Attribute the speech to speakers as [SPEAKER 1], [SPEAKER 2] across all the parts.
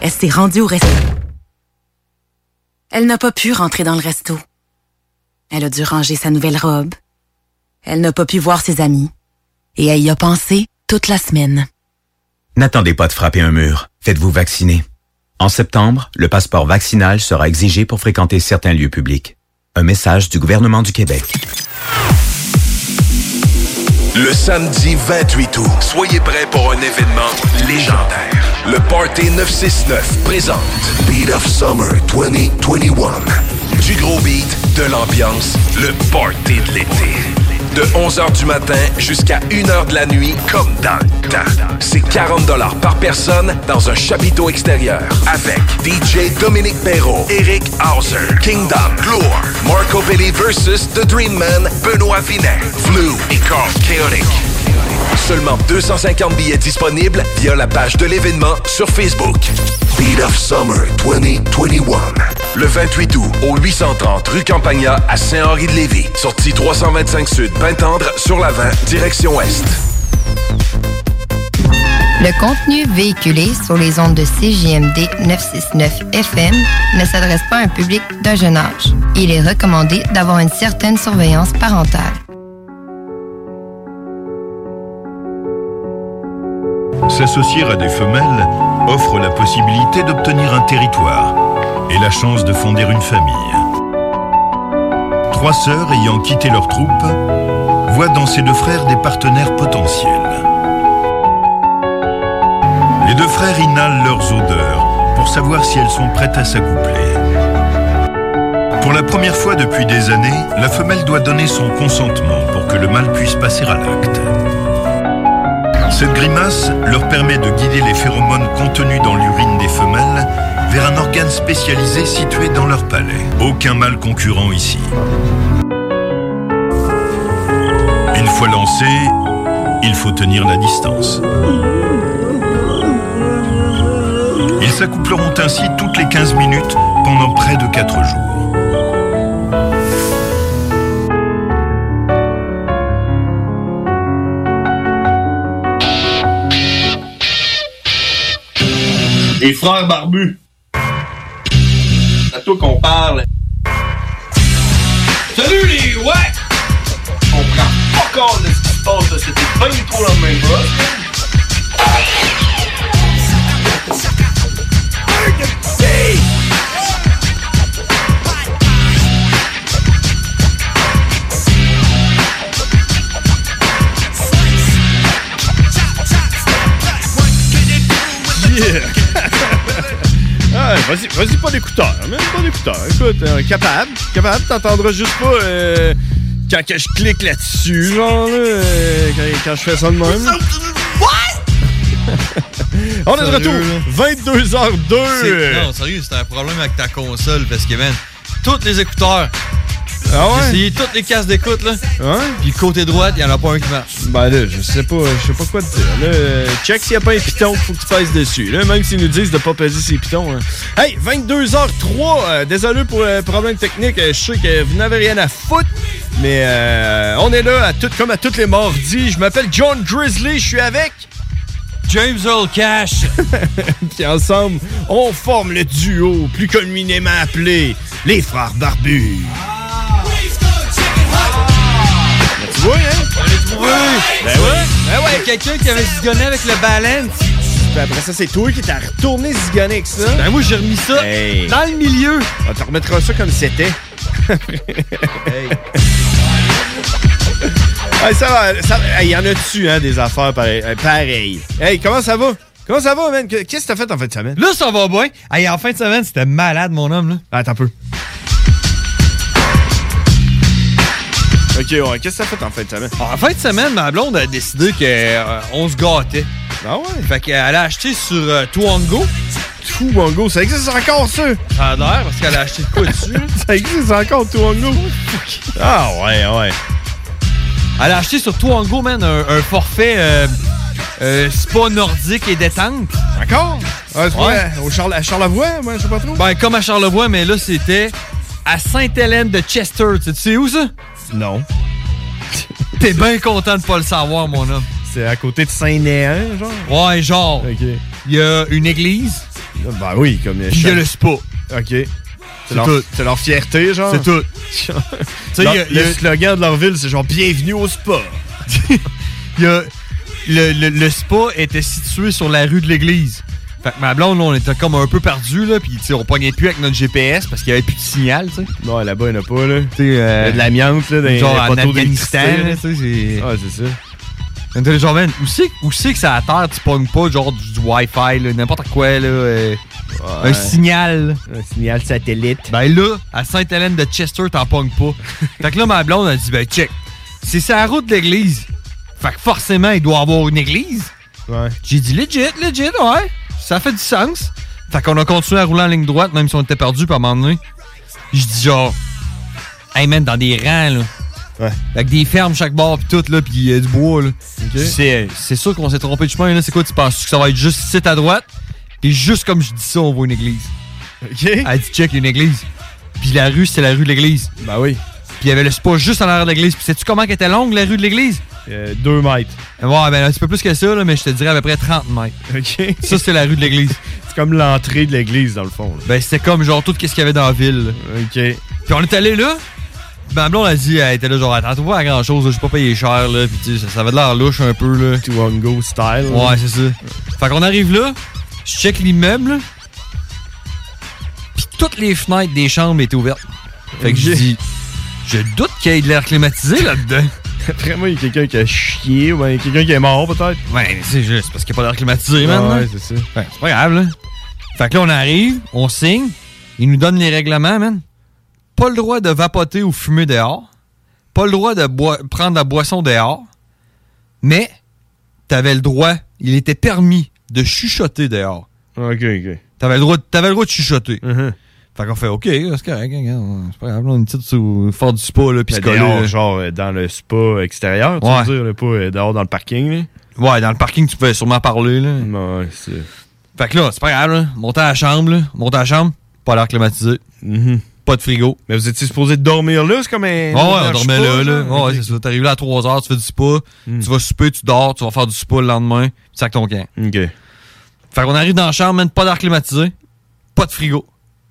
[SPEAKER 1] Elle s'est rendue au resto. Elle n'a pas pu rentrer dans le resto. Elle a dû ranger sa nouvelle robe. Elle n'a pas pu voir ses amis. Et elle y a pensé toute la semaine.
[SPEAKER 2] N'attendez pas de frapper un mur. Faites-vous vacciner. En septembre, le passeport vaccinal sera exigé pour fréquenter certains lieux publics. Un message du gouvernement du Québec.
[SPEAKER 3] Le samedi 28 août, soyez prêts pour un événement légendaire. Le Party 969 présente Beat of Summer 2021. Du gros beat, de l'ambiance, le Party de l'été. De 11h du matin jusqu'à 1h de la nuit, comme dans le temps. C'est 40 par personne dans un chapiteau extérieur. Avec DJ Dominique Perrault, Eric Hauser, Kingdom, Gloire, Marco Belli versus The Dream Man, Benoît Vinet, Flu et Carl Chaotic. Seulement 250 billets disponibles via la page de l'événement sur Facebook. Beat of Summer 2021. Le 28 août au 830 rue Campagna à Saint-Henri-de-Lévis. Sortie 325 Sud, Pintendre, sur la 20, direction Ouest.
[SPEAKER 4] Le contenu véhiculé sur les ondes de CJMD 969 FM ne s'adresse pas à un public d'un jeune âge. Il est recommandé d'avoir une certaine surveillance parentale.
[SPEAKER 5] S'associer à des femelles offre la possibilité d'obtenir un territoire et la chance de fonder une famille. Trois sœurs ayant quitté leur troupe voient dans ces deux frères des partenaires potentiels. Les deux frères inhalent leurs odeurs pour savoir si elles sont prêtes à s'accoupler. Pour la première fois depuis des années, la femelle doit donner son consentement pour que le mâle puisse passer à l'acte. Cette grimace leur permet de guider les phéromones contenus dans l'urine des femelles vers un organe spécialisé situé dans leur palais. Aucun mâle concurrent ici. Une fois lancé, il faut tenir la distance. Ils s'accoupleront ainsi toutes les 15 minutes pendant près de 4 jours.
[SPEAKER 6] Les frères barbus. C'est à toi qu'on parle. Salut les ouais! On prend pas compte de ce qui se passe, là. C'était pas du tout la même chose.
[SPEAKER 7] Yeah! Ah, vas-y, vas-y, pas d'écouteur, même pas d'écouteur. Écoute, euh, capable, capable, t'entendras juste pas euh, quand que je clique là-dessus, genre, là, euh, quand, quand je fais ça de même. On est de retour,
[SPEAKER 8] Sérieux,
[SPEAKER 7] 22h02.
[SPEAKER 8] C'est- Non, sérieux, c'était un problème avec ta console parce que, man, tous les écouteurs.
[SPEAKER 7] Ah ouais?
[SPEAKER 8] J'ai essayé toutes les cases d'écoute, là. Puis côté droite, il n'y en a pas un qui marche.
[SPEAKER 7] Hein? Ben là, je sais pas, je sais pas quoi te dire. Là, euh, check s'il n'y a pas un piton, faut que tu pèses dessus. Là, même s'ils nous disent de pas peser ces pitons. hein. Hey, 22h03, euh, désolé pour le problème technique, euh, je sais que vous n'avez rien à foutre. Mais euh, on est là, à tout, comme à tous les mardis. Je m'appelle John Grizzly, je suis avec... James Old Cash. Puis ensemble, on forme le duo plus communément appelé les Frères Barbus. Tu vois, hein? trouvé! Ben ouais!
[SPEAKER 8] Ben ouais, quelqu'un qui avait zigonné avec le balance.
[SPEAKER 7] Puis Ben, après ça, c'est toi qui t'as retourné zigonné avec ça.
[SPEAKER 8] Ben moi, j'ai remis ça dans le milieu.
[SPEAKER 7] On te remettra ça comme c'était. Hey, ça va, ça va. Hey, y en a-tu, hein, des affaires pareilles? Hey, pareil. Hey, comment ça va? Comment ça va, man? Que- Qu'est-ce que t'as fait en fin de semaine?
[SPEAKER 8] Là, ça va bien. Hey, en fin de semaine, c'était malade, mon homme. Là.
[SPEAKER 7] Ah, Attends un peu. Ok, ouais, qu'est-ce que t'as fait en fin de semaine?
[SPEAKER 8] En fin de semaine, ma blonde a décidé qu'on se gâtait.
[SPEAKER 7] Ah ouais?
[SPEAKER 8] Fait qu'elle a acheté sur euh, Twango.
[SPEAKER 7] Twango, ça existe encore, ça?
[SPEAKER 8] Ça a l'air, parce qu'elle a acheté de quoi dessus? là.
[SPEAKER 7] Ça existe encore, Twango? Ah ouais, ouais.
[SPEAKER 8] Elle a acheté sur Twango, man, un, un forfait euh, euh, spa nordique et détente.
[SPEAKER 7] Encore? Ah, c'est
[SPEAKER 8] Ouais.
[SPEAKER 7] vrai, au Charle- à Charlevoix, moi, je sais pas trop.
[SPEAKER 8] Ben, comme à Charlevoix, mais là, c'était à Sainte-Hélène de Chester. Tu sais où, ça?
[SPEAKER 7] Non.
[SPEAKER 8] T'es bien content de pas le savoir, mon homme.
[SPEAKER 7] C'est à côté de Saint-Néan, genre?
[SPEAKER 8] Ouais, genre,
[SPEAKER 7] Ok.
[SPEAKER 8] il y a une église,
[SPEAKER 7] Ben oui, comme les
[SPEAKER 8] puis il y a le spa.
[SPEAKER 7] Ok. C'est leur,
[SPEAKER 8] leur-
[SPEAKER 7] c'est leur fierté, genre.
[SPEAKER 8] C'est tout.
[SPEAKER 7] tout.
[SPEAKER 8] Tu sais, il y a- il y a-
[SPEAKER 7] Le slogan de leur ville, c'est genre Bienvenue au spa.
[SPEAKER 8] Il y a- le, le- le spa était situé sur la rue de l'église. Fait que ma blonde, là, on était comme un peu perdu là, puis tu sais, on pognait plus avec notre GPS parce qu'il y avait plus de signal, tu sais.
[SPEAKER 7] Non, là-bas, il n'y en a pas, là.
[SPEAKER 8] Tu sais,
[SPEAKER 7] Il y
[SPEAKER 8] euh,
[SPEAKER 7] a de l'amiante, là, dans les-
[SPEAKER 8] genre
[SPEAKER 7] les
[SPEAKER 8] en
[SPEAKER 7] poteaux
[SPEAKER 8] Afghanistan, là,
[SPEAKER 7] d'électricité,
[SPEAKER 8] tu sais,
[SPEAKER 7] là. Ah, c'est ça.
[SPEAKER 8] c'est... On était genre, man, où c'est, où c'est que ça à terre, tu pognes pas genre du, du Wi-Fi, là, n'importe quoi, là, euh, un signal. là.
[SPEAKER 7] Un signal satellite.
[SPEAKER 8] Ben là, à Sainte-Hélène de Chester, t'en pognes pas. fait que là, ma blonde, elle dit, ben check, c'est sur la route de l'église. Fait que forcément, il doit y avoir une église.
[SPEAKER 7] Ouais.
[SPEAKER 8] J'ai dit legit, legit, ouais. Ça fait du sens. Fait qu'on a continué à rouler en ligne droite, même si on était perdu par un moment donné. Je dis genre, hey man, dans des rangs, là.
[SPEAKER 7] Ouais.
[SPEAKER 8] Avec des fermes chaque bord, pis tout, là, pis euh, du bois, là. C'est, euh, c'est sûr qu'on s'est trompé de chemin, là. C'est quoi, tu penses que ça va être juste ici à droite? Et juste comme je dis ça, on voit une église.
[SPEAKER 7] Ok.
[SPEAKER 8] Elle dit, check, il y a une église. Puis la rue, c'était la rue de l'église.
[SPEAKER 7] Ben oui.
[SPEAKER 8] Puis il y avait le spa juste en arrière de l'église. Puis sais-tu comment qu'elle était longue, la rue de l'église?
[SPEAKER 7] Euh, deux mètres.
[SPEAKER 8] Ouais, ben un petit peu plus que ça, là, mais je te dirais à peu près 30 mètres.
[SPEAKER 7] Ok. c'est
[SPEAKER 8] Ça, c'est la rue de l'église.
[SPEAKER 7] comme l'entrée de l'église, dans le fond, là.
[SPEAKER 8] Ben, c'était comme genre tout ce qu'il y avait dans la ville. là.
[SPEAKER 7] Ok.
[SPEAKER 8] Puis on est allé là. puis Ma blonde a dit, elle était là, genre, attends, pas à grand chose, là, j'ai pas payé cher, là. Puis tu sais, ça, ça avait de l'air louche un peu, là.
[SPEAKER 7] To on go style.
[SPEAKER 8] Ouais, c'est ça. Fait qu'on arrive là, je check l'immeuble. Puis toutes les fenêtres des chambres étaient ouvertes. Fait que je dis, je doute qu'il y ait de l'air climatisé là-dedans.
[SPEAKER 7] Après moi, il y a quelqu'un qui a chié, ou il y a quelqu'un qui est mort, peut-être.
[SPEAKER 8] Ouais, mais c'est juste parce qu'il n'y a pas d'air climatisé, maintenant.
[SPEAKER 7] Ouais, c'est ça.
[SPEAKER 8] Fait que c'est pas grave, là. Fait que là, on arrive, on signe, ils nous donnent les règlements, man. Pas le droit de vapoter ou fumer dehors. Pas le droit de boi- prendre la boisson dehors. Mais, t'avais le droit, il était permis de chuchoter dehors.
[SPEAKER 7] Ok, ok.
[SPEAKER 8] T'avais le droit, de- t'avais le droit de chuchoter.
[SPEAKER 7] Mhm.
[SPEAKER 8] Fait qu'on fait, OK, c'est correct, hein, regarde, c'est pas grave, là, on est petite sous fort du spa, là, pis se
[SPEAKER 7] Mais
[SPEAKER 8] coller,
[SPEAKER 7] dehors,
[SPEAKER 8] là.
[SPEAKER 7] genre euh, dans le spa extérieur, tu
[SPEAKER 8] Ouais.
[SPEAKER 7] veux dire, là, pas euh, dehors dans le parking. Là.
[SPEAKER 8] Ouais, dans le parking, tu pouvais sûrement parler, là.
[SPEAKER 7] Ouais, c'est...
[SPEAKER 8] Fait que là, c'est pas grave, là. Monter à la chambre, là. Monter à la chambre, pas l'air climatisé. Pas de frigo.
[SPEAKER 7] Mm-hmm. Mais vous étiez supposé dormir là, c'est comme un...
[SPEAKER 8] Ouais, ouais, on
[SPEAKER 7] un
[SPEAKER 8] dormait
[SPEAKER 7] spa,
[SPEAKER 8] là, là. Hmm.
[SPEAKER 7] genre?
[SPEAKER 8] Ouais, c'est ça. T'arrives là à 3 h tu fais du spa, tu vas souper, tu dors, tu vas faire du spa le lendemain, tu sacs ton camp.
[SPEAKER 7] Ok.
[SPEAKER 8] Fait qu'on arrive dans la chambre, même pas d'air climatisé, pas de frigo.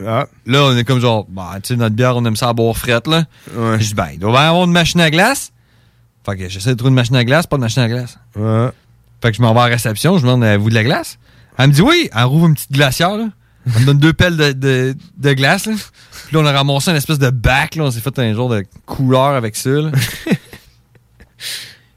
[SPEAKER 7] Ah,
[SPEAKER 8] Là, on est comme genre, bah, tu sais, notre bière, on aime ça à boire frette, là.
[SPEAKER 7] ouais.
[SPEAKER 8] Je dis, ben, il doit bien avoir une machine à glace. Fait que j'essaie de trouver une machine à glace, pas de machine à glace.
[SPEAKER 7] Ouais.
[SPEAKER 8] Fait que je m'en vais à la réception, je demande, avez-vous de la glace? Elle me dit, oui, elle rouvre une petite glacière, là. Elle me donne deux pelles de, de, de glace, là. Puis là, on a ramassé un espèce de bac, là. On s'est fait un genre de couleur avec ça, là.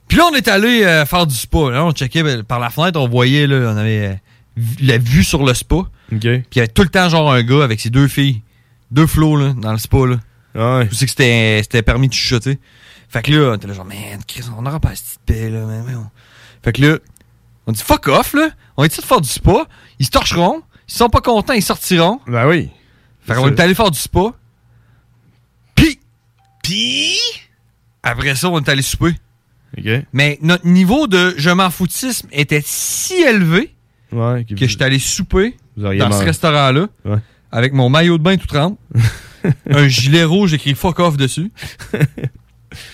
[SPEAKER 8] Puis là, on est allé euh, faire du spa. Là, on checkait ben, par la fenêtre, on voyait, là, on avait euh, vu- la vue sur le spa.
[SPEAKER 7] Ok.
[SPEAKER 8] Puis il y avait tout le temps, genre, un gars avec ses deux filles, deux flots, là, dans le spa, là.
[SPEAKER 7] Ah Ouais.
[SPEAKER 8] Je sais que c'était c'était permis de chuchoter. Fait que là, on était là genre, man, Chris, on aura pas cette petite paix, là, man, man. Fait que là, on dit fuck off, là. On est ici de faire du spa. Ils se torcheront. Ils sont pas contents, ils sortiront.
[SPEAKER 7] Ben oui.
[SPEAKER 8] Fait
[SPEAKER 7] C'est
[SPEAKER 8] qu'on
[SPEAKER 7] sûr.
[SPEAKER 8] est allé faire du spa. Puis. Puis. Après ça, on est allé souper.
[SPEAKER 7] Ok. Ouais.
[SPEAKER 8] Mais notre niveau de je m'en foutisme était si élevé
[SPEAKER 7] ok.
[SPEAKER 8] que j'étais allé souper
[SPEAKER 7] Vous auriez
[SPEAKER 8] dans ce
[SPEAKER 7] mangé.
[SPEAKER 8] restaurant-là
[SPEAKER 7] Ouais.
[SPEAKER 8] avec mon maillot de bain tout trempe, un gilet rouge écrit fuck off dessus.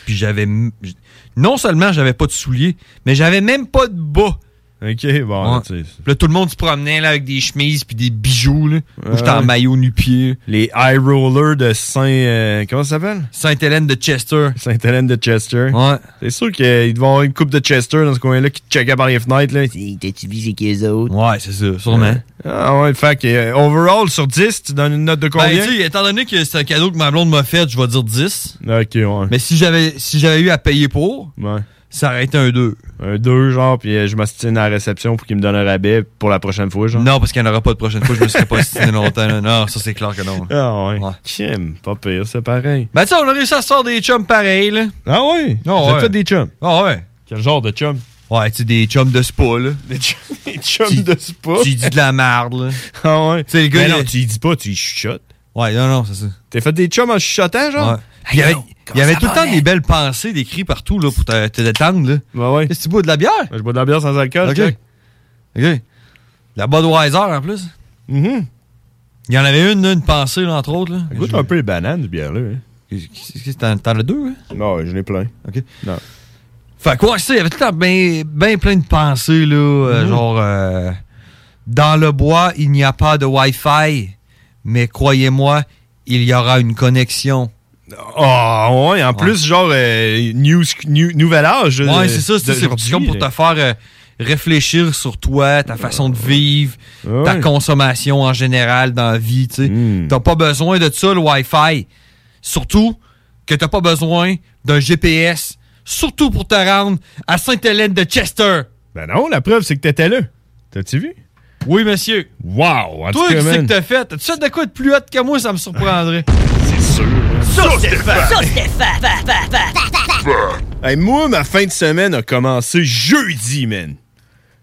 [SPEAKER 8] Puis j'avais m- j- non seulement j'avais pas de souliers, mais j'avais même pas de bas.
[SPEAKER 7] OK, bon,
[SPEAKER 8] Ouais.
[SPEAKER 7] tu sais.
[SPEAKER 8] Là, tout le monde se promenait là, avec des chemises puis des bijoux. Là. Moi, j'étais en
[SPEAKER 7] Ouais.
[SPEAKER 8] maillot nu-pied.
[SPEAKER 7] Les high rollers de Saint. euh, comment ça s'appelle
[SPEAKER 8] Sainte-Hélène de Chester.
[SPEAKER 7] Sainte-Hélène de Chester.
[SPEAKER 8] Ouais.
[SPEAKER 7] C'est sûr qu'il devait y avoir une coupe de Chester dans ce coin-là qui te checkait par les fenêtres. là. Si, T'as-tu vu c'est qui les autres
[SPEAKER 8] Ouais, c'est ça, sûrement.
[SPEAKER 7] Ah ouais, fait que, euh, overall, sur 10, tu donnes une note de
[SPEAKER 8] Ben,
[SPEAKER 7] combien
[SPEAKER 8] tu sais, étant donné que c'est un cadeau que ma blonde m'a fait, je vais dire 10.
[SPEAKER 7] Ok, ouais.
[SPEAKER 8] Mais si j'avais si j'avais eu à payer pour,
[SPEAKER 7] Ouais.
[SPEAKER 8] ça aurait été un 2.
[SPEAKER 7] Un 2, genre, puis euh, je m'astine à la réception pour qu'il me donne un rabais pour la prochaine fois, genre.
[SPEAKER 8] Non, parce qu'il n'y en aura pas de prochaine fois, je me serais pas stiné longtemps. là. Non, ça c'est clair que non. là.
[SPEAKER 7] Ah ouais. Kim, pas pire, c'est pareil.
[SPEAKER 8] Ben, tu sais, on a réussi à sortir des chums pareils, là.
[SPEAKER 7] Ah ouais?
[SPEAKER 8] Ah
[SPEAKER 7] J'ai
[SPEAKER 8] ouais.
[SPEAKER 7] fait des chums.
[SPEAKER 8] Ah ouais.
[SPEAKER 7] Quel genre de chum?
[SPEAKER 8] Ouais, tu sais, des chums de spa, là.
[SPEAKER 7] Des chums, des chums
[SPEAKER 8] Tu-
[SPEAKER 7] de spa.
[SPEAKER 8] Tu dis de la marde, là.
[SPEAKER 7] Ah ouais.
[SPEAKER 8] sais, le gars,
[SPEAKER 7] Mais
[SPEAKER 8] il-
[SPEAKER 7] non, tu y dis pas, tu y chuchotes.
[SPEAKER 8] Ouais, non, non, c'est ça.
[SPEAKER 7] T'as fait des chums en chuchotant, genre?
[SPEAKER 8] Ouais. Il y avait, il y avait tout le temps des belles pensées, des cris partout, là, pour te, te détendre, là.
[SPEAKER 7] Bah ouais. Ben,
[SPEAKER 8] Qu'est-ce que tu bois de la bière?
[SPEAKER 7] Je bois de la bière sans alcool,
[SPEAKER 8] OK.
[SPEAKER 7] Jack.
[SPEAKER 8] OK. La Budweiser, en plus.
[SPEAKER 7] Mhm.
[SPEAKER 8] Il y en avait une, là, une pensée, là, entre autres, là.
[SPEAKER 7] Ça Goûte un peu les bananes, du bière, là. hein.
[SPEAKER 8] Qu'est-ce que- T'en t'en as deux, hein?
[SPEAKER 7] Non, j'en ai plein.
[SPEAKER 8] OK.
[SPEAKER 7] Non.
[SPEAKER 8] Fait quoi, ça, il y avait tout le temps bien ben plein de pensées, là. euh, Genre, euh, dans le bois, il n'y a pas de Wi-Fi, mais croyez-moi, il y aura une connexion.
[SPEAKER 7] Ah ouais, en plus, genre, euh, new, new- nouvel âge.
[SPEAKER 8] Ouais,
[SPEAKER 7] euh,
[SPEAKER 8] c'est ça, c'est- c'est
[SPEAKER 7] d'aujourd'hui,
[SPEAKER 8] comme pour
[SPEAKER 7] là.
[SPEAKER 8] te faire euh, réfléchir sur toi, ta façon de vivre,
[SPEAKER 7] Ah Ouais.
[SPEAKER 8] ta consommation en général dans la vie, tu sais.
[SPEAKER 7] Mm.
[SPEAKER 8] T'as pas besoin de ça, le Wi-Fi. Surtout que t'as pas besoin d'un GPS, surtout pour te rendre à Sainte-Hélène de Chester.
[SPEAKER 7] Ben non, la preuve, c'est que t'étais là. T'as-tu vu?
[SPEAKER 8] Oui, monsieur.
[SPEAKER 7] Wow! En tout
[SPEAKER 8] Toi,
[SPEAKER 7] cas,
[SPEAKER 8] qu'est-ce que
[SPEAKER 7] man.
[SPEAKER 8] t'as fait? T'as-tu fait de quoi de plus haute que moi? Ça me surprendrait.
[SPEAKER 7] hein. Hey, moi, ma fin de semaine a commencé jeudi, man.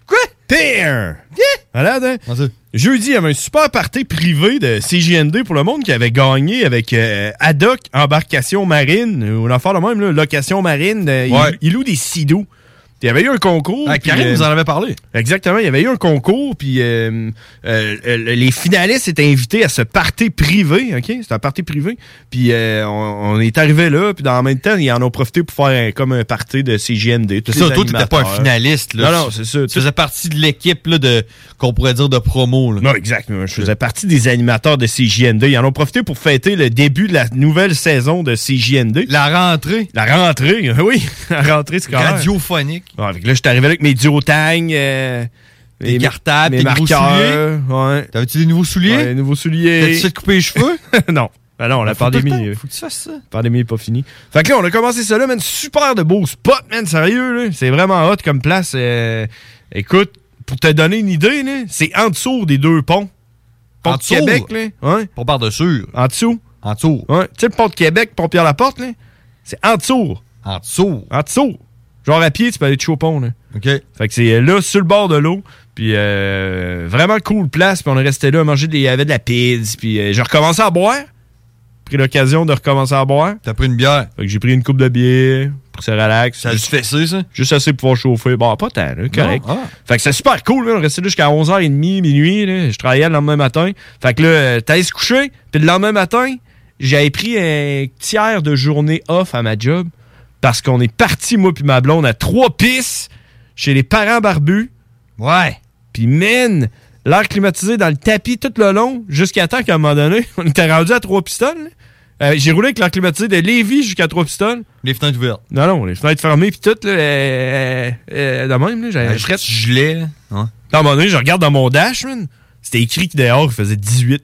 [SPEAKER 8] Quoi?
[SPEAKER 7] Damn! Malade, hein?
[SPEAKER 8] Vas-y.
[SPEAKER 7] Jeudi, il y avait un super party privé de CJND pour le monde qui avait gagné avec euh, Adoc Embarcation Marine, ou l'affaire de même, là, Location Marine. euh, il-
[SPEAKER 8] Ouais.
[SPEAKER 7] il, loue des sidous. Il y avait eu un concours.
[SPEAKER 8] Ah,
[SPEAKER 7] puis,
[SPEAKER 8] Karine
[SPEAKER 7] euh,
[SPEAKER 8] nous en avait parlé.
[SPEAKER 7] Exactement, il y avait eu un concours, puis euh, euh, euh, les finalistes étaient invités à ce party privé, OK? C'était un party privé. Puis euh, on, on est arrivé là, puis dans le même temps, ils en ont profité pour faire un- comme un party de CGMD.
[SPEAKER 8] C'est ça, toi, t'étais pas un finaliste. Là.
[SPEAKER 7] Non, non, c'est ça.
[SPEAKER 8] Tu faisais partie de l'équipe là, de qu'on pourrait dire de promo. Là.
[SPEAKER 7] Non, exact. mais Je faisais partie des animateurs de CJND. Ils en ont profité pour fêter le début de la nouvelle saison de CJND.
[SPEAKER 8] La rentrée
[SPEAKER 7] La rentrée, oui, la rentrée scolaire.
[SPEAKER 8] radiophonique.
[SPEAKER 7] Ouais, fait que là, je suis arrivé là avec mes duotagnes, euh,
[SPEAKER 8] Des
[SPEAKER 7] mes-
[SPEAKER 8] cartables,
[SPEAKER 7] mes
[SPEAKER 8] des nouveaux
[SPEAKER 7] marqueurs. Ouais.
[SPEAKER 8] T'avais-tu des nouveaux souliers?
[SPEAKER 7] Ouais, nouveaux
[SPEAKER 8] T'as-tu
[SPEAKER 7] souliers.
[SPEAKER 8] fait couper les cheveux?
[SPEAKER 7] non. Ben non, la
[SPEAKER 8] Faut tout le
[SPEAKER 7] pandémie.
[SPEAKER 8] temps,
[SPEAKER 7] euh,
[SPEAKER 8] Faut que tu fasses ça.
[SPEAKER 7] la pandémie est pas finie. Fait que là, on a commencé ça là, man. Super de beaux spots, man. Sérieux, là. C'est vraiment hot comme place. euh, écoute, pour te donner une idée, là, c'est en dessous des deux ponts. Pont
[SPEAKER 8] En
[SPEAKER 7] de Québec, là. Ouais.
[SPEAKER 8] Pas par-dessus.
[SPEAKER 7] En dessous.
[SPEAKER 8] En dessous.
[SPEAKER 7] Ouais. Tu sais, le pont de Québec, pont Pierre-Laporte, là. C'est en dessous.
[SPEAKER 8] En dessous.
[SPEAKER 7] En dessous. Genre à pied, tu peux aller te chaud au pont, là.
[SPEAKER 8] OK.
[SPEAKER 7] Fait que c'est euh, là, sur le bord de l'eau. Puis euh, vraiment cool place. Puis on est resté là à manger des. Il y avait de la pizza. Puis euh, j'ai recommencé à boire. Pris l'occasion de recommencer à boire.
[SPEAKER 8] T'as pris une bière.
[SPEAKER 7] Fait que j'ai pris une coupe de bière pour se relax.
[SPEAKER 8] Ça a
[SPEAKER 7] juste,
[SPEAKER 8] juste fessé, ça?
[SPEAKER 7] juste assez pour pouvoir chauffer. Bon, pas tant, là, correct.
[SPEAKER 8] Non? Ah.
[SPEAKER 7] Fait que c'est super cool, là. On restait là jusqu'à 11h30, minuit, là. Je travaillais le lendemain matin. Fait que là, euh, t'allais se coucher. Puis le lendemain matin, j'avais pris un tiers de journée off à ma job. Parce qu'on est parti, moi puis ma blonde, à trois pisses chez les parents barbus.
[SPEAKER 8] Ouais.
[SPEAKER 7] Puis, man, l'air climatisé dans le tapis tout le long, jusqu'à temps qu'à un moment donné, on était rendu à trois pistoles. là. Euh, J'ai roulé avec l'air climatisé de Lévis jusqu'à trois pistoles.
[SPEAKER 8] Les fenêtres ouvertes.
[SPEAKER 7] Non, non, les fenêtres fermées, puis tout, là, euh, euh, de même, là, j'avais
[SPEAKER 8] Je
[SPEAKER 7] frette.
[SPEAKER 8] gelé, là. Ouais.
[SPEAKER 7] À un moment donné, je regarde dans mon dash, man, c'était écrit que dehors, il faisait 18.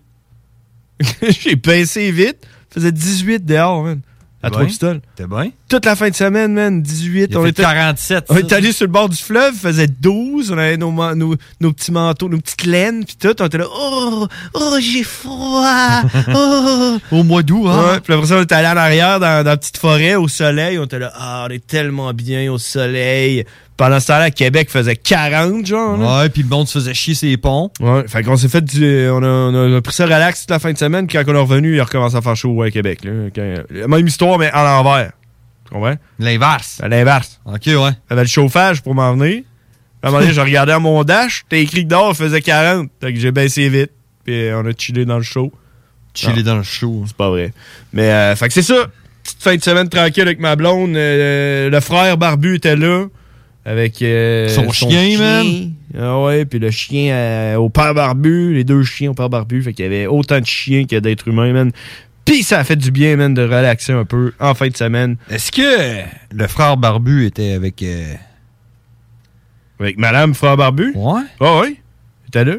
[SPEAKER 7] J'ai pincé vite, il faisait 18 dehors, man, à
[SPEAKER 8] Ouais.
[SPEAKER 7] trois pistoles.
[SPEAKER 8] T'es bien?
[SPEAKER 7] Toute la fin de semaine, man, 18,
[SPEAKER 8] Il a
[SPEAKER 7] on
[SPEAKER 8] fait
[SPEAKER 7] était...
[SPEAKER 8] 47.
[SPEAKER 7] On
[SPEAKER 8] ça.
[SPEAKER 7] est allé sur le bord du fleuve, il faisait 12, on avait nos, man- nos, nos petits manteaux, nos petites laines, puis tout. On était là, oh, oh, j'ai froid, oh.
[SPEAKER 8] Au mois d'août, hein?
[SPEAKER 7] Ouais, puis après ça, on est allé en arrière dans, dans la petite forêt au soleil. On était là, ah, on est tellement bien au soleil. Pendant ce temps-là, à Québec faisait 40, genre. là.
[SPEAKER 8] Ouais, puis le monde se faisait chier ses ponts.
[SPEAKER 7] Ouais, fait qu'on s'est fait du. On a, on a pris ça relax toute la fin de semaine. Quand on est revenu, il a recommencé à faire chaud à Québec. Là, Quand- la même histoire, mais à l'envers. Tu comprends?
[SPEAKER 8] L'inverse.
[SPEAKER 7] À l'inverse.
[SPEAKER 8] OK, ouais.
[SPEAKER 7] J'avais le chauffage pour m'en venir. À un moment donné, je regardais à mon dash, t'as écrit que dehors, il faisait 40. Fait que j'ai baissé vite. Puis on a chillé dans le show. Ah.
[SPEAKER 8] Chiller dans le show.
[SPEAKER 7] C'est pas vrai. Mais, euh, fait que c'est ça. Petite fin de semaine tranquille avec ma blonde. Euh, le frère barbu était là. Avec euh,
[SPEAKER 8] Son chien, man.
[SPEAKER 7] Ah ouais, puis le chien euh, au père barbu, les deux chiens au père barbu. Fait qu'il y avait autant de chiens que d'êtres humains, man. Puis ça a fait du bien, man, de relaxer un peu en fin de semaine.
[SPEAKER 8] Est-ce que le frère Barbu était avec. euh,
[SPEAKER 7] Avec madame frère barbu?
[SPEAKER 8] Ouais.
[SPEAKER 7] Ah oui? T'es là?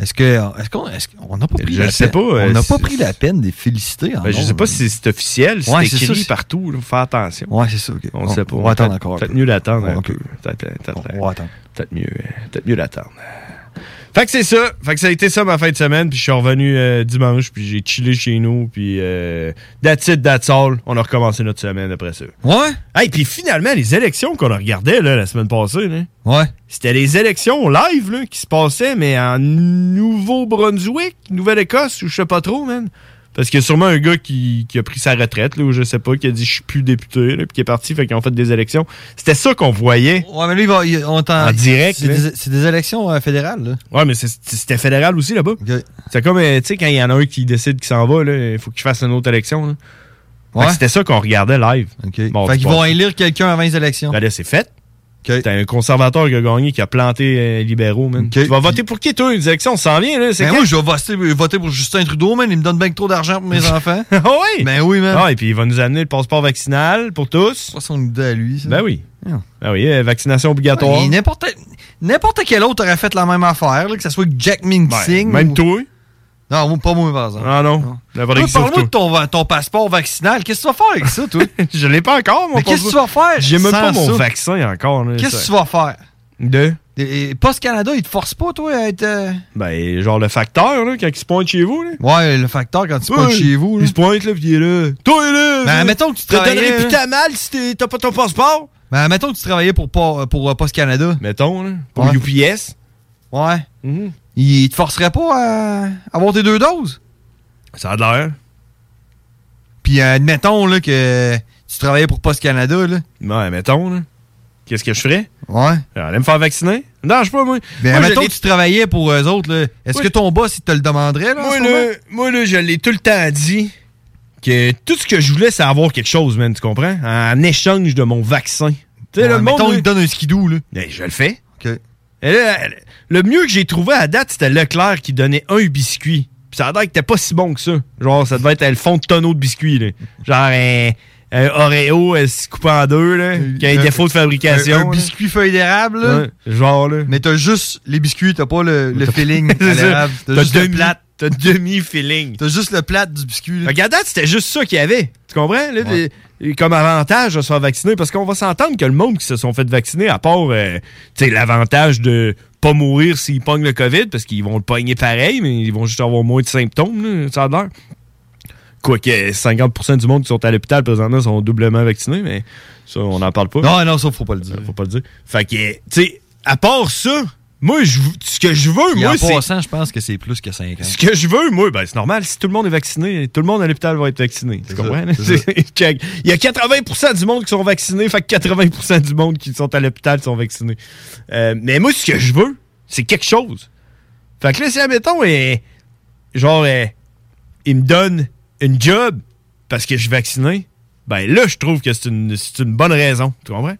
[SPEAKER 8] Est-ce que. Est-ce qu'on est-ce qu'on n'a pas pris
[SPEAKER 7] Je
[SPEAKER 8] la
[SPEAKER 7] sais
[SPEAKER 8] peine-
[SPEAKER 7] pas, euh,
[SPEAKER 8] On n'a
[SPEAKER 7] c'est-
[SPEAKER 8] pas pris la peine de les féliciter. hein. en
[SPEAKER 7] Ben, je
[SPEAKER 8] nombre,
[SPEAKER 7] sais pas
[SPEAKER 8] man.
[SPEAKER 7] si c'est officiel, si
[SPEAKER 8] Ouais,
[SPEAKER 7] c'est
[SPEAKER 8] c'est
[SPEAKER 7] écrit
[SPEAKER 8] ça, c'est-
[SPEAKER 7] partout. là, Faut faire attention.
[SPEAKER 8] Ouais, c'est ça. ok.
[SPEAKER 7] On ne sait pas.
[SPEAKER 8] On va attendre
[SPEAKER 7] Peut-être-
[SPEAKER 8] encore. un
[SPEAKER 7] Peut-être
[SPEAKER 8] peu.
[SPEAKER 7] mieux l'attendre. un
[SPEAKER 8] Ok.
[SPEAKER 7] peu. Peut-être peut-être-
[SPEAKER 8] On va attendre.
[SPEAKER 7] peut-être mieux, euh, peut-être mieux l'attendre. Fait que c'est ça. Fait que ça a été ça ma fin de semaine. Puis je suis revenu euh, dimanche. Puis j'ai chillé chez nous. Puis euh, that's it, that's all. On a recommencé notre semaine après ça.
[SPEAKER 8] Ouais?
[SPEAKER 7] Hey, puis finalement, les élections qu'on a regardées là, la semaine passée, là,
[SPEAKER 8] Ouais.
[SPEAKER 7] c'était les élections live là, qui se passaient, mais en Nouveau-Brunswick, Nouvelle-Écosse, ou je sais pas trop, man. Parce qu'il y a sûrement un gars qui, qui a pris sa retraite, là, ou je sais pas, qui a dit je suis plus député, là, puis qui est parti, fait qu'ils ont fait des élections. C'était ça qu'on voyait.
[SPEAKER 8] Ouais, mais là, il va- Ah, il- on t'en.
[SPEAKER 7] En direct,
[SPEAKER 8] C'est
[SPEAKER 7] là.
[SPEAKER 8] des, c'est des élections euh, fédérales, là.
[SPEAKER 7] Ouais, mais c'est- c'était fédéral aussi là-bas.
[SPEAKER 8] Ok.
[SPEAKER 7] C'est comme, euh, tu sais, quand il y en a un qui décide qu'il s'en va, là, il faut qu'il fasse une autre élection. là. Fait que
[SPEAKER 8] Ouais.
[SPEAKER 7] C'était ça qu'on regardait live.
[SPEAKER 8] OK.
[SPEAKER 7] Bon,
[SPEAKER 8] fait
[SPEAKER 7] tu
[SPEAKER 8] qu'ils
[SPEAKER 7] passes.
[SPEAKER 8] vont élire quelqu'un avant les élections.
[SPEAKER 7] Ben là, c'est fait.
[SPEAKER 8] OK.
[SPEAKER 7] T'as un conservateur qui a gagné, qui a planté euh, libéraux, man.
[SPEAKER 8] Ok.
[SPEAKER 7] Tu vas
[SPEAKER 8] Puis-
[SPEAKER 7] voter pour qui, toi, les élections? On s'en vient, là. C'est
[SPEAKER 8] Ben
[SPEAKER 7] quand?
[SPEAKER 8] moi, je vais voter, voter pour Justin Trudeau, man. Il me donne bien que trop d'argent pour mes enfants.
[SPEAKER 7] Ah oui!
[SPEAKER 8] Ben oui, man.
[SPEAKER 7] Ah, et puis il va nous amener le passeport vaccinal pour tous.
[SPEAKER 8] Ça, c'est son idée à lui, ça.
[SPEAKER 7] Ben oui.
[SPEAKER 8] Non.
[SPEAKER 7] Ben oui, euh, vaccination obligatoire.
[SPEAKER 8] Et N'importe n'importe quel autre aurait fait la même affaire, là, que ce soit Jack Ming
[SPEAKER 7] Ben,
[SPEAKER 8] Singh.
[SPEAKER 7] même
[SPEAKER 8] ou-
[SPEAKER 7] toi.
[SPEAKER 8] Non, moi, pas moi, par exemple.
[SPEAKER 7] Ah non. N'importe
[SPEAKER 8] Toi,
[SPEAKER 7] qui sauf
[SPEAKER 8] Parle-moi de
[SPEAKER 7] toi.
[SPEAKER 8] ton, ton passeport vaccinal. Qu'est-ce que tu vas faire avec ça, toi?
[SPEAKER 7] Je l'ai pas encore, mon
[SPEAKER 8] Mais qu'est-ce que tu
[SPEAKER 7] passeport.
[SPEAKER 8] vas faire?
[SPEAKER 7] J'ai même
[SPEAKER 8] sans
[SPEAKER 7] pas mon
[SPEAKER 8] ça?
[SPEAKER 7] vaccin encore. là,
[SPEAKER 8] Qu'est-ce
[SPEAKER 7] ça.
[SPEAKER 8] que tu vas faire?
[SPEAKER 7] De?
[SPEAKER 8] Et- et Post Canada, ils te forcent pas, toi, à être. euh,
[SPEAKER 7] Ben, genre le facteur, là, quand il se pointe chez vous, là.
[SPEAKER 8] Ouais, le facteur quand tu
[SPEAKER 7] Ouais,
[SPEAKER 8] pars chez vous. là.
[SPEAKER 7] Il se pointe, là, puis il est là. Toi, là!
[SPEAKER 8] Ben,
[SPEAKER 7] là,
[SPEAKER 8] mettons que tu hein.
[SPEAKER 7] te
[SPEAKER 8] travaillais,
[SPEAKER 7] donnerais plus
[SPEAKER 8] là.
[SPEAKER 7] ta mal si t'es- t'as pas ton passeport.
[SPEAKER 8] Ben, mettons que tu travaillais pour, pas- pour euh, Post Canada.
[SPEAKER 7] Mettons, là. Pour
[SPEAKER 8] Ouais.
[SPEAKER 7] UPS.
[SPEAKER 8] Ouais.
[SPEAKER 7] Mm-hmm.
[SPEAKER 8] Ils te forceraient pas à avoir tes deux doses.
[SPEAKER 7] Ça a de l'air.
[SPEAKER 8] Puis euh, admettons là, que tu travaillais pour Post Canada. Là.
[SPEAKER 7] Ouais, mettons, là. Qu'est-ce que je ferais?
[SPEAKER 8] Ouais.
[SPEAKER 7] J'allais me faire vacciner? Non, je sais pas, moi.
[SPEAKER 8] Ben,
[SPEAKER 7] moi, je
[SPEAKER 8] admettons
[SPEAKER 7] l'ai-
[SPEAKER 8] que tu travaillais pour eux autres. là. Est-ce
[SPEAKER 7] Moi,
[SPEAKER 8] que
[SPEAKER 7] je-
[SPEAKER 8] ton boss, il te le demanderait? Là, en
[SPEAKER 7] Moi,
[SPEAKER 8] ce
[SPEAKER 7] là,
[SPEAKER 8] moment?
[SPEAKER 7] moi, là, je l'ai tout le temps dit que tout ce que je voulais, c'est avoir quelque chose, man, tu comprends? En échange de mon vaccin. Tu sais,
[SPEAKER 8] Ouais,
[SPEAKER 7] le monde.
[SPEAKER 8] mettons,
[SPEAKER 7] là,
[SPEAKER 8] il te donne un skidou. Là.
[SPEAKER 7] ben, je le fais.
[SPEAKER 8] OK.
[SPEAKER 7] Et là, le mieux que j'ai trouvé à date, c'était Leclerc qui donnait un biscuit. Puis ça a l'air que t'es pas si bon que ça. Genre, ça devait être le fond de tonneau de biscuits, là. Genre, un, un Oreo euh, se coupé en deux, là, qui a un
[SPEAKER 8] Un-
[SPEAKER 7] défaut de fabrication.
[SPEAKER 8] Euh, Un, un
[SPEAKER 7] là.
[SPEAKER 8] biscuit feuille d'érable. là.
[SPEAKER 7] Ouais, genre, là.
[SPEAKER 8] Mais t'as juste les biscuits, t'as pas le, le feeling
[SPEAKER 7] C'est
[SPEAKER 8] à
[SPEAKER 7] ça.
[SPEAKER 8] l'érable. T'as
[SPEAKER 7] T'as
[SPEAKER 8] juste le
[SPEAKER 7] demi-
[SPEAKER 8] plat.
[SPEAKER 7] T'as demi-feeling.
[SPEAKER 8] T'as juste le plat du biscuit. là.
[SPEAKER 7] Fait qu'à date, c'était juste ça qu'il y avait. Tu comprends? Là,
[SPEAKER 8] Ouais.
[SPEAKER 7] des- comme avantage de se faire vacciner. Parce qu'on va s'entendre que le monde qui se sont fait vacciner, à part euh, tu sais, l'avantage de pas mourir s'ils pognent le COVID, parce qu'ils vont le pogner pareil, mais ils vont juste avoir moins de symptômes, là, ça a l'air. Quoique 50 du monde qui sont à l'hôpital présentement sont doublement vaccinés, mais ça, on n'en parle pas. Euh,
[SPEAKER 8] Non, non, ça, faut pas le dire.
[SPEAKER 7] Faut pas le dire. Fait que, tu sais, à part ça, moi, je vou- ce que je veux,
[SPEAKER 8] Puis
[SPEAKER 7] moi,
[SPEAKER 8] en
[SPEAKER 7] c'est
[SPEAKER 8] passant, je pense que c'est plus que 50.
[SPEAKER 7] ce que je veux, moi, ben, c'est normal. Si tout le monde est vacciné, tout le monde à l'hôpital va être vacciné. Tu
[SPEAKER 8] ça,
[SPEAKER 7] comprends?
[SPEAKER 8] c'est ça.
[SPEAKER 7] Check. Il y a 80 du monde qui sont vaccinés, fait que 80 du monde qui sont à l'hôpital sont vaccinés. Euh, mais moi, ce que je veux, c'est quelque chose. Fait que là, si, admettons, euh, genre, euh, il me donne une job parce que je suis vacciné, ben là, je trouve que c'est une, c'est une bonne raison. Tu comprends?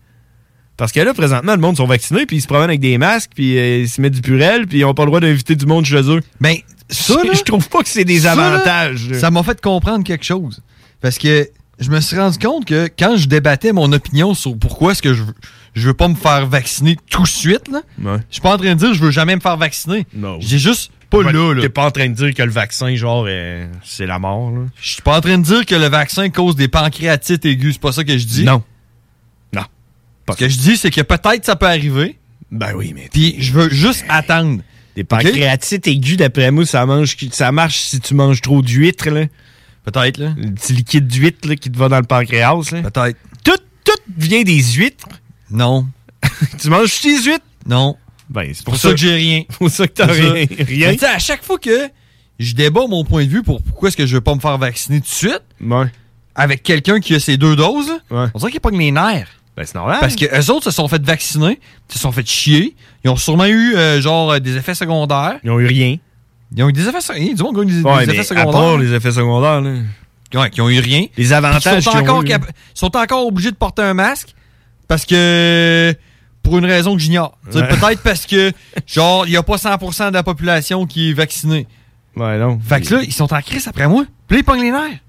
[SPEAKER 7] Parce que là, présentement, le monde sont vaccinés, puis ils se promènent avec des masques, puis euh, ils se mettent du purel, puis ils n'ont pas le droit d'inviter du monde chez eux.
[SPEAKER 8] Ben, ça, là,
[SPEAKER 7] je trouve pas que c'est des
[SPEAKER 8] ça, là,
[SPEAKER 7] avantages. là.
[SPEAKER 8] ça m'a fait comprendre quelque chose. Parce que je me suis rendu compte que quand je débattais mon opinion sur pourquoi est-ce que je veux, je veux pas me faire vacciner tout de suite, là,
[SPEAKER 7] Ouais.
[SPEAKER 8] je suis pas en train de dire je veux jamais me faire vacciner.
[SPEAKER 7] Non.
[SPEAKER 8] J'ai juste pas
[SPEAKER 7] Ouais,
[SPEAKER 8] là, là.
[SPEAKER 7] T'es pas en train de dire que le vaccin, genre, euh, c'est la mort. Là.
[SPEAKER 8] Je suis pas en train de dire que le vaccin cause des pancréatites aiguës. C'est pas ça que je dis.
[SPEAKER 7] Non.
[SPEAKER 8] Ce que je dis, c'est que peut-être ça peut arriver.
[SPEAKER 7] Ben oui, mais
[SPEAKER 8] Puis je veux juste attendre.
[SPEAKER 7] des pancréatites aiguës, d'après moi, ça, mange, ça marche si tu manges trop d'huîtres. là.
[SPEAKER 8] Peut-être, là.
[SPEAKER 7] Le petit liquide d'huître là, qui te va dans le pancréas. là.
[SPEAKER 8] Peut-être.
[SPEAKER 7] Tout, tout vient des huîtres.
[SPEAKER 8] Non.
[SPEAKER 7] tu manges des huîtres?
[SPEAKER 8] Non.
[SPEAKER 7] Ben, c'est
[SPEAKER 8] Pour ça que j'ai rien.
[SPEAKER 7] C'est pour ça que t'as
[SPEAKER 8] C'est ça.
[SPEAKER 7] rien. rien.
[SPEAKER 8] Mais tu sais, à chaque fois que je débats mon point de vue pour pourquoi est-ce que je veux pas me faire vacciner tout de suite,
[SPEAKER 7] Ouais.
[SPEAKER 8] avec quelqu'un qui a ses deux doses, là,
[SPEAKER 7] Ouais.
[SPEAKER 8] on dirait qu'il pogne les nerfs.
[SPEAKER 7] Ben, c'est normal.
[SPEAKER 8] Parce que eux autres se sont fait vacciner, se sont fait chier, ils ont sûrement eu euh, genre euh, des effets secondaires.
[SPEAKER 7] Ils ont eu rien.
[SPEAKER 8] Ils ont eu des effets secondaires. Du monde qui a eu des,
[SPEAKER 7] Ouais,
[SPEAKER 8] des
[SPEAKER 7] mais
[SPEAKER 8] effets
[SPEAKER 7] à part
[SPEAKER 8] secondaires.
[SPEAKER 7] les effets secondaires, là.
[SPEAKER 8] Ouais, qui ont eu rien.
[SPEAKER 7] Les
[SPEAKER 8] Puis Ils
[SPEAKER 7] avantages
[SPEAKER 8] sont,
[SPEAKER 7] qu'ils ont
[SPEAKER 8] encore
[SPEAKER 7] eu,
[SPEAKER 8] cap- sont encore obligés de porter un masque parce que pour une raison que j'ignore. Tu sais,
[SPEAKER 7] Ouais.
[SPEAKER 8] Peut-être parce que, genre, il n'y a pas 100% de la population qui est vaccinée.
[SPEAKER 7] Ouais, non.
[SPEAKER 8] Fait que là, ils sont en crise après moi. Puis là, ils pognent les nerfs.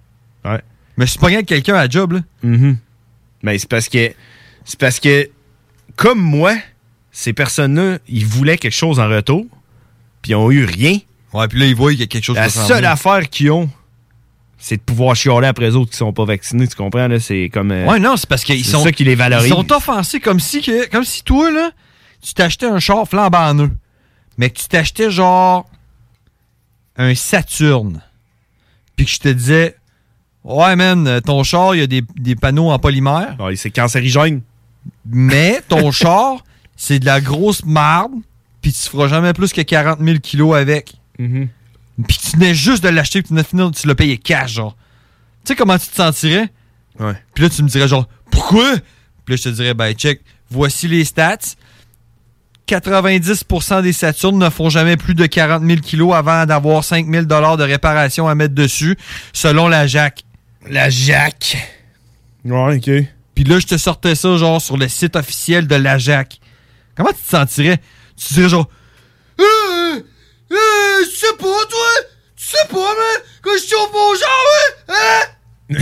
[SPEAKER 7] Ouais.
[SPEAKER 8] Mais je suis pogné avec quelqu'un à job, là.
[SPEAKER 7] Mais Mm-hmm. Ben, c'est parce que. C'est parce que, comme moi, ces personnes-là, ils voulaient quelque chose en retour, puis ils ont eu rien.
[SPEAKER 8] Ouais, puis là, ils voient qu'il y a quelque chose
[SPEAKER 7] La
[SPEAKER 8] qui s'en
[SPEAKER 7] seule
[SPEAKER 8] vient.
[SPEAKER 7] affaire qu'ils ont, c'est de pouvoir chialer après les autres qui sont pas vaccinés, tu comprends? là? C'est comme. euh,
[SPEAKER 8] Ouais, non, c'est parce qu'ils
[SPEAKER 7] c'est
[SPEAKER 8] sont.
[SPEAKER 7] ça qui les valorise.
[SPEAKER 8] Ils sont offensés comme si, que, comme si toi, là, tu t'achetais un char flambant neuf, mais que tu t'achetais genre un Saturne. Puis que je te disais, ouais, man, euh, ton char, il y a des, des panneaux en polymère.
[SPEAKER 7] c'est cancérigène.
[SPEAKER 8] Mais ton char, c'est de la grosse marde, puis tu feras jamais plus que 40 000 kilos avec.
[SPEAKER 7] Mm-hmm.
[SPEAKER 8] Puis tu venais juste de l'acheter, puis tu venais de finir, tu l'as payé cash, genre. Tu sais comment tu te sentirais?
[SPEAKER 7] Ouais.
[SPEAKER 8] Puis là, tu me dirais, genre, pourquoi? Puis là, je te dirais, ben, check, voici les stats. 90% des Saturnes ne font jamais plus de 40 000 kilos avant d'avoir 5 000 de réparation à mettre dessus, selon la JAC.
[SPEAKER 7] La JAC. Ouais, OK.
[SPEAKER 8] Puis là, je te sortais ça, genre, sur le site officiel de la JAC. Comment tu te sentirais? Tu te dirais, genre,
[SPEAKER 9] Euh, euh, je sais pas, toi! Tu sais pas, man! Quand je suis au bon genre, hein? Hein?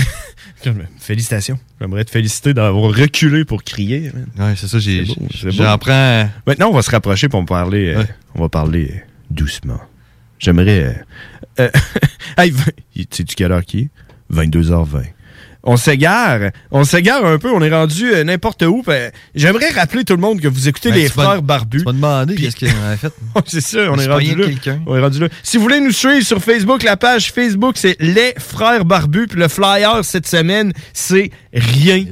[SPEAKER 7] Félicitations. J'aimerais te féliciter d'avoir reculé pour crier.
[SPEAKER 8] Ouais, c'est ça, j'ai. euh,
[SPEAKER 7] J'en
[SPEAKER 8] prends.
[SPEAKER 7] Maintenant, Ben, on va se rapprocher pour parler. euh, On va parler euh, doucement. J'aimerais. euh, euh, hey, sais tu quelle heure qui est? 22h20. On s'égare. On s'égare un peu. On est rendu euh, n'importe où. Ben, J'aimerais rappeler tout le monde que vous écoutez
[SPEAKER 8] Ben,
[SPEAKER 7] les
[SPEAKER 8] tu vas-
[SPEAKER 7] frères barbus.
[SPEAKER 8] Tu m'as demandé qu'est-ce qu'il en avait fait.
[SPEAKER 7] C'est ça, on
[SPEAKER 8] Je
[SPEAKER 7] est
[SPEAKER 8] suis
[SPEAKER 7] rendu
[SPEAKER 8] pogné
[SPEAKER 7] là.
[SPEAKER 8] avec quelqu'un.
[SPEAKER 7] On est rendu là. Si vous voulez nous suivre sur Facebook, la page Facebook, c'est Les Frères Barbus. Puis le flyer cette semaine, c'est rien.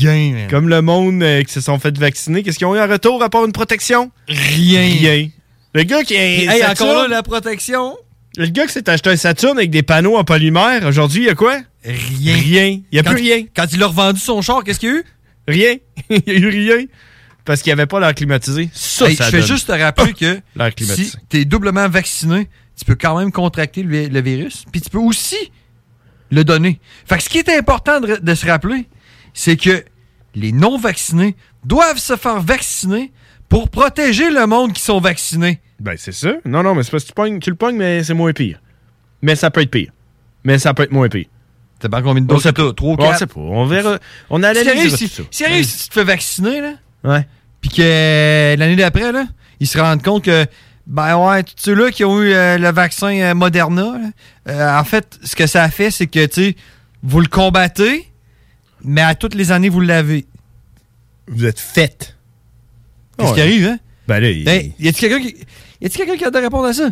[SPEAKER 8] Rien, man.
[SPEAKER 7] Comme le monde euh, qui se sont fait vacciner, qu'est-ce qu'ils ont eu en retour à part une protection?
[SPEAKER 8] Rien.
[SPEAKER 7] Rien. Le gars qui est.
[SPEAKER 8] Hey, encore là, la protection.
[SPEAKER 7] Le gars qui s'est acheté un Saturn avec des panneaux en polymère, aujourd'hui, il y a quoi?
[SPEAKER 8] Rien.
[SPEAKER 7] Rien. Il y a
[SPEAKER 8] Quand-
[SPEAKER 7] plus rien.
[SPEAKER 8] Quand il a revendu son char, qu'est-ce qu'il y a eu?
[SPEAKER 7] Rien. il y a eu rien. Parce qu'il n'y avait pas l'air climatisé. Ça,
[SPEAKER 8] Hey,
[SPEAKER 7] ça
[SPEAKER 8] je fais
[SPEAKER 7] donne. Ah,
[SPEAKER 8] juste te rappeler que
[SPEAKER 7] L'air
[SPEAKER 8] si
[SPEAKER 7] climatisé.
[SPEAKER 8] tu es doublement vacciné, tu peux quand même contracter le, le virus, puis tu peux aussi le donner. Fait que ce qui est important de, de se rappeler, c'est que les non-vaccinés doivent se faire vacciner pour protéger le monde qui sont vaccinés.
[SPEAKER 7] Ben, c'est ça. Non, non, mais c'est parce que tu, pognes- tu le pognes, mais c'est moins pire. Mais ça peut être pire. Mais ça peut être moins pire.
[SPEAKER 8] T'as pas combien de
[SPEAKER 7] On
[SPEAKER 8] doses?
[SPEAKER 7] sait pas.
[SPEAKER 8] 3,
[SPEAKER 7] On sait pas. On verra. On a
[SPEAKER 8] Si arrive,
[SPEAKER 7] analysé tout
[SPEAKER 8] si,
[SPEAKER 7] ça.
[SPEAKER 8] si arrive, si tu te fais vacciner, là,
[SPEAKER 7] Ouais.
[SPEAKER 8] puis que euh, l'année d'après, là, ils se rendent compte que, ben ouais, tous ceux-là qui ont eu euh, le vaccin euh, Moderna, là, euh, en fait, ce que ça a fait, c'est que, tu sais, vous le combattez, mais à toutes les années, vous l'avez.
[SPEAKER 7] Vous êtes faites.
[SPEAKER 8] Qu'est-ce
[SPEAKER 7] Ouais.
[SPEAKER 8] qui arrive, hein?
[SPEAKER 7] Ben là, il-
[SPEAKER 8] Hey, y a-tu quelqu'un qui... Y a-tu quelqu'un qui a de répondre à ça?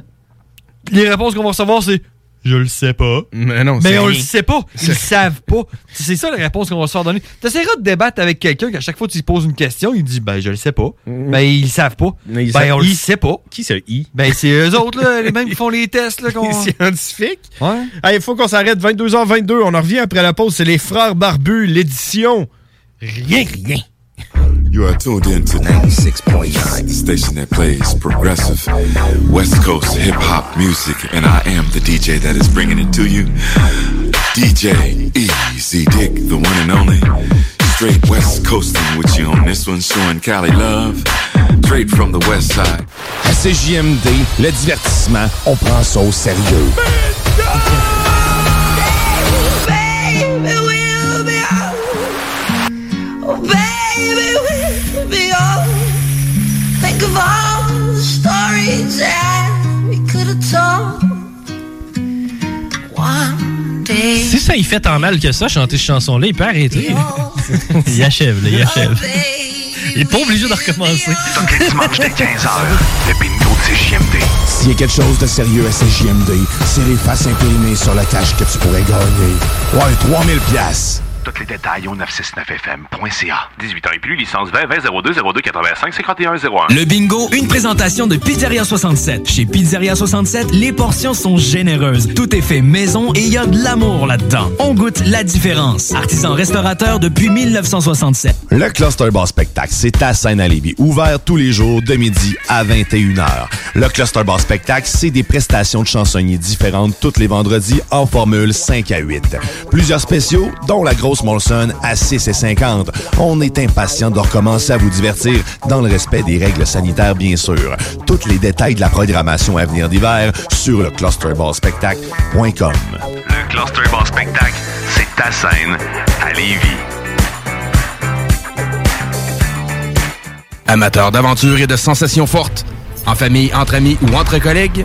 [SPEAKER 8] Les réponses qu'on va recevoir, c'est « Je le sais pas ».
[SPEAKER 7] Mais non,
[SPEAKER 8] Mais
[SPEAKER 7] c'est
[SPEAKER 8] on le
[SPEAKER 7] rien.
[SPEAKER 8] sait pas. Ils le savent pas. C'est ça la réponse qu'on va se faire donner. T'essaieras de débattre avec quelqu'un qu'à chaque fois que tu lui poses une question, il dit Ben, je le sais pas. Ben, ils le savent pas.
[SPEAKER 7] Mm. Mais ils
[SPEAKER 8] ben,
[SPEAKER 7] savent-
[SPEAKER 8] on le
[SPEAKER 7] ils-
[SPEAKER 8] sait pas.
[SPEAKER 7] Qui c'est I?
[SPEAKER 8] Ben, c'est eux autres, là, les mêmes qui font les tests, là, qu'on.
[SPEAKER 7] Les scientifiques?
[SPEAKER 8] Ouais.
[SPEAKER 7] Ah, il faut qu'on s'arrête 22h22. On en revient après la pause. C'est les frères barbus, l'édition. Rien, rien.
[SPEAKER 3] You are tuned in to 96.9, the station that plays progressive West Coast hip hop music, and I am the DJ that is bringing it to you. DJ Easy Dick, the one and only. Straight West Coasting with you on this one, showing Cali love. Straight from the West Side.
[SPEAKER 10] À CJMD, le divertissement, on prend ça au sérieux.
[SPEAKER 9] Baby, we'll be out. Oh, baby, we'll be out. Think of all the stories that we could have told. One day.
[SPEAKER 11] Si ça, il fait tant mal que ça, chanter cette chanson-là, il peut arrêter. il achève, là, il achève. Il est pas obligé de recommencer.
[SPEAKER 12] Tous les dimanches dès 15h, le bingo de CJMD.
[SPEAKER 10] S'il y a quelque chose de sérieux à CJMD, c'est les faces imprimées sur la cash que tu pourrais gagner. Ouais, 3000 pièces.
[SPEAKER 13] Tous les détails au 969fm.ca. 18 ans et plus, licence 20 20 02 02 85 51 01.
[SPEAKER 14] Le bingo, une présentation de Pizzeria 67. Chez Pizzeria 67, les portions sont généreuses. Tout est fait maison et il y a de l'amour là-dedans. On goûte la différence. Artisan restaurateur depuis 1967.
[SPEAKER 10] Le Cluster Bar Spectacle, c'est ta scène à Lévis, ouvert tous les jours de midi à 21h. Le Cluster Bar Spectacle, c'est des prestations de chansonniers différentes tous les vendredis en formule 5 à 8. Plusieurs spéciaux, dont la grosse sauce Molson à 6,50. On est impatient de recommencer à vous divertir dans le respect des règles sanitaires, bien sûr. Tous les détails de la programmation à venir d'hiver sur le clusterballspectacle.com.
[SPEAKER 15] Le Cluster Bar Spectacle, c'est ta scène à Lévis.
[SPEAKER 16] Amateurs d'aventure et de sensations fortes, en famille, entre amis ou entre collègues,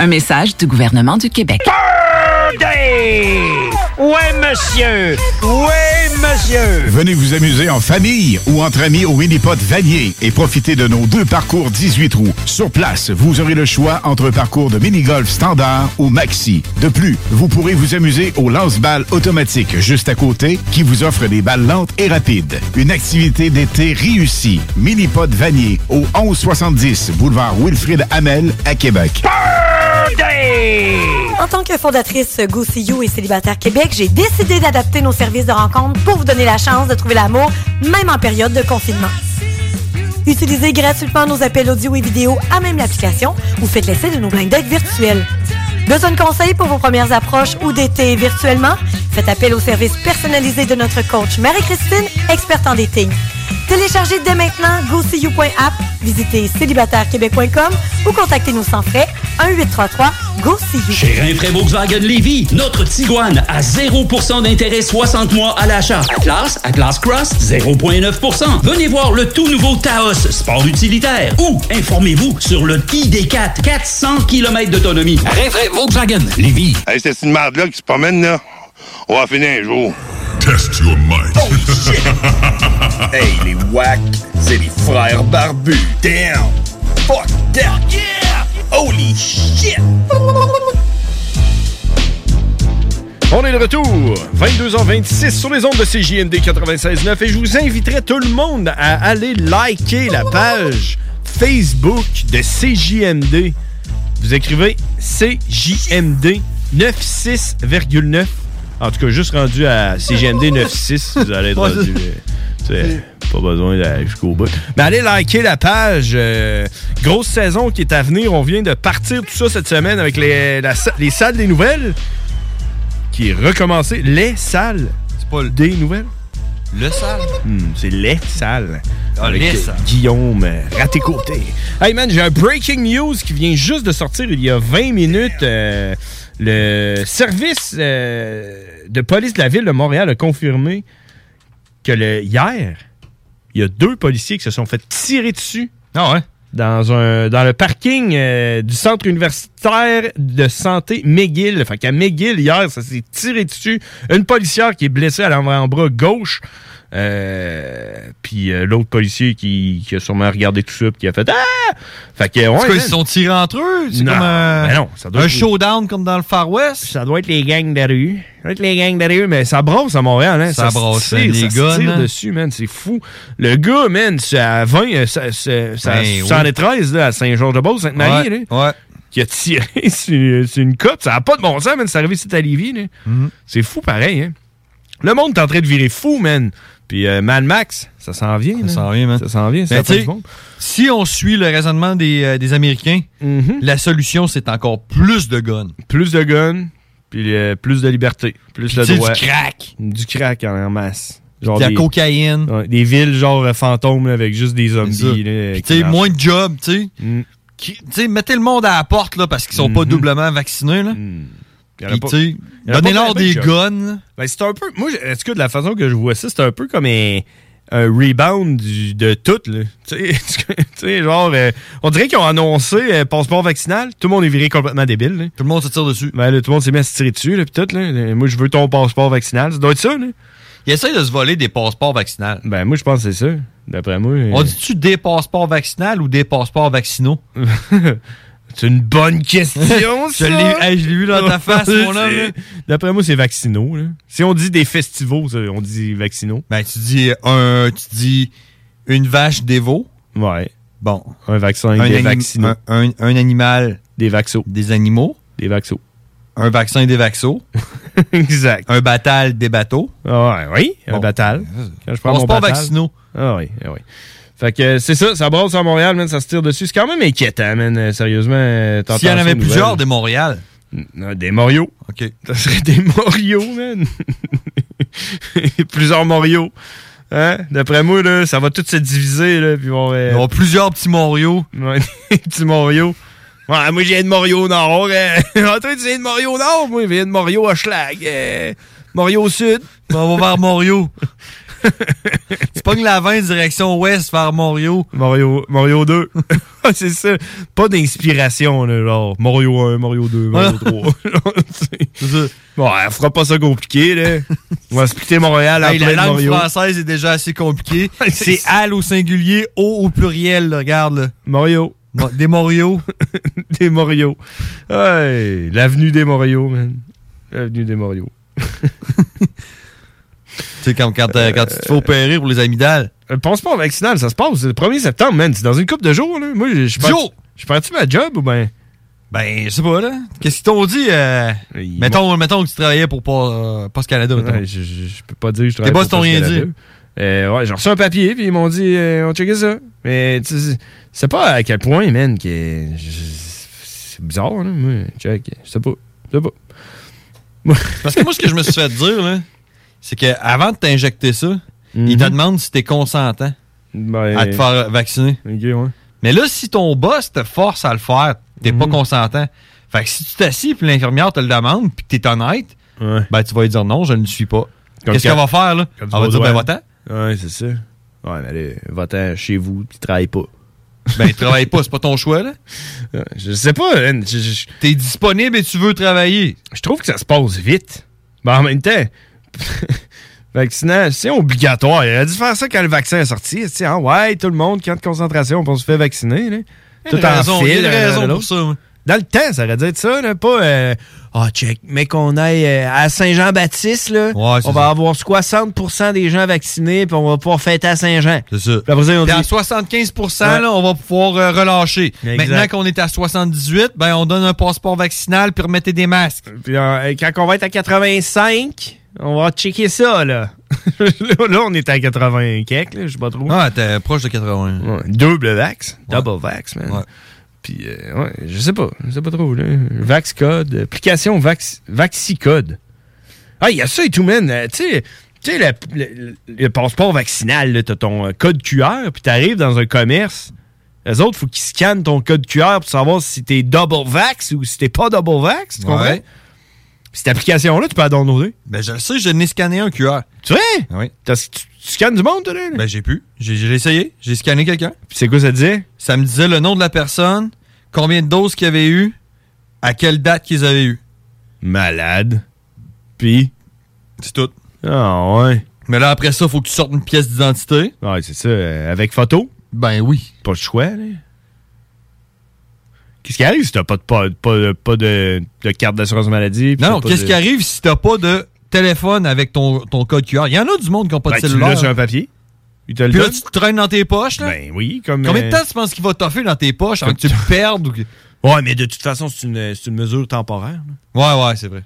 [SPEAKER 17] Un message du gouvernement du Québec.
[SPEAKER 18] Ouais, monsieur! Ouais, monsieur!
[SPEAKER 19] Venez vous amuser en famille ou entre amis au Minipod Vanier et profitez de nos deux parcours 18 trous. Sur place, vous aurez le choix entre un parcours de mini-golf standard ou maxi. De plus, vous pourrez vous amuser au lance-balles automatique juste à côté qui vous offre des balles lentes et rapides. Une activité d'été réussie. Minipod Vanier au 1170 boulevard Wilfrid Hamel à Québec.
[SPEAKER 20] En tant que fondatrice Go See You et Célibataire Québec, j'ai décidé d'adapter nos services de rencontre pour vous donner la chance de trouver l'amour, même en période de confinement. Utilisez gratuitement nos appels audio et vidéo à même l'application ou faites l'essai de nos blind dates virtuels. Besoin de conseils pour vos premières approches ou d'été virtuellement? Faites appel au service personnalisé de notre coach Marie-Christine, experte en dating. Téléchargez dès maintenant GoSeeYou.app, visitez célibatairequebec.com ou contactez-nous sans frais 1-833-GO-SEE-YOU.
[SPEAKER 21] Chez Rinfraie Volkswagen Lévy, notre Tiguan à 0% d'intérêt 60 mois à l'achat. Atlas, Atlas Cross, 0,9%. Venez voir le tout nouveau Taos, sport utilitaire. Ou informez-vous sur le ID4, 400 km d'autonomie. Rinfraie Volkswagen Lévy.
[SPEAKER 5] Hey, c'est une merde-là qui se promène, là. On va finir un jour. Test your might.
[SPEAKER 3] Oh, Hey, les wack, c'est les frères barbus. Damn! Fuck that! Yeah! Holy shit!
[SPEAKER 7] On est de retour, 22h26 sur les ondes de CJMD 96.9 et je vous inviterai tout le monde à aller liker la page Facebook de CJMD. Vous écrivez CJMD 96,9. En tout cas, juste rendu à CJMD 96, vous allez être
[SPEAKER 22] Ouais,
[SPEAKER 7] rendu.
[SPEAKER 22] c'est-
[SPEAKER 7] euh, tu sais, pas besoin d'aller jusqu'au bout. Mais allez liker la page. euh, grosse saison qui est à venir. On vient de partir tout ça cette semaine avec les, la sa- les salles des nouvelles qui est recommencé. Les salles. C'est pas des nouvelles?
[SPEAKER 8] Le sale.
[SPEAKER 7] Hmm, c'est les salles.
[SPEAKER 8] Ah,
[SPEAKER 7] Avec,
[SPEAKER 8] les
[SPEAKER 7] euh,
[SPEAKER 8] salles.
[SPEAKER 7] Guillaume, raté côté. Hey man, j'ai un breaking news qui vient juste de sortir il y a 20 minutes. Euh, le service euh, de police de la ville de Montréal a confirmé que le, hier, il y a deux policiers qui se sont fait tirer dessus.
[SPEAKER 8] Ah
[SPEAKER 7] Dans, un, dans le parking euh, du centre universitaire de santé McGill. Fait qu'à McGill, hier, ça s'est tiré dessus. Une policière qui est blessée à l'avant-bras gauche. Euh, puis euh, l'autre policier qui, qui a sûrement regardé tout ça puis qui a fait Ah! Fait que, ouais,
[SPEAKER 8] Parce qu'ils
[SPEAKER 7] man.
[SPEAKER 8] se sont tirés entre eux. C'est
[SPEAKER 7] Non,
[SPEAKER 8] comme un,
[SPEAKER 7] ben non, ça doit
[SPEAKER 8] un
[SPEAKER 7] être-
[SPEAKER 8] showdown comme dans le Far West.
[SPEAKER 7] Ça doit être les gangs de rue. Ça doit être les gangs de rue, mais ça brosse à Montréal. Hein?
[SPEAKER 8] Ça
[SPEAKER 7] se
[SPEAKER 8] brasse,
[SPEAKER 7] tire,
[SPEAKER 8] les hein.
[SPEAKER 7] ça
[SPEAKER 8] gars,
[SPEAKER 7] se tire
[SPEAKER 8] man.
[SPEAKER 7] dessus, man. C'est fou. Le gars, man, c'est à 20, euh, ça, ça, ça,
[SPEAKER 8] Ben
[SPEAKER 7] ça en est 13, là, à Saint-Georges-de-Beauce, Sainte-Marie,
[SPEAKER 8] Ouais,
[SPEAKER 7] là, qui a tiré sur, sur une côte. Ça n'a pas de bon sens, man. C'est arrivé ici à Lévis, là.
[SPEAKER 8] Mm-hmm.
[SPEAKER 7] C'est fou pareil, hein. Le monde est en train de virer fou, man. Puis euh, Mad Max, ça s'en vient. Ça s'en
[SPEAKER 8] vient, man.
[SPEAKER 7] Ça s'en vient, ça
[SPEAKER 8] Ben, tu sais, si on suit le raisonnement des, euh, des Américains, la solution, c'est encore plus de guns.
[SPEAKER 7] Mm-hmm. Plus de guns, puis euh, plus de liberté, plus
[SPEAKER 8] Puis
[SPEAKER 7] de
[SPEAKER 8] tu sais,
[SPEAKER 7] droit.
[SPEAKER 8] du crack.
[SPEAKER 7] Du crack en, en masse.
[SPEAKER 8] de la cocaïne.
[SPEAKER 7] Ouais, des villes genre euh, fantômes là, avec juste des zombies. là, Mm. qui
[SPEAKER 8] Puis, tu sais,
[SPEAKER 7] marchent.
[SPEAKER 8] moins de jobs, tu sais. Qui- tu sais, mettez le monde à la porte, là, parce qu'ils sont pas
[SPEAKER 7] Mhm.
[SPEAKER 8] doublement vaccinés, là.
[SPEAKER 7] Mm. Y en a
[SPEAKER 8] Puis,
[SPEAKER 7] pas-
[SPEAKER 8] tu
[SPEAKER 7] y
[SPEAKER 8] sais,
[SPEAKER 7] en a pas
[SPEAKER 8] donnez-leur
[SPEAKER 7] plein de
[SPEAKER 8] des
[SPEAKER 7] jobs.
[SPEAKER 8] guns.
[SPEAKER 7] Ben, c'est un peu. Moi, je- est-ce que de la façon que je vois ça, c'est un peu comme un, un rebound du- de tout. là. Tu sais, tu sais, genre, euh, on dirait qu'ils ont annoncé euh, passeport vaccinal. Tout le monde est viré complètement débile. Tout le monde se tire dessus. Ben, là, tout le monde s'est mis à se tirer dessus. Là, pis tout, là. Euh, Moi, je veux ton passeport vaccinal. Ça doit être ça. Là.
[SPEAKER 8] Ils essayent de se voler des passeports vaccinaux.
[SPEAKER 7] Ben, moi, je pense que c'est ça. D'après moi. euh,
[SPEAKER 8] On dit-tu des passeports vaccinaux ou des passeports vaccinaux?
[SPEAKER 7] c'est une bonne question,
[SPEAKER 8] Je l'ai hey, je l'ai vu dans ta face, mon homme. là.
[SPEAKER 7] C'est- D'après moi, c'est vaccinaux. là. Si on dit des festivals, ça, on dit vaccinaux.
[SPEAKER 8] Ben, tu dis un, tu dis une vache dévot.
[SPEAKER 7] Ouais.
[SPEAKER 8] Bon.
[SPEAKER 7] Un vaccin, des
[SPEAKER 8] anim-
[SPEAKER 7] vaccinaux.
[SPEAKER 8] un- un- un animal.
[SPEAKER 7] Des vaxos.
[SPEAKER 8] Des animaux.
[SPEAKER 7] Des vaxos.
[SPEAKER 8] Un vaccin des vaxos.
[SPEAKER 7] exact.
[SPEAKER 8] Un batal des bateaux.
[SPEAKER 7] Ah, ouais, oui, un
[SPEAKER 8] Bon.
[SPEAKER 7] batal. Quand je prends mon
[SPEAKER 8] Passeport
[SPEAKER 7] batal-
[SPEAKER 8] vaccinaux.
[SPEAKER 7] Ah oui, ah oui. Fait que euh, c'est ça, ça brasse à Montréal, man, ça se tire dessus. C'est quand même inquiétant, man. euh, Sérieusement, euh, t'entends
[SPEAKER 8] S'il y en
[SPEAKER 7] ça aux
[SPEAKER 8] avait
[SPEAKER 7] nouvelles.
[SPEAKER 8] plusieurs des Montréal.
[SPEAKER 7] Non, euh, Des Morios.
[SPEAKER 8] OK.
[SPEAKER 7] Ça serait des Morios, man. plusieurs Morios. Hein? D'après moi, là, ça va tout se diviser. Là, puis on, va...
[SPEAKER 8] plusieurs petits Morios.
[SPEAKER 7] Ouais, des petits Morios. Ouais, moi, j'ai de Morio Nord. euh. Ah, toi, tu viens de Morio Nord? Moi, je viens de Morio à Schlag. Morio Sud.
[SPEAKER 8] Ben, On va vers Morio. tu pognes la 20 direction ouest vers Morio.
[SPEAKER 7] Mario, Mario 2. Ah, c'est ça. Pas d'inspiration, là, genre Mario 1, Mario 2, Mario 3. c'est ça. Bon, on fera pas ça compliqué, là. On va expliquer Montréal
[SPEAKER 8] Hey,
[SPEAKER 7] après
[SPEAKER 8] la
[SPEAKER 7] le
[SPEAKER 8] langue
[SPEAKER 7] Mario.
[SPEAKER 8] française est déjà assez compliquée. C'est al au singulier, o au pluriel, là, regarde. Là.
[SPEAKER 7] Mario.
[SPEAKER 8] des Morio.
[SPEAKER 7] des Morio. Hey, l'avenue des Morio, man. L'avenue des Morio.
[SPEAKER 8] Tu sais, comme quand, euh, quand tu te fais opérer pour les amygdales.
[SPEAKER 7] Le passeport vaccinal, ça se passe. C'est le 1er septembre, man. C'est dans une coupe de jours, là. Moi, je je perds- Je perds-tu ma job ou ben.
[SPEAKER 8] Ben, je sais pas, là. Qu'est-ce qu'ils t'ont dit? euh, mettons, mettons que tu travaillais pour pas, euh, Post Canada. mettons.
[SPEAKER 7] Ouais, je, je- je peux pas dire que je
[SPEAKER 8] Tes
[SPEAKER 7] travaille
[SPEAKER 8] boss
[SPEAKER 7] pour
[SPEAKER 8] t'ont rien
[SPEAKER 7] Post-Canada.
[SPEAKER 8] dit.
[SPEAKER 7] Euh, ouais, j'ai reçu un papier, puis ils m'ont dit, euh, on checkait ça. Mais tu sais, c'est pas à quel point, man, que. je- C'est bizarre, là. Moi, check. Je sais pas. Je sais pas.
[SPEAKER 8] Parce que moi, ce que je me suis fait dire, là, c'est qu'avant de t'injecter ça,
[SPEAKER 7] Mhm.
[SPEAKER 8] ils te demandent si t'es consentant
[SPEAKER 7] Ben,
[SPEAKER 8] à te faire vacciner. Mais là, si ton boss te force à le faire, t'es
[SPEAKER 7] Mhm.
[SPEAKER 8] pas consentant. Fait que si tu t'assis puis l'infirmière te le demande puis que t'es honnête, ben tu vas lui dire non, je ne le suis pas.
[SPEAKER 7] Comme
[SPEAKER 8] Qu'est-ce
[SPEAKER 7] quand-
[SPEAKER 8] qu'elle va faire, là?
[SPEAKER 7] quand
[SPEAKER 8] Elle
[SPEAKER 7] tu
[SPEAKER 8] va
[SPEAKER 7] vas
[SPEAKER 8] dire,
[SPEAKER 7] au
[SPEAKER 8] ben
[SPEAKER 7] douane.
[SPEAKER 8] va-t'en.
[SPEAKER 7] Ouais, c'est ça. Ouais, mais allez, va-t'en chez vous, puis travaille pas.
[SPEAKER 8] Ben, travaille pas, c'est pas ton choix, là.
[SPEAKER 7] Euh, Je sais pas, man.
[SPEAKER 8] T'es disponible et tu veux travailler.
[SPEAKER 7] Je trouve que ça se passe vite. Mais en même temps, vaccinant, c'est obligatoire. Il a dû faire ça quand le vaccin est sorti. Tu sais, hein, ouais, tout le monde, camp de concentration, on se fait vacciner. là.
[SPEAKER 8] Il y a une raison, il y a une
[SPEAKER 7] un
[SPEAKER 8] raison
[SPEAKER 7] à
[SPEAKER 8] pour
[SPEAKER 7] l'autre.
[SPEAKER 8] ça, ouais.
[SPEAKER 7] Dans le temps, ça aurait dû être ça, là, pas euh, Ah, check, mais qu'on aille euh, à Saint-Jean-Baptiste, là, on
[SPEAKER 8] c'est
[SPEAKER 7] va avoir 60% des gens vaccinés, puis on va pouvoir fêter à Saint-Jean.
[SPEAKER 8] C'est ça.
[SPEAKER 7] Puis après ça, ils ont
[SPEAKER 8] Puis à
[SPEAKER 7] dit,
[SPEAKER 8] 75
[SPEAKER 7] Ouais.
[SPEAKER 8] là, on va pouvoir euh, relâcher.
[SPEAKER 7] Exact.
[SPEAKER 8] Maintenant qu'on est à 78 ben, on donne un passeport vaccinal puis remettez des masques.
[SPEAKER 7] Puis euh, quand on va être à 85, on va checker ça, là. là, là, on est à 80 quelques, là, je sais pas trop.
[SPEAKER 8] Ah, t'es proche de 80.
[SPEAKER 7] double vax. Double vax, man. Puis, euh, ouais, je sais pas. Je sais pas trop, là. Vax code. Application vax, Vaxicode. Ah, il y a ça et tout, man. Euh, tu sais, tu sais, le, le- le passeport vaccinal, là, t'as ton euh, code QR, puis t'arrives dans un commerce. Les autres, faut qu'ils scannent ton code QR pour savoir si t'es double vax ou si t'es pas double vax. Tu comprends?
[SPEAKER 8] Ouais.
[SPEAKER 7] Puis cette application-là, tu peux la downloader.
[SPEAKER 8] Ben, je le sais, je n'ai scanné un QR.
[SPEAKER 7] Tu sais?
[SPEAKER 8] Oui.
[SPEAKER 7] Tu, tu scannes du monde, toi, là?
[SPEAKER 8] Ben, j'ai pu. J'ai j'ai essayé. J'ai scanné quelqu'un.
[SPEAKER 7] Puis c'est quoi ça disait?
[SPEAKER 8] Ça me disait le nom de la personne, combien de doses qu'il y avait eu, à quelle date qu'ils avaient eu.
[SPEAKER 7] Malade. Puis?
[SPEAKER 8] C'est tout.
[SPEAKER 7] Ah, ouais.
[SPEAKER 8] Mais là, après ça, faut que tu sortes une pièce d'identité.
[SPEAKER 7] Ouais, c'est ça. Euh, avec photo?
[SPEAKER 8] Ben oui.
[SPEAKER 7] Pas de choix, là. Qu'est-ce qui arrive si t'as pas de, pas, pas de, pas de- de carte d'assurance maladie?
[SPEAKER 8] Non, qu'est-ce qui arrive si t'as pas de téléphone avec ton, ton code QR? Il y en a du monde qui n'ont pas
[SPEAKER 7] ben,
[SPEAKER 8] de cellulaire.
[SPEAKER 7] Tu l'as sur un papier. Il te le
[SPEAKER 8] Puis là,
[SPEAKER 7] donne.
[SPEAKER 8] tu te traînes dans tes poches, là.
[SPEAKER 7] Ben oui, comme.
[SPEAKER 8] Combien de
[SPEAKER 7] euh,
[SPEAKER 8] temps tu penses qu'il va toffer dans tes poches avant que tu le perdes? Ou... que-
[SPEAKER 7] Ouais, mais de toute façon, c'est une, c'est une mesure temporaire.
[SPEAKER 8] Ouais, ouais, c'est vrai.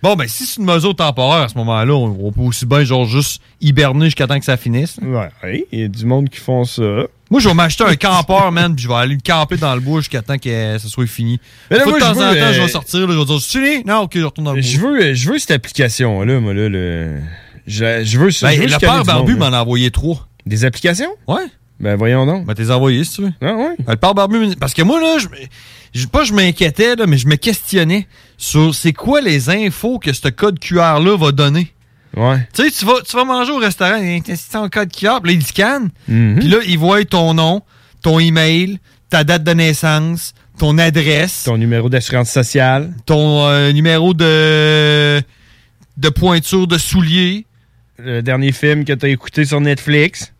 [SPEAKER 8] Bon, ben, si c'est une mesure temporaire à ce moment-là, on, on peut aussi bien, genre, juste hiberner jusqu'à temps que ça finisse.
[SPEAKER 7] Ouais, il y a du monde qui font ça.
[SPEAKER 8] Moi, je vais m'acheter un campeur, man, puis je vais aller le camper dans le bois jusqu'à temps que euh, ça soit fini.
[SPEAKER 7] Mais là,
[SPEAKER 8] Faut
[SPEAKER 7] moi,
[SPEAKER 8] de temps
[SPEAKER 7] je
[SPEAKER 8] en
[SPEAKER 7] veux,
[SPEAKER 8] temps, je
[SPEAKER 7] euh,
[SPEAKER 8] vais sortir, là, je vais dire, c'est fini? Non, ok, je retourne dans le bois.
[SPEAKER 7] Je veux, je veux cette application-là, moi, là. Le... Je, je veux ça.
[SPEAKER 8] Ben,
[SPEAKER 7] je veux
[SPEAKER 8] le
[SPEAKER 7] scanner
[SPEAKER 8] père
[SPEAKER 7] du
[SPEAKER 8] Barbu
[SPEAKER 7] monde, là.
[SPEAKER 8] m'en a envoyé trois.
[SPEAKER 7] Des applications?
[SPEAKER 8] Ouais.
[SPEAKER 7] Ben, voyons donc.
[SPEAKER 8] Ben, t'es envoyé, si tu veux. Euh,
[SPEAKER 7] Ah, ouais.
[SPEAKER 8] Le père Barbu, parce que moi, là, je, je- pas je m'inquiétais, là, mais je me questionnais sur c'est quoi les infos que ce code QR-là va donner.
[SPEAKER 7] Ouais.
[SPEAKER 8] Tu sais, tu vas, tu vas manger au restaurant, il y a un intestin code QR, puis là, ils scannent.
[SPEAKER 7] Mm-hmm.
[SPEAKER 8] Puis là, ils voient ton nom, ton email, ta date de naissance, ton adresse.
[SPEAKER 7] Ton numéro d'assurance sociale.
[SPEAKER 8] Ton euh, numéro de, de pointure de soulier.
[SPEAKER 7] Le dernier film que t'as écouté sur Netflix.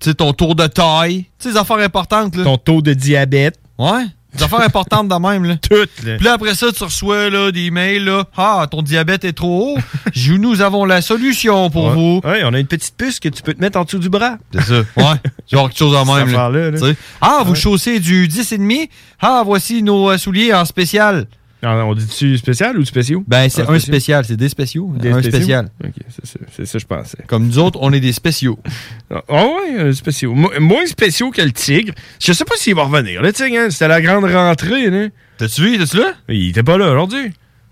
[SPEAKER 8] Tu sais, ton tour de taille. Tu sais, les affaires importantes, là.
[SPEAKER 7] Ton taux de diabète.
[SPEAKER 8] Ouais. Des affaires importantes de même, là.
[SPEAKER 7] Toutes, là.
[SPEAKER 8] Puis là, après ça, tu reçois là, des mails, là. Ah, ton diabète est trop haut. Je- nous avons la solution pour
[SPEAKER 7] Ouais.
[SPEAKER 8] vous.
[SPEAKER 7] Ouais, on a une petite puce que tu peux te mettre en dessous du bras.
[SPEAKER 8] C'est ça. Ouais. Genre quelque chose en
[SPEAKER 7] Cette
[SPEAKER 8] même. là.
[SPEAKER 7] affaire-là, là.
[SPEAKER 8] Tu sais. Ah, vous chaussez du 10,5. Ah, voici nos euh, souliers en spécial.
[SPEAKER 7] Ah, on dit-tu spécial ou spéciaux?
[SPEAKER 8] Ben, c'est
[SPEAKER 7] Ah,
[SPEAKER 8] un
[SPEAKER 7] spéciaux.
[SPEAKER 8] spécial. C'est des spéciaux.
[SPEAKER 7] Des
[SPEAKER 8] un
[SPEAKER 7] spéciaux?
[SPEAKER 8] spécial.
[SPEAKER 7] OK, c'est ça, c'est ça, je pensais.
[SPEAKER 8] Comme nous autres, on est des spéciaux.
[SPEAKER 7] Ah ouais, euh, spéciaux. Mo- moins spéciaux que le tigre. Je sais pas s'il va revenir. Le tigre, hein, c'était la grande rentrée. Hein?
[SPEAKER 8] T'as-tu vu? T'as-tu là?
[SPEAKER 7] Il était pas là aujourd'hui.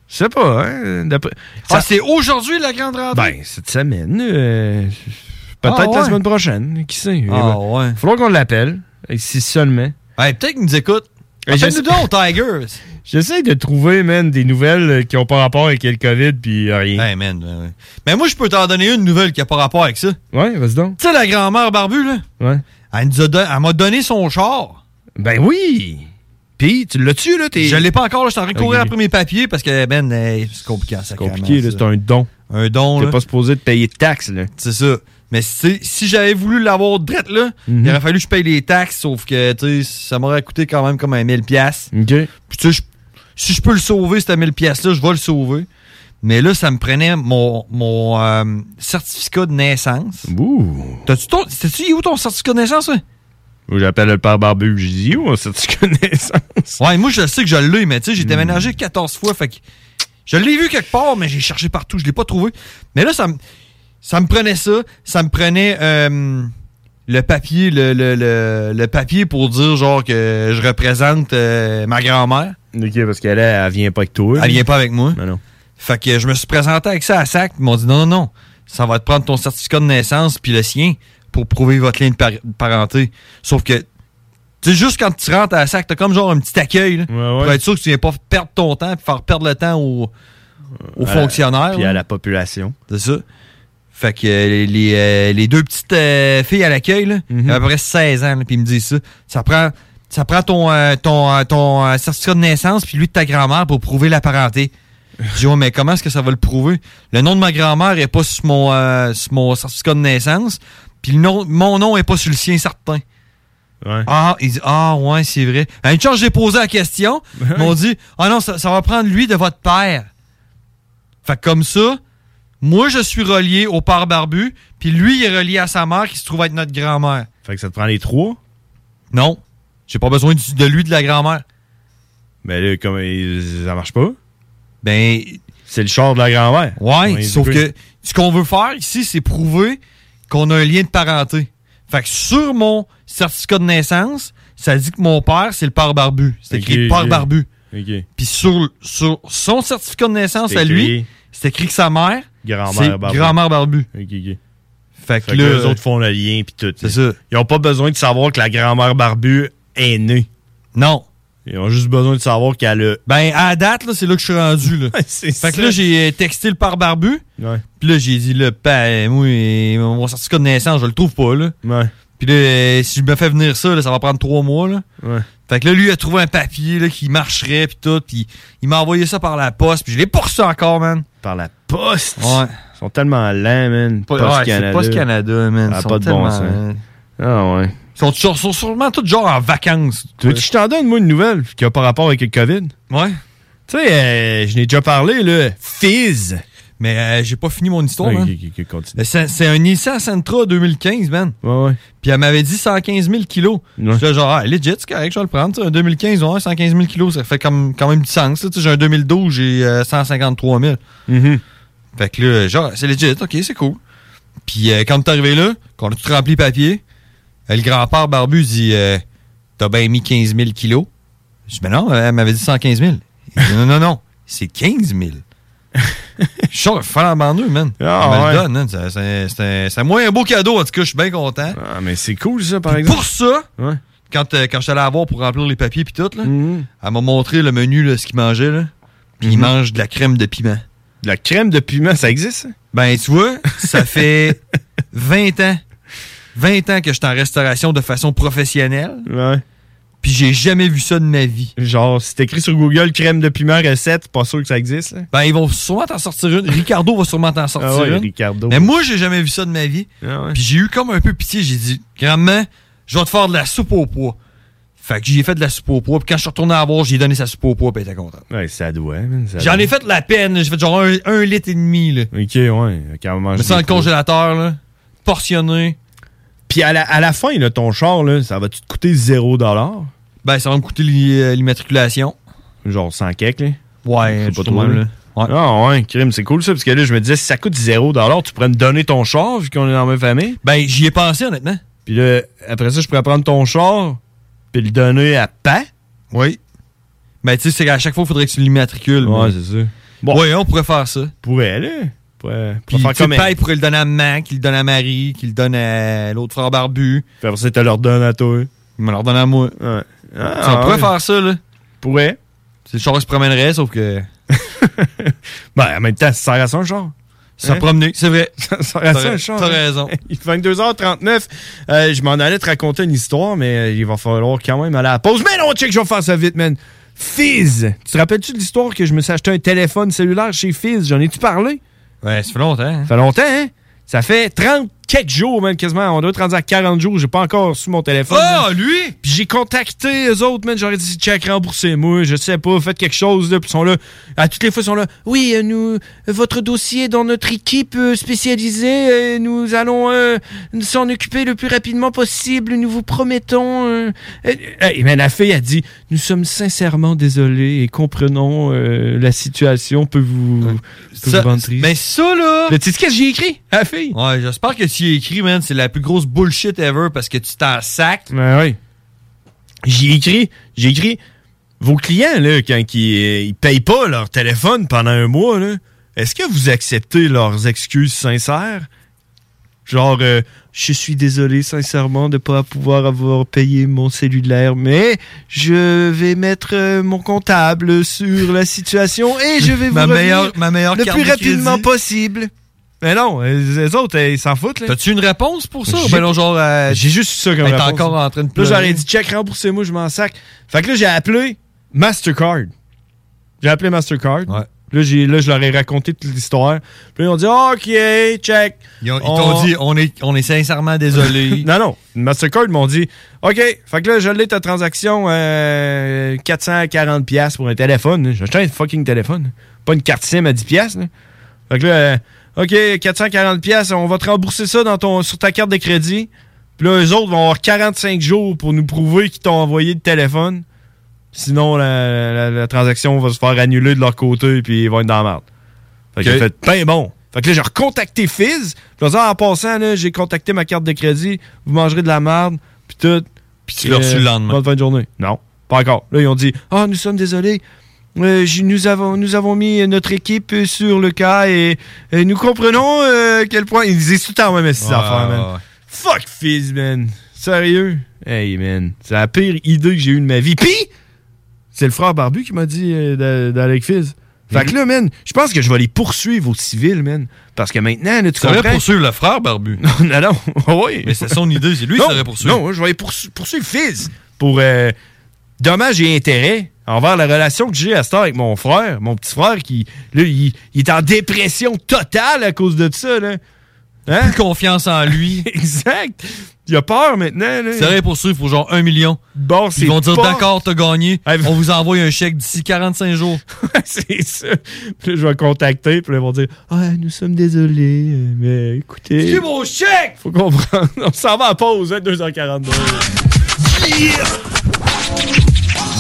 [SPEAKER 7] Je sais pas. Hein? d'après-
[SPEAKER 8] Ah,
[SPEAKER 7] Ça-
[SPEAKER 8] c'est aujourd'hui la grande rentrée?
[SPEAKER 7] Ben, cette semaine. euh, Peut-être
[SPEAKER 8] Ah,
[SPEAKER 7] la
[SPEAKER 8] ouais.
[SPEAKER 7] semaine prochaine. Qui sait?
[SPEAKER 8] Ah,
[SPEAKER 7] Il
[SPEAKER 8] ouais.
[SPEAKER 7] Faudra qu'on l'appelle. Et Si seulement.
[SPEAKER 8] Peut-être qu'il nous écoute.
[SPEAKER 7] Et je-
[SPEAKER 8] Appelle-nous donc, Tigers.
[SPEAKER 7] J'essaie de trouver, man, des nouvelles euh, qui ont pas rapport avec le COVID, puis euh, rien.
[SPEAKER 8] Hey, man. ben, ouais. Mais moi, je peux t'en donner une nouvelle qui a pas rapport avec ça.
[SPEAKER 7] Ouais, vas-y donc.
[SPEAKER 8] Tu sais, la grand-mère barbue, là?
[SPEAKER 7] Ouais.
[SPEAKER 8] Elle, nous a don- elle m'a donné son char.
[SPEAKER 7] Ben oui! Puis, tu l'as-tu, là? Ah
[SPEAKER 8] Je l'ai pas encore, là. Je suis en train de courir
[SPEAKER 7] Ok.
[SPEAKER 8] après mes papiers parce que, ben, hey, c'est compliqué, ça.
[SPEAKER 7] Compliqué, là, c'est un don.
[SPEAKER 8] Un don,
[SPEAKER 7] T'es
[SPEAKER 8] là.
[SPEAKER 7] pas supposé de payer de taxes, là.
[SPEAKER 8] C'est ça. Mais si, si j'avais voulu l'avoir drette, là,
[SPEAKER 7] Mhm.
[SPEAKER 8] il aurait fallu que je paye les taxes, sauf que, tu sais, ça m'aurait coûté quand même comme un 1000$. piastres.
[SPEAKER 7] Puis,
[SPEAKER 8] tu sais, je- si je peux le sauver, ce 1000$-là, -là, je vais le sauver. Mais là, ça me prenait mon, mon euh, certificat de naissance.
[SPEAKER 7] Ouh!
[SPEAKER 8] T'as-tu ton. T'as-tu où ton certificat de naissance, hein?
[SPEAKER 7] Moi, J'appelle le père barbu, je dis, oh, ça, tu connais ça?
[SPEAKER 8] Ouais, moi, je sais que je l'ai, mais tu
[SPEAKER 7] Hmm.
[SPEAKER 8] sais, j'ai déménagé 14 fois, fait que je l'ai vu quelque part, mais j'ai cherché partout, je l'ai pas trouvé. Mais là, ça me, ça me prenait ça, ça me prenait euh, le papier, le, le- le- le papier pour dire, genre, que je représente euh, ma grand-mère.
[SPEAKER 7] Ok, parce qu'elle, elle, elle vient pas avec toi.
[SPEAKER 8] Elle vient pas avec moi.
[SPEAKER 7] non.
[SPEAKER 8] Fait que je me suis présenté avec ça à SAC, ils m'ont dit, non, non, non, ça va te prendre ton certificat de naissance puis le sien pour prouver votre lien de par- parenté. Sauf que tu sais, juste quand tu rentres à la sac, t'as comme genre un petit accueil là, pour être sûr que tu viens pas perdre ton temps et faire perdre le temps aux, aux
[SPEAKER 7] À la-
[SPEAKER 8] fonctionnaires.
[SPEAKER 7] Euh, puis
[SPEAKER 8] là.
[SPEAKER 7] à la population.
[SPEAKER 8] C'est ça. Fait que euh, les, les, euh, les deux petites euh, filles à l'accueil, là, à peu près 16 ans, là, puis ils me disent ça. Ça prend, ça prend ton, euh, ton, euh, ton euh, certificat de naissance puis lui de ta grand-mère pour prouver la parenté. Je dis, ouais, mais comment est-ce que ça va le prouver? Le nom de ma grand-mère est pas sur mon, euh, sur mon certificat de naissance, puis le nom- mon nom est pas sur le sien certain. Ah, il dit, ah, ouais, c'est vrai. À une chance, j'ai posé la question. Ils m'ont dit, ah non, ça, ça va prendre lui de votre père. Fait que comme ça, moi, je suis relié au père barbu, puis lui, il est relié à sa mère qui se trouve être notre grand-mère.
[SPEAKER 7] Fait que ça te prend les trois?
[SPEAKER 8] Non. J'ai pas besoin du- de lui, de la grand-mère.
[SPEAKER 7] Mais Ben là, comme, il- ça marche pas.
[SPEAKER 8] Ben.
[SPEAKER 7] C'est le char de la grand-mère.
[SPEAKER 8] Ouais,
[SPEAKER 7] Ouais,
[SPEAKER 8] sauf
[SPEAKER 7] du coup.
[SPEAKER 8] que ce qu'on veut faire ici, c'est prouver qu'on a un lien de parenté. Fait que sur mon certificat de naissance, ça dit que mon père, c'est le père barbu. C'est écrit
[SPEAKER 7] Ok,
[SPEAKER 8] père
[SPEAKER 7] ok.
[SPEAKER 8] barbu.
[SPEAKER 7] Ok.
[SPEAKER 8] Puis sur, sur son certificat de naissance
[SPEAKER 7] C'est
[SPEAKER 8] à
[SPEAKER 7] écrit-
[SPEAKER 8] lui, c'est écrit que sa mère,
[SPEAKER 7] Grand-mère
[SPEAKER 8] c'est
[SPEAKER 7] barbu.
[SPEAKER 8] grand-mère barbu.
[SPEAKER 7] Ok, ok.
[SPEAKER 8] Fait
[SPEAKER 7] que,
[SPEAKER 8] que là-
[SPEAKER 7] les autres font le lien puis tout.
[SPEAKER 8] C'est ça.
[SPEAKER 7] Ils ont pas besoin de savoir que la grand-mère barbu est née.
[SPEAKER 8] Non.
[SPEAKER 7] Ils ont juste besoin de savoir qu'elle a.
[SPEAKER 8] Ben, à la date, là, c'est là que je suis rendu. Là.
[SPEAKER 7] fait
[SPEAKER 8] que là, j'ai euh, texté le père barbu.
[SPEAKER 7] Ouais.
[SPEAKER 8] Puis là, j'ai dit, là, ben, moi, euh, mon certificat de naissance, je le trouve pas, là. Puis là, euh, si je me fais venir ça, là, ça va prendre trois mois, là. Fait que là, lui, il a trouvé un papier, là, qui marcherait, puis tout. Puis il m'a envoyé ça par la poste, puis je l'ai pas reçu encore, man.
[SPEAKER 7] Par la poste?
[SPEAKER 8] Ouais.
[SPEAKER 7] Ils sont tellement lents, man.
[SPEAKER 8] Pas-
[SPEAKER 7] Post
[SPEAKER 8] ouais, c'est
[SPEAKER 7] Canada.
[SPEAKER 8] Post-Canada, man.
[SPEAKER 7] Ah,
[SPEAKER 8] Ils sont
[SPEAKER 7] pas de bon
[SPEAKER 8] tellement
[SPEAKER 7] sens. Ah
[SPEAKER 8] lents.
[SPEAKER 7] ouais.
[SPEAKER 8] Ils sont, sur- sont sûrement tous genre en vacances.
[SPEAKER 7] Tu veux que je t'en donne, moi, une nouvelle qui a pas rapport avec le COVID?
[SPEAKER 8] Ouais.
[SPEAKER 7] Tu sais, euh, je n'ai déjà parlé, là. Fizz.
[SPEAKER 8] Mais euh, j'ai pas fini mon histoire,
[SPEAKER 7] Ok,
[SPEAKER 8] man.
[SPEAKER 7] ok, ok, continue.
[SPEAKER 8] Mais C'est c'est un Nissan Sentra 2015, man.
[SPEAKER 7] Ouais, ouais.
[SPEAKER 8] Puis elle m'avait dit 115 000 kilos. J'étais genre, ah, legit, c'est correct, je vais le prendre. tu sais, Un 2015, ouais, 115 000 kilos, ça fait comme, quand même du sens. là. Tu sais, J'ai un 2012, j'ai euh, 153 000.
[SPEAKER 7] Mm-hmm.
[SPEAKER 8] Fait que là, genre, c'est legit, ok, c'est cool. Puis euh, quand t'es arrivé là, qu'on a tout rempli papier, euh, le grand-père barbu dit, euh, t'as bien mis 15 000 kilos. Je dis, ben non, elle m'avait dit 115 000. Il dit, non, non, non, c'est 15 000. Je suis genre flambant deux, man.
[SPEAKER 7] Ah,
[SPEAKER 8] Elle me le
[SPEAKER 7] ouais.
[SPEAKER 8] donne, hein. C'est- c'est- C'est c'est moi un beau cadeau, en tout cas, je suis bien content.
[SPEAKER 7] Ah, mais c'est cool, ça, par exemple.
[SPEAKER 8] Pour ça, quand, euh, quand je suis allé la voir pour remplir les papiers puis tout, là,
[SPEAKER 7] Mhm.
[SPEAKER 8] elle m'a montré le menu, là, ce qu'il mangeait. Là. Puis il mange de la crème de piment.
[SPEAKER 7] De la crème de piment, ça existe? ça?
[SPEAKER 8] Ben, tu vois, ça fait 20 ans, 20 ans que je suis en restauration de façon professionnelle.
[SPEAKER 7] Ouais.
[SPEAKER 8] Puis j'ai jamais vu ça de ma vie.
[SPEAKER 7] Genre, c'est écrit sur Google crème de piment recette, pas sûr que ça existe.
[SPEAKER 8] Ben, ils vont sûrement t'en sortir une. Ricardo va sûrement t'en sortir
[SPEAKER 7] Ah ouais,
[SPEAKER 8] une.
[SPEAKER 7] Ricardo. Ah
[SPEAKER 8] Mais moi, j'ai jamais vu ça de ma vie. Puis j'ai eu comme un peu pitié. J'ai dit, grand-mère, je vais te faire de la soupe au poids. Fait que j'ai fait de la soupe au poids. Puis quand je suis retourné à la voir, j'ai donné sa soupe au poids. Puis elle était contente.
[SPEAKER 7] Ouais, ça doit. man, ça
[SPEAKER 8] J'en
[SPEAKER 7] doit.
[SPEAKER 8] ai fait de la peine. là. J'ai fait genre un, un litre et demi. Là.
[SPEAKER 7] Ok, ouais. Quand on mange
[SPEAKER 8] Mais
[SPEAKER 7] des
[SPEAKER 8] sans le
[SPEAKER 7] fruits.
[SPEAKER 8] congélateur, là, portionné.
[SPEAKER 7] Puis à la, à la fin, là, ton char, là, ça va-tu te coûter 0
[SPEAKER 8] Ben, ça va me coûter l'i- euh, l'immatriculation.
[SPEAKER 7] Genre 100 kek, là?
[SPEAKER 8] Ouais,
[SPEAKER 7] c'est pas
[SPEAKER 8] je
[SPEAKER 7] trop.
[SPEAKER 8] trouve,
[SPEAKER 7] là.
[SPEAKER 8] là.
[SPEAKER 7] Ah ouais, crime, c'est cool ça, parce que là, je me disais, si ça coûte 0 tu pourrais me donner ton char, vu qu'on est dans la même famille?
[SPEAKER 8] Ben, j'y ai pensé, honnêtement.
[SPEAKER 7] Puis là, après ça, je pourrais prendre ton char, puis le donner à Pat?
[SPEAKER 8] Oui. Ben, tu sais, c'est qu'à chaque fois, il faudrait que tu l'immatricules.
[SPEAKER 7] Ouais,
[SPEAKER 8] mais-
[SPEAKER 7] c'est ça.
[SPEAKER 8] Ouais, on pourrait faire ça.
[SPEAKER 7] Pourrait, là. Pourrait,
[SPEAKER 8] Puis,
[SPEAKER 7] pourrait
[SPEAKER 8] tu sais,
[SPEAKER 7] faire comme
[SPEAKER 8] Paille pourrait le donner à Mac, il le donne à Marie, qu'il le donne à l'autre frère barbu.
[SPEAKER 7] Puis après ça, tu leur donnes à toi.
[SPEAKER 8] Il me leur donne à moi.
[SPEAKER 7] Ouais.
[SPEAKER 8] on pourrait faire ça, là.
[SPEAKER 7] Pourrait.
[SPEAKER 8] C'est le char qui se promènerait, sauf que.
[SPEAKER 7] ben, en même temps, ça sert à ça, un char.
[SPEAKER 8] Ça
[SPEAKER 7] Hein?
[SPEAKER 8] promener, c'est vrai.
[SPEAKER 7] Ça sert à ça, un char.
[SPEAKER 8] T'as raison.
[SPEAKER 7] Il est 22h39. Euh, je m'en allais te raconter une histoire, mais euh, il va falloir quand même aller à la pause. Mais non, check, je vais faire ça vite, man. Fizz! Tu te rappelles-tu de l'histoire que je me suis acheté un téléphone cellulaire chez Fizz? J'en ai-tu parlé?
[SPEAKER 8] Ouais, ça fait longtemps. hein?
[SPEAKER 7] Ça fait longtemps, hein? Ça fait 30 quelques jours, man, quasiment. On doit être rendu à 40 jours. J'ai pas encore su mon téléphone.
[SPEAKER 8] Ah,
[SPEAKER 7] man.
[SPEAKER 8] lui?
[SPEAKER 7] Puis j'ai contacté eux autres, man. J'aurais dit, check, remboursez-moi. Je sais pas, faites quelque chose, là. Puis ils sont là. À toutes les fois, ils sont là. Oui, euh, nous, votre dossier est dans notre équipe euh, spécialisée. euh, nous allons euh, nous s'en occuper le plus rapidement possible. Nous vous promettons. euh, euh, euh, et man, la fille a dit, nous sommes sincèrement désolés et comprenons euh, la situation. Peut vous, peut
[SPEAKER 8] Ça-
[SPEAKER 7] vous rendre triste.
[SPEAKER 8] mais ça, là.
[SPEAKER 7] Mais tu sais ce que j'ai écrit à la fille?
[SPEAKER 8] Ouais, j'espère que tu y as écrit, man. C'est la plus grosse bullshit ever parce que tu t'en sac.
[SPEAKER 7] Ben oui. J'ai écrit, j'ai écrit, vos clients, là, quand ils, euh, ils payent pas leur téléphone pendant un mois, là, est-ce que vous acceptez leurs excuses sincères? Genre, euh, je suis désolé sincèrement de ne pas pouvoir avoir payé mon cellulaire, mais je vais mettre euh, mon comptable sur la situation et je vais vous
[SPEAKER 8] Ma
[SPEAKER 7] revenir
[SPEAKER 8] meilleure- ma meilleure
[SPEAKER 7] le
[SPEAKER 8] carte
[SPEAKER 7] plus
[SPEAKER 8] de
[SPEAKER 7] rapidement
[SPEAKER 8] crédit.
[SPEAKER 7] possible. Mais non, euh, les autres, euh, ils s'en foutent. là.
[SPEAKER 8] T'as-tu une réponse pour ça?
[SPEAKER 7] J'ai-
[SPEAKER 8] Ben non, genre. euh,
[SPEAKER 7] J'ai juste ça comme
[SPEAKER 8] ben, t'es
[SPEAKER 7] réponse.
[SPEAKER 8] encore en train de
[SPEAKER 7] Là,
[SPEAKER 8] pleurer.
[SPEAKER 7] j'aurais dit, check, remboursez-moi, je m'en sac. Fait que là, j'ai appelé Mastercard. J'ai appelé Mastercard. Là, j'ai, là, je leur ai raconté toute l'histoire. Puis là, ils ont dit, Ah, OK, check.
[SPEAKER 8] Ils ont- ils t'ont dit, on est, on est sincèrement désolé.
[SPEAKER 7] non, non. Mastercard m'ont dit, OK, fait que là, je l'ai ta transaction, euh, 440$ piastres pour un téléphone. là. J'ai acheté un fucking téléphone. Pas une carte SIM à 10$. piastres, là. Fait que là, euh, OK, 440$, piastres, on va te rembourser ça dans ton, sur ta carte de crédit. Puis là, eux autres vont avoir 45 jours pour nous prouver qu'ils t'ont envoyé le téléphone. Sinon, la, la- la transaction va se faire annuler de leur côté, puis ils vont être dans la merde. Fait que
[SPEAKER 8] Ok.
[SPEAKER 7] j'ai fait, ben bon. Fait que là, j'ai recontacté Fizz. Puis là, en passant, là, j'ai contacté ma carte de crédit. Vous mangerez de la merde, puis tout. Puis
[SPEAKER 8] tu l'as reçu le lendemain.
[SPEAKER 7] Bonne fin de journée. Non, pas encore. Là, ils ont dit, ah, nous sommes désolés. Euh, j- nous, avons, nous avons mis notre équipe sur le cas et, et Eh, nous comprenons euh, à quel point. Ils disaient tout le temps, ouais, mais c'est
[SPEAKER 8] Ouais,
[SPEAKER 7] affaires, man.
[SPEAKER 8] ouais, ouais.
[SPEAKER 7] Fuck Fizz, man. Sérieux? Hey, man. C'est la pire idée que j'ai eue de ma vie. Pis, c'est le frère Barbu qui m'a dit euh, d'a- d'aller avec Fizz.
[SPEAKER 8] Mhm.
[SPEAKER 7] Fait que là, man, je pense que je vais les poursuivre au civil, man. Parce que maintenant, là, tu
[SPEAKER 8] Ça aurait
[SPEAKER 7] comprends?
[SPEAKER 8] poursuivre le frère barbu.
[SPEAKER 7] Non, non, non. oui.
[SPEAKER 8] Mais c'est son idée, c'est lui qui
[SPEAKER 7] Non,
[SPEAKER 8] saurait poursuivre.
[SPEAKER 7] Non, je vais poursu- poursuivre Fizz pour euh, dommages et intérêts envers la relation que j'ai à cette heure avec mon frère, mon petit frère qui, là, il, il est en dépression totale à cause de ça, là. Plus
[SPEAKER 8] confiance en lui.
[SPEAKER 7] exact. Il a peur maintenant, là.
[SPEAKER 8] Ça aurait poursuivre pour genre 1 million.
[SPEAKER 7] Bon,
[SPEAKER 8] Ils vont dire,
[SPEAKER 7] pas-
[SPEAKER 8] d'accord, t'as gagné. On vous envoie un chèque d'ici 45 jours.
[SPEAKER 7] c'est ça. Puis là, je vais contacter, puis là, ils vont dire Ah, nous sommes désolés, euh, mais écoutez.
[SPEAKER 23] C'est
[SPEAKER 7] mon chèque Faut comprendre. On s'en va à pause, hein, 2h42.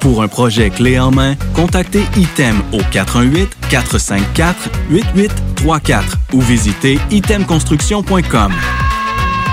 [SPEAKER 24] Pour un projet clé en main, contactez ITEM au 418-454-8834 ou visitez itemconstruction.com.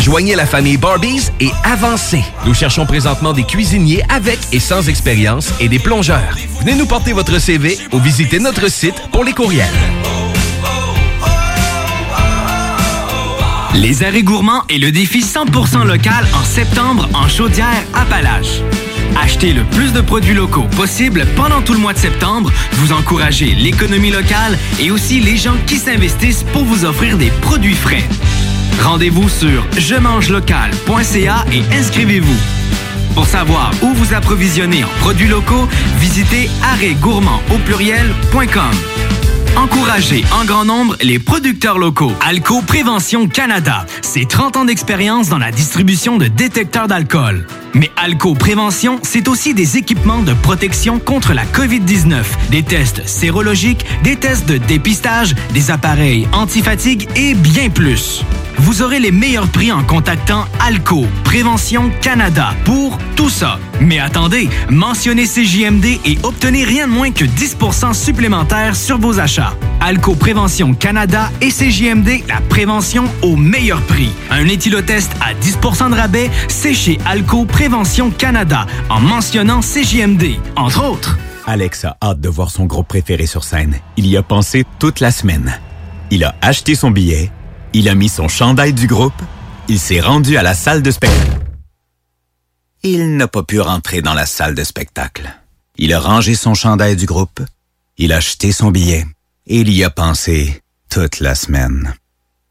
[SPEAKER 3] Joignez la famille Barbies et avancez. Nous cherchons présentement des cuisiniers avec et sans expérience et des plongeurs. Venez nous porter votre CV ou visitez notre site pour les courriels.
[SPEAKER 14] Les arrêts gourmands et le défi 100% local en septembre en chaudière Appalaches. Achetez le plus de produits locaux possible pendant tout le mois de septembre. Vous encouragez l'économie locale et aussi les gens qui s'investissent pour vous offrir des produits frais. Rendez-vous sur je-mange-local.ca et inscrivez-vous. Pour savoir où vous approvisionnez en produits locaux, visitez arrêtgourmand au pluriel.com. Encouragez en grand nombre les producteurs locaux. Alco Prévention Canada, c'est 30 ans d'expérience dans la distribution de détecteurs d'alcool. Mais Alco Prévention, c'est aussi des équipements de protection contre la COVID-19, des tests sérologiques, des tests de dépistage, des appareils antifatigue et bien plus. Vous aurez les meilleurs prix en contactant Alco Prévention Canada pour tout ça. Mais attendez, mentionnez CJMD et obtenez rien de moins que 10 supplémentaire sur vos achats. Alco Prévention Canada et CJMD, la prévention au meilleur prix. Un éthylotest à 10 de rabais, c'est chez Alco Prévention Canada en mentionnant CJMD, entre autres.
[SPEAKER 2] Alex a hâte de voir son groupe préféré sur scène. Il y a pensé toute la semaine. Il a acheté son billet, il a mis son chandail du groupe, il s'est rendu à la salle de spectacle. Il n'a pas pu rentrer dans la salle de spectacle. Il a rangé son chandail du groupe, il a acheté son billet et il y a pensé toute la semaine.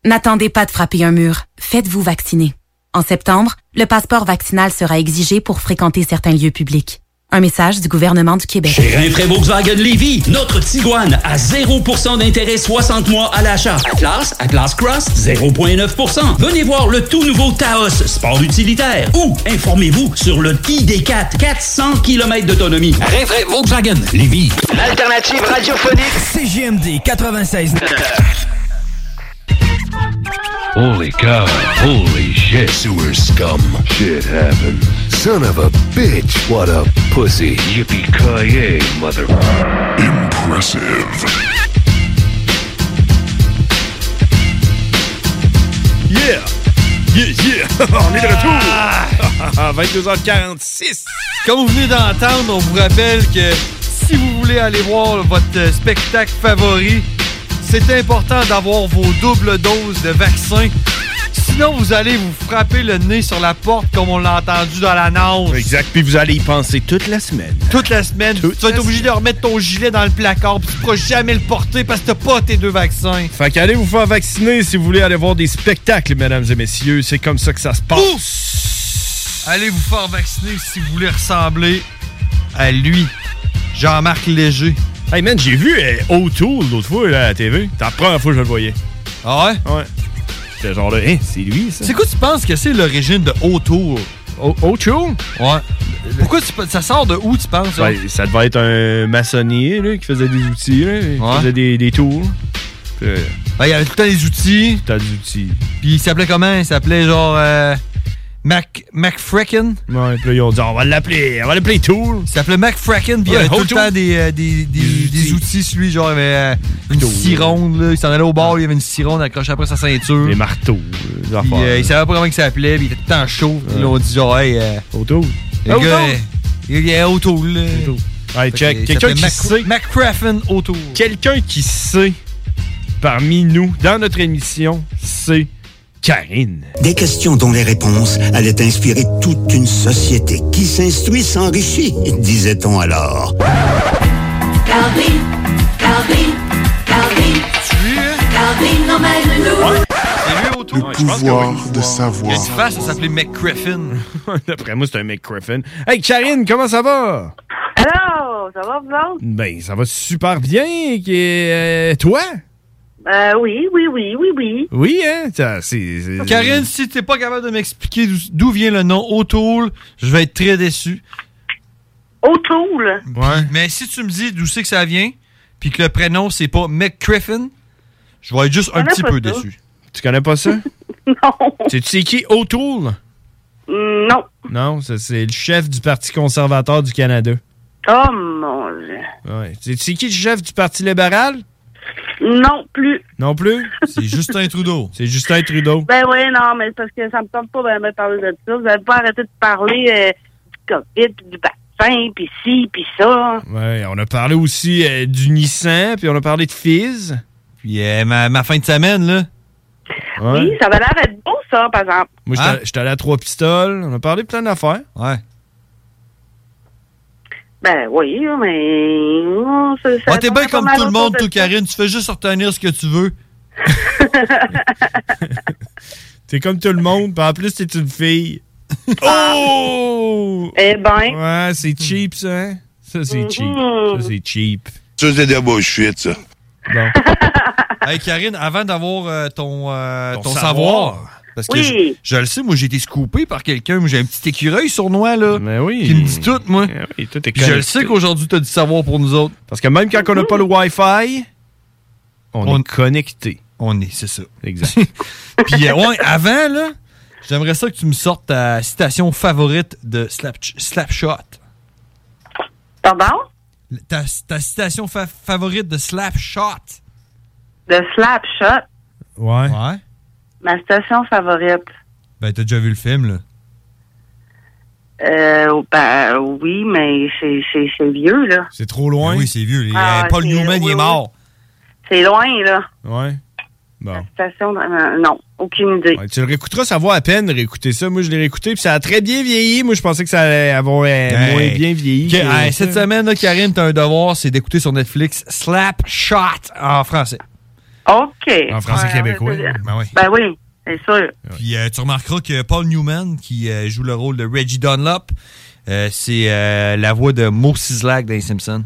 [SPEAKER 1] N'attendez pas de frapper un mur. Faites-vous vacciner. En septembre, le passeport vaccinal sera exigé pour fréquenter certains lieux publics. Un message du gouvernement du Québec.
[SPEAKER 21] Chez Rainfray Volkswagen Lévy, notre Tiguan à 0% d'intérêt 60 mois à l'achat. Atlas, Atlas Cross, 0,9%. Venez voir le tout nouveau Taos, sport utilitaire. Ou informez-vous sur le ID4, 400 km d'autonomie. Rainfray Volkswagen Lévy.
[SPEAKER 25] L'alternative radiophonique CGMD 96.
[SPEAKER 26] Holy cow. Holy shit. Sewer scum. Shit happened. Son of a bitch. What a pussy. Yippee-ki-yay, mother... Impressive.
[SPEAKER 7] Yeah! Yeah, yeah! on est de Ah, retour! 22h46!
[SPEAKER 8] Comme vous venez d'entendre, on vous rappelle que si vous voulez aller voir votre euh, spectacle favori, c'est important d'avoir vos doubles doses de vaccin. Sinon, vous allez vous frapper le nez sur la porte comme on l'a entendu dans l'annonce.
[SPEAKER 7] Exact, puis vous allez y penser toute la semaine.
[SPEAKER 8] Toute la semaine, tu vas être obligé de remettre ton gilet dans le placard, puis tu pourras jamais le porter parce que t'as pas tes deux vaccins.
[SPEAKER 7] Fait qu'allez vous faire vacciner si vous voulez aller voir des spectacles, mesdames et messieurs. C'est comme ça que ça se passe.
[SPEAKER 8] Allez vous faire vacciner si vous voulez ressembler à lui, Jean-Marc Léger.
[SPEAKER 7] Hey man, j'ai vu euh, O'Toole l'autre fois là, à la TV. C'est la première fois que je le voyais.
[SPEAKER 8] Ah ouais?
[SPEAKER 7] Ouais. J'étais genre là, hein, c'est lui ça.
[SPEAKER 8] C'est quoi tu penses que c'est l'origine de O'Toole?
[SPEAKER 7] O'Toole?
[SPEAKER 8] Ouais. Pourquoi tu pe- ça sort de où, tu penses? là?
[SPEAKER 7] Ben, ça devait être un maçonnier là, qui faisait des outils, là, qui
[SPEAKER 8] Ouais.
[SPEAKER 7] faisait des, des tours. Puis, euh,
[SPEAKER 8] Ben, il y avait tout le temps des outils.
[SPEAKER 7] T'as des outils.
[SPEAKER 8] Puis il s'appelait comment? Il s'appelait genre... euh, Mac... McFracken?
[SPEAKER 7] Ouais, puis là, ils ont dit, on va l'appeler, on va l'appeler Tool.
[SPEAKER 8] Il s'appelait McFracken, puis il
[SPEAKER 7] Ouais,
[SPEAKER 8] avait tout le
[SPEAKER 7] O'Toole.
[SPEAKER 8] temps des, euh, des, des, des outils sur lui. Genre, il avait euh, une cironde, là. Il s'en allait au bord, il y avait une cironde accrochée après sa ceinture.
[SPEAKER 7] Les marteaux, les
[SPEAKER 8] Puis,
[SPEAKER 7] affaires.
[SPEAKER 8] euh, il savait pas comment il s'appelait, puis il était tout le temps chaud. Puis là, on dit genre, hey. Euh,
[SPEAKER 7] Autour.
[SPEAKER 8] Le
[SPEAKER 7] Autour.
[SPEAKER 8] gars, euh, il est autour, là.
[SPEAKER 7] Hey,
[SPEAKER 8] Fait
[SPEAKER 7] check.
[SPEAKER 8] qu'il
[SPEAKER 7] Quelqu'un
[SPEAKER 8] s'appelait
[SPEAKER 7] qui
[SPEAKER 8] Mac-
[SPEAKER 7] sait.
[SPEAKER 8] McCraffen autour.
[SPEAKER 7] Quelqu'un qui sait parmi nous, dans notre émission, sait Karine.
[SPEAKER 4] Des questions dont les réponses allaient inspirer toute une société qui s'instruit s'enrichit, disait-on alors.
[SPEAKER 23] Calvin, Calvin, Calvin. Calvin emmène-nous.
[SPEAKER 8] Le
[SPEAKER 7] pouvoir
[SPEAKER 8] de savoir. Qu'est-ce qu'il fasse? Ça s'appelait McCriffin.
[SPEAKER 7] D'après moi, c'est un McCriffin. Hey, Karine, comment ça va?
[SPEAKER 27] Hello, ça va vous autres?
[SPEAKER 7] Ben, ça va super bien. Et, euh, toi?
[SPEAKER 27] Euh, oui, oui, oui, oui, oui.
[SPEAKER 7] Oui, hein? Ça, c'est- c'est-
[SPEAKER 8] Karine, si t'es pas capable de m'expliquer d'où- d'où vient le nom O'Toole, je vais être très déçu.
[SPEAKER 27] O'Toole?
[SPEAKER 8] Ouais. Mais si tu me dis d'où c'est que ça vient, puis que le prénom c'est pas McCriffin, je vais être juste un
[SPEAKER 27] connais
[SPEAKER 8] petit
[SPEAKER 27] pas
[SPEAKER 8] peu
[SPEAKER 27] ça.
[SPEAKER 8] déçu. Tu connais pas ça?
[SPEAKER 27] non.
[SPEAKER 7] Tu sais qui? O'Toole?
[SPEAKER 27] Mm, Non.
[SPEAKER 7] Non, ça, c'est le chef du Parti conservateur du Canada.
[SPEAKER 27] Oh mon dieu.
[SPEAKER 7] Ouais. C'est c'est qui le chef du Parti libéral?
[SPEAKER 27] Non plus.
[SPEAKER 7] Non plus? C'est Justin Trudeau. C'est Justin Trudeau.
[SPEAKER 27] Ben oui, non, mais c'est parce que ça me tente pas de me parler de ça. Vous n'avez pas arrêté de parler euh, du COVID, puis du vaccin, puis ci, puis ça.
[SPEAKER 7] Ouais, on a parlé aussi euh, du Nissan, puis on a parlé de Fizz.
[SPEAKER 8] Puis euh, ma, ma fin de semaine, là.
[SPEAKER 27] Oui, ça va l'air d'être beau, ça, par exemple.
[SPEAKER 7] Moi, j'étais j'étais allé à Trois Pistoles. On a parlé de plein d'affaires.
[SPEAKER 8] Hein? Ouais.
[SPEAKER 27] Ben oui, mais... oh, ça- ça
[SPEAKER 8] Ah, t'es bien
[SPEAKER 27] tourne pas
[SPEAKER 8] comme
[SPEAKER 27] mal
[SPEAKER 8] tout le
[SPEAKER 27] autour
[SPEAKER 8] monde,
[SPEAKER 27] de
[SPEAKER 8] toi,
[SPEAKER 27] ça.
[SPEAKER 8] Karine. Tu fais juste retenir ce que tu veux.
[SPEAKER 7] T'es comme tout le monde, puis en plus, t'es une fille. Oh!
[SPEAKER 27] Ah! Eh ben. Mm-hmm.
[SPEAKER 7] Ouais, c'est cheap, ça, hein? Ça, c'est cheap. Ça, c'est cheap.
[SPEAKER 5] Ça, c'est de la bullshit, ça.
[SPEAKER 8] hey, Karine, avant d'avoir euh, ton, euh, ton
[SPEAKER 27] savoir.
[SPEAKER 8] savoir. Parce que
[SPEAKER 27] Oui.
[SPEAKER 8] je, je le sais, moi, j'ai été scoopé par quelqu'un. Moi, j'ai un petit écureuil sournois, là. Qui me dit tout, moi. Puis je le
[SPEAKER 7] connecté.
[SPEAKER 8] sais qu'aujourd'hui, t'as du savoir pour nous autres.
[SPEAKER 7] Parce que même quand on n'a pas le
[SPEAKER 27] Mm-hmm.
[SPEAKER 7] Wi-Fi, on, est connecté.
[SPEAKER 8] On est, c'est ça.
[SPEAKER 7] Exact.
[SPEAKER 8] Puis, euh, ouais, avant, là, j'aimerais ça que tu me sortes ta citation favorite de Slap, Slapshot.
[SPEAKER 27] Pardon?
[SPEAKER 8] Ta, ta citation fa- favorite de Slapshot.
[SPEAKER 27] De Slapshot,
[SPEAKER 7] Ouais.
[SPEAKER 8] Ouais.
[SPEAKER 27] ma station favorite.
[SPEAKER 8] Ben, t'as déjà vu le film, là.
[SPEAKER 27] Euh, ben oui, mais c'est- c'est c'est vieux, là.
[SPEAKER 7] C'est trop loin.
[SPEAKER 8] Ben oui, c'est vieux. les-
[SPEAKER 27] Ah,
[SPEAKER 8] euh, Paul
[SPEAKER 27] c'est-
[SPEAKER 8] Newman, il
[SPEAKER 27] oui,
[SPEAKER 8] est
[SPEAKER 27] oui.
[SPEAKER 8] mort.
[SPEAKER 27] C'est loin, là.
[SPEAKER 7] Ouais. Bon.
[SPEAKER 27] Station, de- euh, non, aucune idée.
[SPEAKER 7] Ouais, tu le réécouteras, ça vaut à peine de réécouter ça. Moi, je l'ai réécouté, puis ça a très bien vieilli. Moi, je pensais que ça allait avoir euh,
[SPEAKER 8] Hey.
[SPEAKER 7] moins bien vieilli.
[SPEAKER 8] Ok,
[SPEAKER 7] que
[SPEAKER 8] hey,
[SPEAKER 7] ça.
[SPEAKER 8] Ben, ah, cette semaine, là, Karine, t'as un devoir, c'est d'écouter sur Netflix Slap Shot en français.
[SPEAKER 27] OK.
[SPEAKER 8] En français
[SPEAKER 27] Ouais,
[SPEAKER 8] québécois,
[SPEAKER 27] ouais, c'est-
[SPEAKER 8] ben oui.
[SPEAKER 27] Ben oui, c'est sûr.
[SPEAKER 8] Puis euh, tu remarqueras que Paul Newman, qui euh, joue le rôle de Reggie Dunlop, euh, c'est euh, la voix de Mo Sizlak dans Les Simpsons.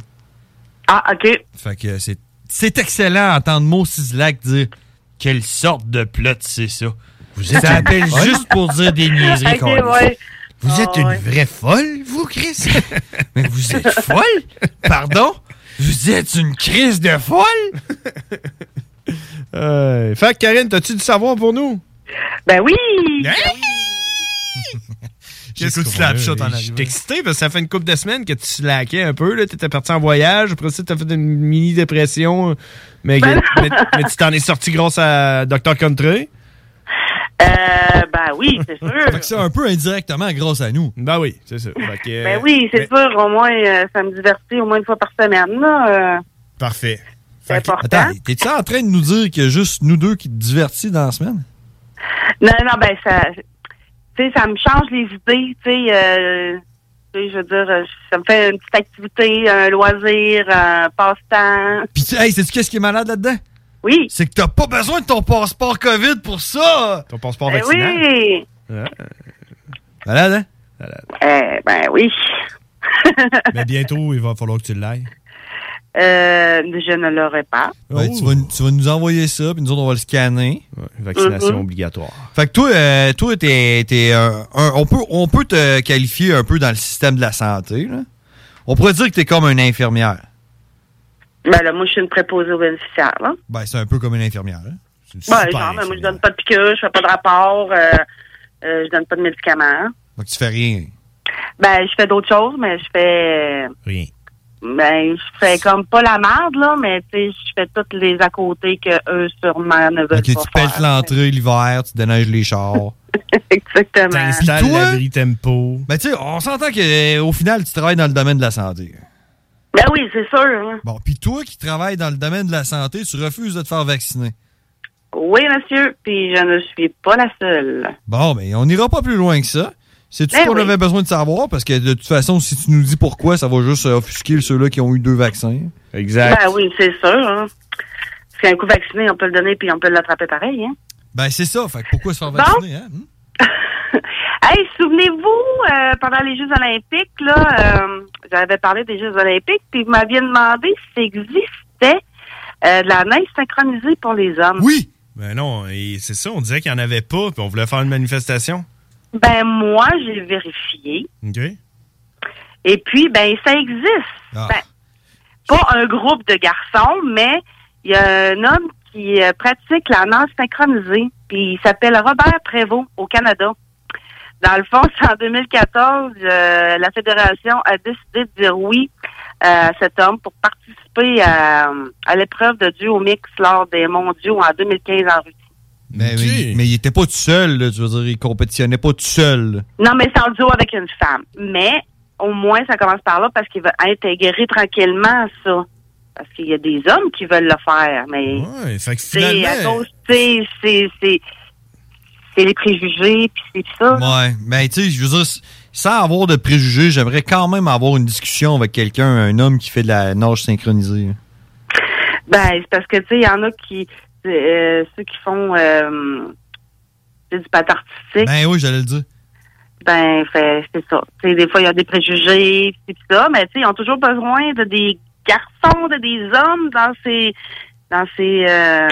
[SPEAKER 27] Ah, OK.
[SPEAKER 8] Fait que c'est, c'est excellent à entendre Mo Sizlak dire quelle sorte de plot c'est ça. Vous
[SPEAKER 27] êtes
[SPEAKER 8] ça
[SPEAKER 27] une
[SPEAKER 8] appelle
[SPEAKER 27] folle.
[SPEAKER 8] juste pour dire des niaiseries
[SPEAKER 27] Ok,
[SPEAKER 8] qu'on dit.
[SPEAKER 27] ouais.
[SPEAKER 8] Vous
[SPEAKER 27] Ah,
[SPEAKER 8] êtes une
[SPEAKER 27] ouais.
[SPEAKER 8] vraie folle, vous, Chris? Mais vous êtes folle? Pardon? Vous êtes une crise de folle?
[SPEAKER 7] Euh, fait que, Karine, t'as-tu du savoir pour nous?
[SPEAKER 27] Ben oui!
[SPEAKER 7] J'écoute
[SPEAKER 8] Slapshot en
[SPEAKER 7] arrivant. J'étais excité parce que ça fait une couple de semaines que tu slackais un peu. là. T'étais parti en voyage. Après ça, t'as fait une mini-dépression. Mais,
[SPEAKER 27] Ben non.
[SPEAKER 7] mais, mais tu t'en es sorti grâce à Dr. Country.
[SPEAKER 27] Euh, ben oui, c'est sûr.
[SPEAKER 8] c'est un peu indirectement grâce à nous.
[SPEAKER 7] Ben oui, c'est ça. Fait que, euh,
[SPEAKER 27] Ben oui, c'est sûr. Au moins, euh, ça me divertit au moins une fois par semaine, là. euh,
[SPEAKER 7] Parfait.
[SPEAKER 27] c'est important.
[SPEAKER 8] Attends, t'es-tu en train de nous dire qu'il y a juste nous deux qui te divertis dans la semaine?
[SPEAKER 27] Non, non, ben ça, tu sais, ça me change les idées, tu sais, euh, tu sais, je veux dire, euh, ça me fait une petite activité, un loisir, un passe-temps.
[SPEAKER 8] Puis, hey, sais-tu qu'est-ce qui est malade là-dedans?
[SPEAKER 27] Oui.
[SPEAKER 8] C'est que t'as pas besoin de ton passeport COVID pour ça!
[SPEAKER 7] Ton passeport
[SPEAKER 27] Ben oui,
[SPEAKER 8] Malade, hein?
[SPEAKER 27] Eh, ben oui.
[SPEAKER 7] Mais bientôt, il va falloir que tu l'ailles.
[SPEAKER 27] Euh, je ne l'aurais pas.
[SPEAKER 8] Ben, tu, vas, tu vas nous envoyer ça, puis nous autres, on va le scanner.
[SPEAKER 27] vaccination Mhm.
[SPEAKER 7] obligatoire.
[SPEAKER 8] Fait que toi, euh, toi t'es, t'es, euh, un- on, peut, on peut te qualifier un peu dans le système de la santé. là. On pourrait dire que t'es comme une infirmière.
[SPEAKER 27] Ben là, moi, je suis une préposée aux bénéficiaires, là.
[SPEAKER 8] Ben, c'est un peu comme une infirmière. hein. C'est une
[SPEAKER 27] Ben,
[SPEAKER 8] super
[SPEAKER 27] genre, ben,
[SPEAKER 8] infirmière.
[SPEAKER 27] moi, je donne pas de piqûres, je fais pas de rapport, euh, euh, je donne pas de médicaments.
[SPEAKER 8] Donc, tu fais rien.
[SPEAKER 27] Ben, je fais d'autres choses, mais je fais...
[SPEAKER 7] Rien.
[SPEAKER 27] Ben, je fais comme pas la merde, là, mais tu sais, je fais toutes les à côté que eux sûrement ne veulent
[SPEAKER 8] Ok, tu
[SPEAKER 27] pas
[SPEAKER 8] pètes
[SPEAKER 27] faire.
[SPEAKER 8] l'entrée l'hiver, tu déneiges les chars.
[SPEAKER 27] Exactement.
[SPEAKER 8] Puis toi?
[SPEAKER 7] tempo.
[SPEAKER 8] Ben, tu sais, on s'entend qu'au final, tu travailles dans le domaine de la santé.
[SPEAKER 27] Ben oui, c'est sûr. hein.
[SPEAKER 8] Bon, puis toi qui travailles dans le domaine de la santé, tu refuses de te faire vacciner.
[SPEAKER 27] Oui, monsieur, puis je ne suis pas la seule.
[SPEAKER 8] Bon, mais on n'ira pas plus loin que ça. C'est tout ce
[SPEAKER 27] Ben
[SPEAKER 8] qu'on
[SPEAKER 27] oui.
[SPEAKER 8] avait besoin de savoir parce que de toute façon, si tu nous dis pourquoi, ça va juste euh, offusquer ceux-là qui ont eu deux vaccins.
[SPEAKER 7] Exact.
[SPEAKER 27] Ben oui, c'est sûr. Hein. Si un coup vacciné, on peut le donner puis on peut l'attraper pareil. Hein.
[SPEAKER 8] Ben, c'est ça. Fait que pourquoi se faire
[SPEAKER 27] Bon.
[SPEAKER 8] vacciner, hein?
[SPEAKER 27] Hey, souvenez-vous, euh, pendant les Jeux Olympiques, là, euh, j'avais parlé des Jeux Olympiques, puis vous m'aviez demandé si existait euh, de la neige synchronisée pour les hommes.
[SPEAKER 7] Oui! Ben non, et c'est ça, on disait qu'il n'y en avait pas, puis on voulait faire une manifestation.
[SPEAKER 27] Ben moi, j'ai vérifié.
[SPEAKER 7] OK?
[SPEAKER 27] Et puis, ben ça existe.
[SPEAKER 7] Ah.
[SPEAKER 27] Ben, pas un groupe de garçons, mais il y a un homme qui euh, pratique la nage synchronisée. Puis il s'appelle Robert Prévost au Canada. Dans le fond, c'est en 2014, euh, la fédération a décidé de dire oui euh, à cet homme pour participer à, à l'épreuve de duo mix lors des mondiaux en 2015 en Russie.
[SPEAKER 8] Mais, Ben, mais- mais il était pas tout seul, là, tu veux dire, il compétitionnait pas tout seul. là.
[SPEAKER 27] Non, mais c'est en duo avec une femme. Mais au moins, ça commence par là parce qu'il veut intégrer tranquillement ça. Parce qu'il y a des hommes qui veulent le faire, mais
[SPEAKER 7] Ouais, fait que
[SPEAKER 27] c'est à
[SPEAKER 7] finalement.
[SPEAKER 27] cause, tu sais, c'est c'est- c'est les préjugés, puis c'est ça.
[SPEAKER 8] Ouais, mais tu sais, je veux dire, s- sans avoir de préjugés, j'aimerais quand même avoir une discussion avec quelqu'un, un homme qui fait de la nage synchronisée. hein.
[SPEAKER 27] Ben, c'est parce que, tu sais, il y en a qui, euh, ceux qui font euh, tu sais, du patin artistique,
[SPEAKER 8] Ben oui, j'allais le dire.
[SPEAKER 27] ben, fait- c'est ça. Tu sais, des fois, il y a des préjugés, pis tout ça, mais tu sais, ils ont toujours besoin de des garçons, de des hommes dans ces, dans ces, euh,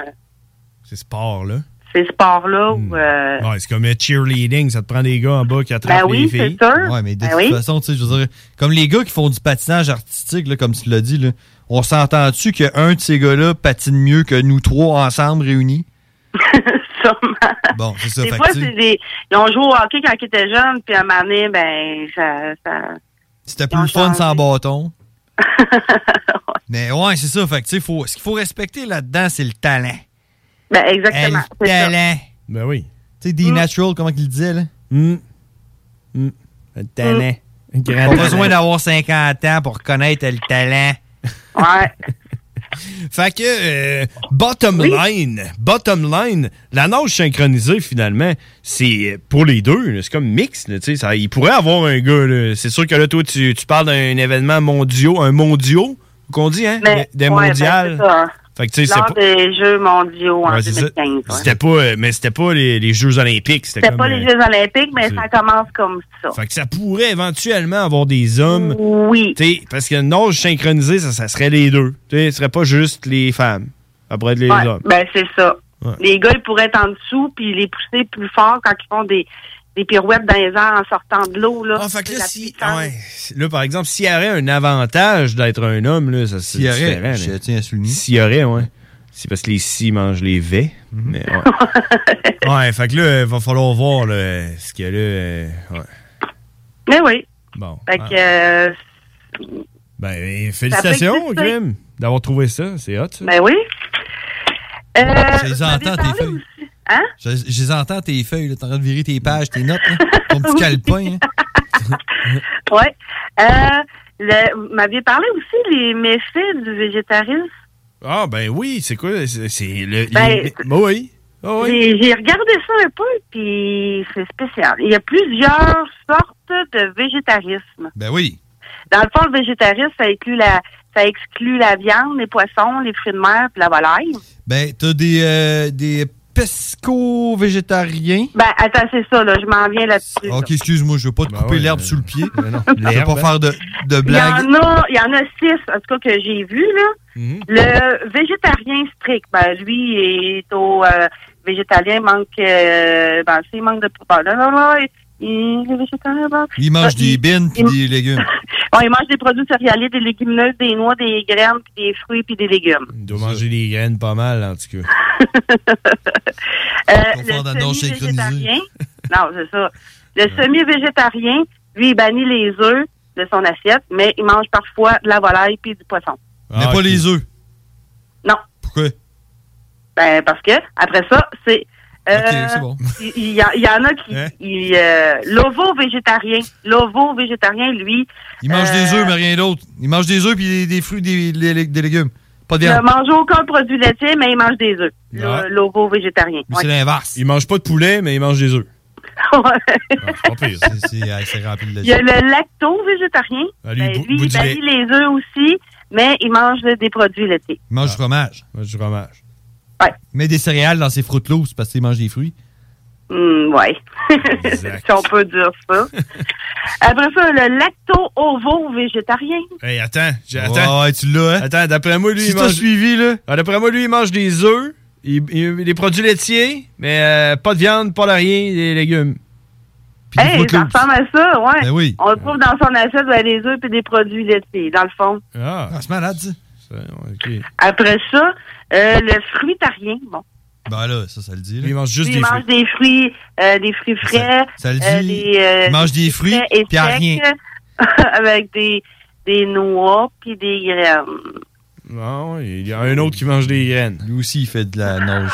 [SPEAKER 7] C'est sport, là.
[SPEAKER 27] ces sports-là où, euh,
[SPEAKER 7] Ouais, c'est comme le cheerleading, ça te prend des gars en bas qui attrapent
[SPEAKER 27] Ben oui,
[SPEAKER 7] les filles.
[SPEAKER 27] c'est sûr.
[SPEAKER 8] Ouais, mais de
[SPEAKER 27] Ben
[SPEAKER 8] toute
[SPEAKER 27] oui.
[SPEAKER 8] façon, tu sais, je veux dire, comme les gars qui font du patinage artistique, là, comme tu l'as dit, là, on s'entend-tu qu'un de ces gars-là patine mieux que nous trois ensemble réunis? Bon, c'est ça.
[SPEAKER 27] Des
[SPEAKER 8] fait
[SPEAKER 27] fois,
[SPEAKER 8] que, tu sais,
[SPEAKER 27] c'est des. Ils ont joué au hockey quand ils étaient jeunes, puis à un moment donné, ben, ça. ça...
[SPEAKER 8] C'était plus le fun sans bâton. Mais ouais, c'est ça. Fait que, tu sais, faut, ce qu'il faut respecter là-dedans, c'est le talent.
[SPEAKER 27] Ben, exactement.
[SPEAKER 8] Le
[SPEAKER 27] c'est ça.
[SPEAKER 8] talent.
[SPEAKER 7] Ben oui. Hmm.
[SPEAKER 8] Tu
[SPEAKER 27] Hmm.
[SPEAKER 8] sais,
[SPEAKER 27] Mm.
[SPEAKER 8] d Natural, comment qu'il le disait, là? hein.
[SPEAKER 7] Le
[SPEAKER 27] talent.
[SPEAKER 8] Pas besoin d'avoir 50 ans pour connaître le talent.
[SPEAKER 27] Ouais.
[SPEAKER 7] Fait que, euh, bottom line, bottom line, la nage synchronisée, finalement, c'est pour les deux. là. C'est comme mix. Là, tu sais, ça, il pourrait avoir un gars. là. C'est sûr que là, toi, tu, tu parles d'un événement mondial, un mondial, qu'on dit, hein?
[SPEAKER 27] Mais-
[SPEAKER 7] des des
[SPEAKER 27] ouais, ben,
[SPEAKER 7] mondiales.
[SPEAKER 27] c'est ça.
[SPEAKER 7] fait que, tu sais, c'est
[SPEAKER 27] Lors
[SPEAKER 7] pas.
[SPEAKER 27] des Jeux mondiaux en
[SPEAKER 7] Ouais, c'est ça.
[SPEAKER 27] 2015. ouais.
[SPEAKER 7] C'était pas, euh, mais c'était pas les, les Jeux olympiques. C'était
[SPEAKER 27] C'était
[SPEAKER 7] comme,
[SPEAKER 27] pas
[SPEAKER 7] euh,
[SPEAKER 27] les Jeux olympiques, mais
[SPEAKER 7] c'est-
[SPEAKER 27] ça commence comme ça.
[SPEAKER 7] Fait que ça pourrait éventuellement avoir des hommes.
[SPEAKER 27] Oui.
[SPEAKER 7] parce que le nage synchronisé, ça, ça serait les deux. Tu sais, ce serait pas juste les femmes. Ça pourrait être les
[SPEAKER 27] Ouais,
[SPEAKER 7] hommes.
[SPEAKER 27] Ben, c'est ça.
[SPEAKER 7] Ouais.
[SPEAKER 27] Les gars, ils pourraient être en dessous, puis les pousser plus fort quand ils font des, des pirouettes dans les airs en sortant de l'eau. Là.
[SPEAKER 7] Ah, fait que là,
[SPEAKER 27] La
[SPEAKER 7] si-
[SPEAKER 27] puissance.
[SPEAKER 7] ouais. Là, par exemple, s'il y aurait un avantage d'être un homme, là, ça c'est
[SPEAKER 8] S'il y aurait,
[SPEAKER 7] différent,
[SPEAKER 8] je
[SPEAKER 7] là.
[SPEAKER 8] tiens à souligner.
[SPEAKER 7] S'il y aurait, ouais. C'est parce que les si mangent les vets. mais ouais. Ouais, fait que là, il va falloir voir là, ce que là. euh, ouais.
[SPEAKER 27] Mais oui.
[SPEAKER 7] Bon.
[SPEAKER 27] Fait
[SPEAKER 7] Ah.
[SPEAKER 27] que, euh,
[SPEAKER 7] Ben, félicitations,
[SPEAKER 27] exister.
[SPEAKER 7] Grim, d'avoir trouvé ça. C'est hot, ça.
[SPEAKER 27] ben oui. Euh,
[SPEAKER 8] Je les
[SPEAKER 27] vous avez
[SPEAKER 8] entends,
[SPEAKER 27] parlé
[SPEAKER 8] tes feuilles.
[SPEAKER 27] Hein?
[SPEAKER 8] Je, je les entends, tes feuilles. là. T'es en train de virer tes pages, tes notes, là. ton petit calepin. hein.
[SPEAKER 27] Ouais. Euh, le- vous m'aviez parlé aussi les méfaits du végétarisme.
[SPEAKER 7] Ah, ben oui, c'est quoi? C'est c'est le.
[SPEAKER 27] Ben,
[SPEAKER 7] les- Ben oui. Ah oui.
[SPEAKER 27] J'ai j'ai regardé ça un peu, puis c'est spécial. Il y a plusieurs sortes de végétarisme.
[SPEAKER 8] Ben oui.
[SPEAKER 27] Dans le fond, le végétarisme, ça inclut la, ça exclut la viande, les poissons, les fruits de mer, puis la volaille.
[SPEAKER 8] Ben, t'as des, euh, des pesco-végétariens.
[SPEAKER 27] Ben, attends, c'est ça, là, je m'en viens là-dessus.
[SPEAKER 8] Ok, excuse-moi, je veux pas te couper l'herbe sous le pied. Je veux
[SPEAKER 7] l'herbe,
[SPEAKER 8] pas
[SPEAKER 7] hein.
[SPEAKER 8] faire de, de
[SPEAKER 27] Il y,
[SPEAKER 8] blagues.
[SPEAKER 27] en a, il y en a six, en tout cas, que j'ai vu, là.
[SPEAKER 8] Mhm.
[SPEAKER 27] Le végétarien strict, ben, lui, est au euh, végétalien, il manque, euh, ben, s'il manque de, ben, là, là, là, il, il est végétarien, ben.
[SPEAKER 8] Ils mangent des bines puis des légumes.
[SPEAKER 27] Bon, il mange des produits céréaliers, des légumineuses, des noix, des graines, puis des fruits, puis des légumes.
[SPEAKER 7] Il doit manger des graines pas mal, en tout cas.
[SPEAKER 27] Ah, Euh,
[SPEAKER 7] fort dans le
[SPEAKER 27] le
[SPEAKER 7] non
[SPEAKER 27] semi-végétarien, non, c'est ça. Le semi-végétarien, lui, il bannit les œufs de son assiette, mais il mange parfois de la volaille puis du poisson.
[SPEAKER 8] Mais pas les œufs.
[SPEAKER 27] Non.
[SPEAKER 8] Pourquoi?
[SPEAKER 27] Ben, parce que, après ça, c'est. euh,
[SPEAKER 8] c'est bon. Hein?
[SPEAKER 27] Il il y, a- il y en a qui. il, euh, L'ovo-végétarien. L'ovo-végétarien, lui.
[SPEAKER 8] Ils mangent
[SPEAKER 27] euh,
[SPEAKER 8] des œufs, mais rien d'autre. Ils mangent des œufs puis des, des fruits, des, des- des légumes. Pas de
[SPEAKER 27] ne
[SPEAKER 8] viande.
[SPEAKER 27] mange aucun produit laitier, mais il mange des œufs.
[SPEAKER 7] Ouais.
[SPEAKER 27] L'ovo végétarien. Ouais.
[SPEAKER 8] l'inverse.
[SPEAKER 7] Il mange pas de poulet, mais il mange des œufs.
[SPEAKER 8] C'est rempli de
[SPEAKER 27] Il y a le lacto-végétarien.
[SPEAKER 7] Ah, lui,
[SPEAKER 27] Ben,
[SPEAKER 7] il bou-
[SPEAKER 27] lui,
[SPEAKER 7] bout
[SPEAKER 27] il
[SPEAKER 7] du
[SPEAKER 27] bannit les œufs aussi, mais il mange des produits laitiers.
[SPEAKER 8] Ah. Il mange du fromage.
[SPEAKER 7] Il mange du fromage.
[SPEAKER 27] Ouais.
[SPEAKER 8] Met des céréales dans ses fruits loose parce qu'il mange des fruits.
[SPEAKER 27] Hmm, ouais. si on peut dire ça. Après ça, le lacto-ovo-végétarien.
[SPEAKER 7] Hey, attends, j'ai- attends. Ouais, tu l'as, Attends, d'après moi, lui,
[SPEAKER 8] hein? Si
[SPEAKER 7] il
[SPEAKER 8] t'as
[SPEAKER 7] mange. suivi, là. D'après moi, lui, il mange des œufs, il- il- des produits laitiers, mais euh, pas de viande, pas de rien, des légumes.
[SPEAKER 27] Hey, ça ressemble à ça, ouais.
[SPEAKER 7] Ben oui.
[SPEAKER 27] On le trouve dans son assiette ben, des œufs et des produits laitiers, dans le fond.
[SPEAKER 7] Ah,
[SPEAKER 8] c'est malade, ça.
[SPEAKER 27] Après ça, euh, le fruitarien. Bon.
[SPEAKER 8] Ben là, ça, ça le dit. là.
[SPEAKER 7] Il mange juste
[SPEAKER 27] Lui,
[SPEAKER 8] des
[SPEAKER 27] il mange
[SPEAKER 8] fruits.
[SPEAKER 27] des fruits, euh, des fruits frais.
[SPEAKER 8] ça le
[SPEAKER 27] euh,
[SPEAKER 8] dit.
[SPEAKER 27] des, euh,
[SPEAKER 8] Il mange des fruits,
[SPEAKER 27] frais et
[SPEAKER 8] puis à
[SPEAKER 27] secs,
[SPEAKER 8] rien.
[SPEAKER 27] avec des, des noix puis des graines.
[SPEAKER 7] Non, Ah, il y a un autre qui mange des graines.
[SPEAKER 8] Lui aussi, il fait de la nage.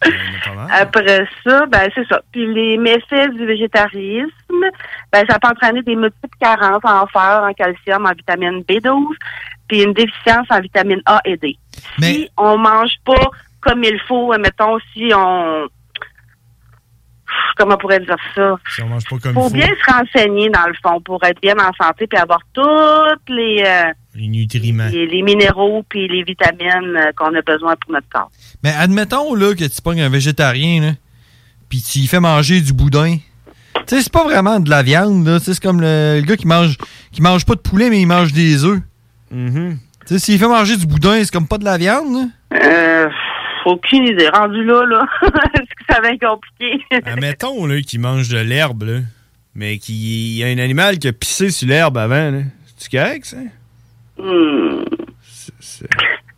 [SPEAKER 7] Ah.
[SPEAKER 27] Après ça, ben c'est ça. Puis les méfaits du végétarisme, ben ça peut entraîner des multiples carences en fer, en calcium, en vitamine B12, puis une déficience en vitamine A et D. Si on mange pas comme il faut, mettons, si on comment on pourrait dire ça?
[SPEAKER 7] Si on mange pas
[SPEAKER 27] Il
[SPEAKER 7] comme
[SPEAKER 27] faut bien se renseigner dans le fond pour être bien en santé puis avoir toutes les euh,
[SPEAKER 7] Les nutriments.
[SPEAKER 27] les, les minéraux puis les vitamines euh, qu'on a besoin pour notre corps.
[SPEAKER 8] Mais admettons là, que tu pognes un végétarien, là, puis tu lui fais manger du boudin. Tu sais, c'est pas vraiment de la viande. là. Tu sais, C'est comme le, le gars qui mange, qui mange pas de poulet, mais il mange des œufs. Tu sais, s'il fait manger du boudin, c'est comme pas de la viande. là.
[SPEAKER 27] Euh, aucune idée. Rendu là, là, est-ce que ça va être compliqué?
[SPEAKER 7] Admettons Ah, là, qu'il mange de l'herbe, là, mais qu'il il y a un animal qui a pissé sur l'herbe avant. là. C'est-tu correct, ça?
[SPEAKER 27] Hmm.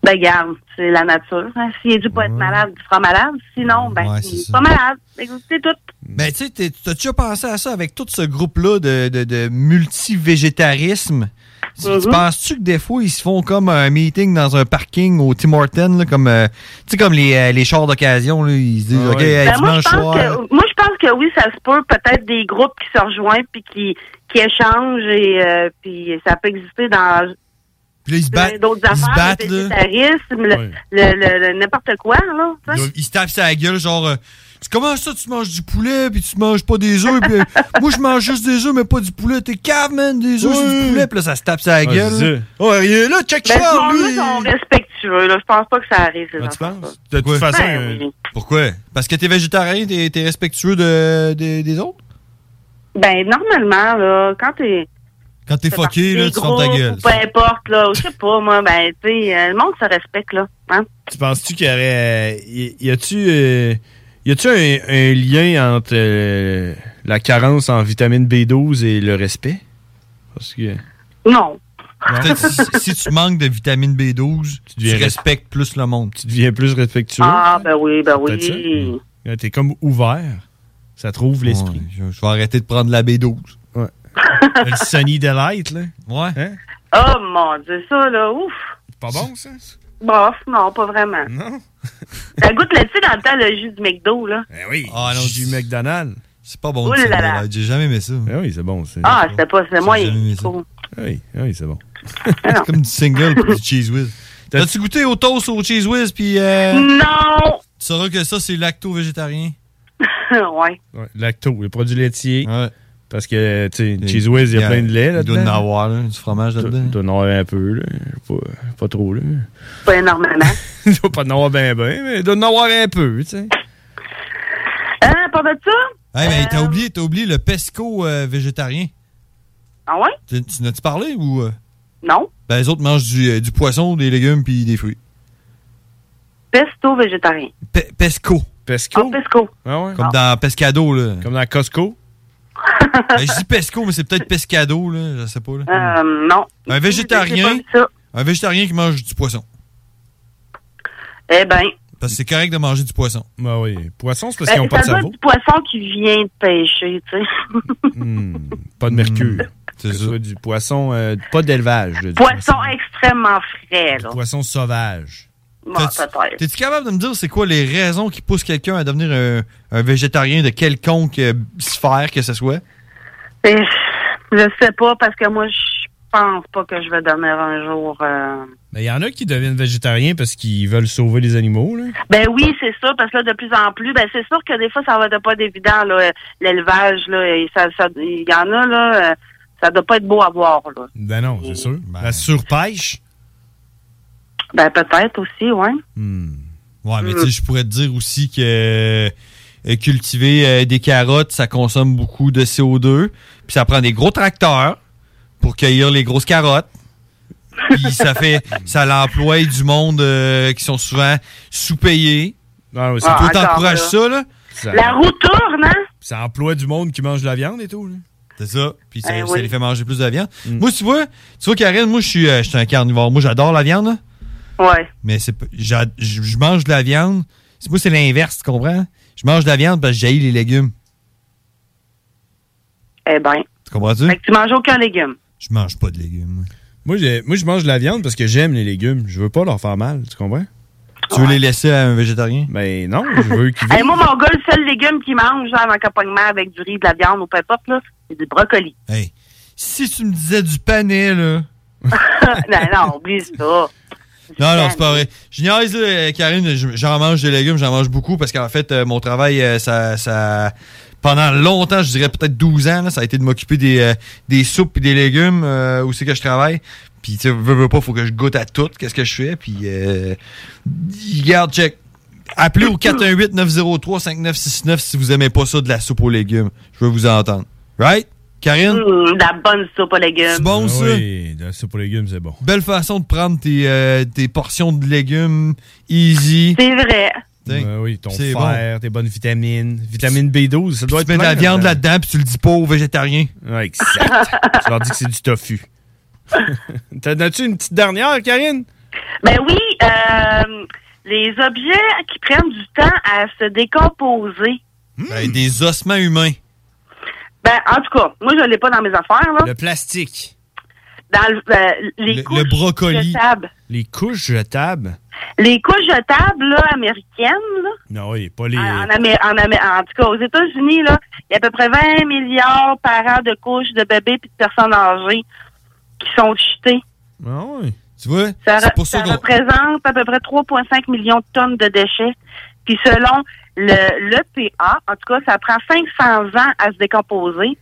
[SPEAKER 27] Ben, garde, c'est la nature. Hein. S'il est dû pas être malade, il sera malade. Sinon, ben, il est pas malade. Fait que C'est tout.
[SPEAKER 8] Mais Ben, tu sais, t'es- t'as déjà pensé à ça avec tout ce groupe-là de, de, de multivégétarisme? Tu- Tu,
[SPEAKER 27] Uh-huh.
[SPEAKER 8] penses-tu que des fois, ils se font comme un meeting dans un parking au Tim Hortons, là, comme, euh, tu sais, comme les, euh, les chars d'occasion, là, ils se disent, OK,
[SPEAKER 27] Ben,
[SPEAKER 8] euh,
[SPEAKER 27] moi, je
[SPEAKER 8] dimanche
[SPEAKER 27] pense
[SPEAKER 8] soir...
[SPEAKER 27] que, moi, je pense que oui, ça se peut. Peut-être des groupes qui se rejoignent puis qui, qui échangent et euh, puis ça peut exister dans
[SPEAKER 8] Puis là, ils se
[SPEAKER 27] plein d'autres affaires,
[SPEAKER 8] battent,
[SPEAKER 27] le
[SPEAKER 8] là.
[SPEAKER 27] végétarisme, le, le- le- le- n'importe quoi, là. tu sais.
[SPEAKER 8] Ils doivent- Ils se tapent sur la gueule, genre, euh, Tu- comment ça, tu manges du poulet, puis tu manges pas des œufs, puis euh, moi, je mange juste des œufs, mais pas du poulet, t'es cave, man, des œufs, c'est du poulet, puis là, ça se tape
[SPEAKER 27] Ah,
[SPEAKER 8] sur la
[SPEAKER 7] Ouais,
[SPEAKER 8] gueule.
[SPEAKER 7] c'est
[SPEAKER 8] là.
[SPEAKER 7] ça. Oh, rien, là, check
[SPEAKER 27] Ben,
[SPEAKER 7] Charles,
[SPEAKER 27] ce
[SPEAKER 7] lui.
[SPEAKER 27] monde-là sont respectueux, là. Je pense pas que ça arrive, ces
[SPEAKER 7] tu
[SPEAKER 27] affaires-là.
[SPEAKER 7] penses? De toute
[SPEAKER 8] Ouais.
[SPEAKER 7] façon,
[SPEAKER 27] Ben
[SPEAKER 7] euh,
[SPEAKER 8] Pourquoi? Parce que t'es végétarien, t'es t'es respectueux de, des- des autres?
[SPEAKER 27] Ben, normalement, là, quand t'es.
[SPEAKER 8] Quand t'es fucké, là,
[SPEAKER 27] des
[SPEAKER 8] tu fermes ta
[SPEAKER 27] groupes
[SPEAKER 8] gueule.
[SPEAKER 27] ou Peu importe, là. Je sais pas, moi, ben, tu sais, euh, le monde se respecte, là. Hein?
[SPEAKER 7] tu penses-tu qu'il y aurait. euh, Y y a-tu. euh, y a-tu un, un lien entre euh, la carence en vitamine B12 et le respect? Parce que.
[SPEAKER 27] Non.
[SPEAKER 8] Peut-être si, si tu manques de vitamine B12, tu,
[SPEAKER 7] deviens
[SPEAKER 8] respectes plus le monde.
[SPEAKER 7] Tu deviens plus respectueux.
[SPEAKER 27] Ah, ben oui, ben
[SPEAKER 7] Peut-être ça.
[SPEAKER 27] oui.
[SPEAKER 7] Ouais, T'es comme ouvert. Ça trouve l'esprit.
[SPEAKER 8] je, vais arrêter de prendre la B12.
[SPEAKER 7] Ouais. le Sunny Delight, là. Hein?
[SPEAKER 8] Ouais.
[SPEAKER 27] Oh, mon Dieu, ça, là, ouf.
[SPEAKER 7] Pas bon, ça?
[SPEAKER 27] Bof, non, pas vraiment.
[SPEAKER 7] Non.
[SPEAKER 27] Ça goûte le tu dans le temps, le jus du McDo, là.
[SPEAKER 7] Eh oui. Ah non, du McDonald's. Ben
[SPEAKER 8] C'est pas bon.
[SPEAKER 27] Ouh là
[SPEAKER 8] ça,
[SPEAKER 27] là.
[SPEAKER 8] Delight. J'ai jamais aimé ça.
[SPEAKER 7] oui, c'est bon. C'est
[SPEAKER 27] Ah, c'était pas, c'est Ah, moyen.
[SPEAKER 8] jamais aimé ça.
[SPEAKER 27] trop.
[SPEAKER 7] Oui, oui, c'est bon.
[SPEAKER 8] c'est comme du single pour du cheese whiz. T'as-tu goûté au toast au cheese whiz puis euh,
[SPEAKER 27] Non!
[SPEAKER 8] Tu sauras que ça c'est lacto végétarien.
[SPEAKER 27] ouais.
[SPEAKER 7] Ouais, lacto, les produits laitiers. Parce que, tu sais, Cheese Whiz, il y a
[SPEAKER 8] Yeah.
[SPEAKER 7] plein de lait
[SPEAKER 8] Il
[SPEAKER 7] là-dedans.
[SPEAKER 8] doit en avoir, là, du fromage là-dedans.
[SPEAKER 7] Il doit en avoir un peu, là. Pas, pas trop, là.
[SPEAKER 27] Pas énormément.
[SPEAKER 7] il doit pas en avoir ben ben, mais il doit en avoir un peu, tu sais.
[SPEAKER 27] Hein, pas de ça? Euh.
[SPEAKER 8] Hey, mais t'as oublié, t'as oublié le pesco euh, végétarien.
[SPEAKER 27] Ah ouais?
[SPEAKER 8] Tu, tu n'as-tu parlé ou euh,
[SPEAKER 27] Non.
[SPEAKER 8] ben, les autres mangent du, euh, du poisson, des légumes puis des fruits.
[SPEAKER 27] Pesto végétarien.
[SPEAKER 8] Pe- pesco.
[SPEAKER 7] Pesco.
[SPEAKER 27] Ah, pesco.
[SPEAKER 8] Comme dans Pescado, là. Ben,
[SPEAKER 7] Comme dans Costco.
[SPEAKER 8] je dis Pesco, mais c'est peut-être Pescado, là. Je sais pas, là.
[SPEAKER 27] Euh, non.
[SPEAKER 8] un végétarien. Un végétarien qui mange du poisson.
[SPEAKER 27] Eh ben.
[SPEAKER 8] Parce que c'est correct de manger du poisson.
[SPEAKER 7] Ben oui. Poisson, c'est
[SPEAKER 27] ben, ça doit être du poisson qui vient de pêcher, tu sais.
[SPEAKER 7] Pas de mercure.
[SPEAKER 8] Mm.
[SPEAKER 7] C'est ça. du poisson, euh, pas d'élevage. du
[SPEAKER 27] Poisson extrêmement frais, là.
[SPEAKER 7] Poisson sauvage.
[SPEAKER 27] Bon,
[SPEAKER 8] T'as-tu-
[SPEAKER 27] Bah, peut-être.
[SPEAKER 8] T'es-tu capable de me dire c'est quoi les raisons qui poussent quelqu'un à devenir un, un végétarien de quelconque euh, sphère que ce soit?
[SPEAKER 27] Et Je sais pas, parce que moi, je pense pas que je vais devenir un jour... euh,
[SPEAKER 7] Mais il Ben, y en a qui deviennent végétariens parce qu'ils veulent sauver les animaux. Là.
[SPEAKER 27] Ben oui, c'est sûr, parce que là, de plus en plus, ben c'est sûr que des fois, ça va être pas d'évident, là, euh, l'élevage, là, et ça, ça- il y en a, là, euh, ça doit pas être beau à voir, là.
[SPEAKER 7] Ben non,
[SPEAKER 27] Oh.
[SPEAKER 7] c'est sûr. La surpêche.
[SPEAKER 27] Ben peut-être aussi, ouais.
[SPEAKER 8] Ouais, mais tu sais, je pourrais te dire aussi que euh, cultiver euh, des carottes, ça consomme beaucoup de CO2. Puis ça prend des gros tracteurs pour cueillir les grosses carottes. Puis ça fait, ça l'emploie du monde euh, qui sont souvent sous-payés.
[SPEAKER 7] Ah c'est
[SPEAKER 8] Toi,
[SPEAKER 7] encore,
[SPEAKER 8] t'encourages
[SPEAKER 7] là.
[SPEAKER 8] ça, là?
[SPEAKER 7] Ça- La roue
[SPEAKER 27] tourne, hein?
[SPEAKER 7] Ça emploie du monde qui mange de la viande et tout. là.
[SPEAKER 8] C'est ça. Puis ça,
[SPEAKER 7] Eh
[SPEAKER 8] ça
[SPEAKER 7] oui.
[SPEAKER 8] les fait manger plus de viande. Moi, tu vois, tu vois, Karine, moi, je suis, euh, je suis un carnivore. Moi, j'adore la viande. là.
[SPEAKER 27] Ouais.
[SPEAKER 8] Mais c'est pas- j'a- je je mange de la viande. C'est- Moi, c'est l'inverse, tu comprends? Je mange de la viande parce que j'haïs les légumes.
[SPEAKER 27] Eh ben.
[SPEAKER 8] Tu comprends-tu?
[SPEAKER 27] Fait que tu manges aucun légume.
[SPEAKER 8] Je mange pas de légumes.
[SPEAKER 7] Moi, j'ai- moi, je mange de la viande parce que j'aime les légumes. Je veux pas leur faire mal, tu comprends?
[SPEAKER 8] Tu veux les laisser à un végétarien?
[SPEAKER 7] Ben non, je veux qu'ils
[SPEAKER 27] Eh, moi, mon gars, le seul légume qu'il mange, genre, en accompagnement avec du riz, de la viande ou peu importe, là, c'est du brocoli.
[SPEAKER 8] Hey, si tu me disais du panais, là.
[SPEAKER 27] non, non, oublie ça.
[SPEAKER 8] Non, non, c'est pas vrai. Je niaise, là, euh, Karine, je- j'en mange des légumes, j'en mange beaucoup parce qu'en fait, euh, mon travail, euh, ça, ça- Pendant longtemps, je dirais peut-être 12 ans, là, ça a été de m'occuper des, euh, des soupes et des légumes euh, où c'est que je travaille. Puis, tu sais, veux, veux pas, faut que je goûte à tout, qu'est-ce que je fais. Puis, euh, garde, check. Appelez au 418-903-5969 si vous aimez pas ça de la soupe aux légumes. Je veux vous entendre. Right? Karine?
[SPEAKER 27] Hum, de la bonne soupe aux légumes.
[SPEAKER 8] C'est bon,
[SPEAKER 7] Ah
[SPEAKER 8] ça?
[SPEAKER 7] Oui, de la soupe aux légumes, c'est bon.
[SPEAKER 8] Belle façon de prendre tes, euh, tes portions de légumes easy.
[SPEAKER 27] C'est vrai.
[SPEAKER 7] Ben oui, ton
[SPEAKER 8] C'est
[SPEAKER 7] fer, tes bonnes vitamines. Vitamine B12, ça doit être
[SPEAKER 8] Tu mets de la
[SPEAKER 7] plein,
[SPEAKER 8] viande
[SPEAKER 7] là.
[SPEAKER 8] là-dedans, puis tu le dis pas aux végétariens.
[SPEAKER 7] Ouais, exact. tu leur dis que c'est du tofu. T'en as-tu une petite dernière, Karine?
[SPEAKER 27] Ben oui, euh, les objets qui prennent du temps à se décomposer.
[SPEAKER 7] Hmm.
[SPEAKER 8] Ben, des ossements humains.
[SPEAKER 27] Ben, en tout cas, moi, je l'ai pas dans mes affaires, là.
[SPEAKER 7] Le plastique.
[SPEAKER 27] Dans le- euh, les
[SPEAKER 7] Le- le
[SPEAKER 27] couches
[SPEAKER 7] brocoli.
[SPEAKER 27] jetables.
[SPEAKER 7] Les couches jetables?
[SPEAKER 27] Les couches jetables, là, américaines, là,
[SPEAKER 7] Non, oui, pas les.
[SPEAKER 27] Ah, en, Amé- en Amé- en tout cas, aux États-Unis, là, il y a à peu près 20 milliards par an de couches de bébés et de personnes âgées qui sont jetées.
[SPEAKER 7] Ben
[SPEAKER 8] Tu vois?
[SPEAKER 27] Ça,
[SPEAKER 8] C'est
[SPEAKER 27] re-
[SPEAKER 8] pour ça
[SPEAKER 27] ça
[SPEAKER 8] qu'on.
[SPEAKER 27] représente à peu près 3,5 millions de tonnes de déchets. Puis selon le l'EPA, en tout cas, ça prend 500 ans à se décomposer.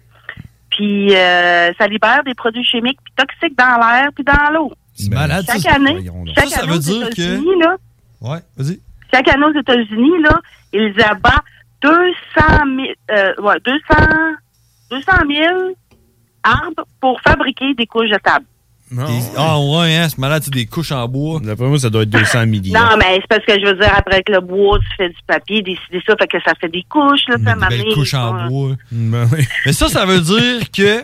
[SPEAKER 27] Puis euh, ça libère des produits chimiques puis toxiques dans l'air puis dans l'eau.
[SPEAKER 8] C'est malade, ça,
[SPEAKER 27] Chaque
[SPEAKER 8] ça.
[SPEAKER 27] année,
[SPEAKER 8] Ben, Voyons donc.
[SPEAKER 27] chaque
[SPEAKER 8] Ça, ça
[SPEAKER 27] année
[SPEAKER 8] veut
[SPEAKER 27] aux
[SPEAKER 8] dire que-
[SPEAKER 27] États-Unis, là,
[SPEAKER 8] Ouais, vas-y.
[SPEAKER 27] chaque année aux États-Unis, là, ils abattent 200 000, euh, ouais, 200, 200 000 arbres pour fabriquer des couches jetables.
[SPEAKER 8] Des- Ah ouais, hein, c'est malade, c'est des couches en bois.
[SPEAKER 7] D'après moi, ça doit être 200 millions.
[SPEAKER 8] euh,
[SPEAKER 27] Non, mais c'est parce que je veux dire, après avec le bois, tu fais du papier, des, des ça, fait que ça fait des couches, là, ça m'a
[SPEAKER 8] Des belles couches en bois.
[SPEAKER 7] Ben
[SPEAKER 8] Mais ça, ça veut dire que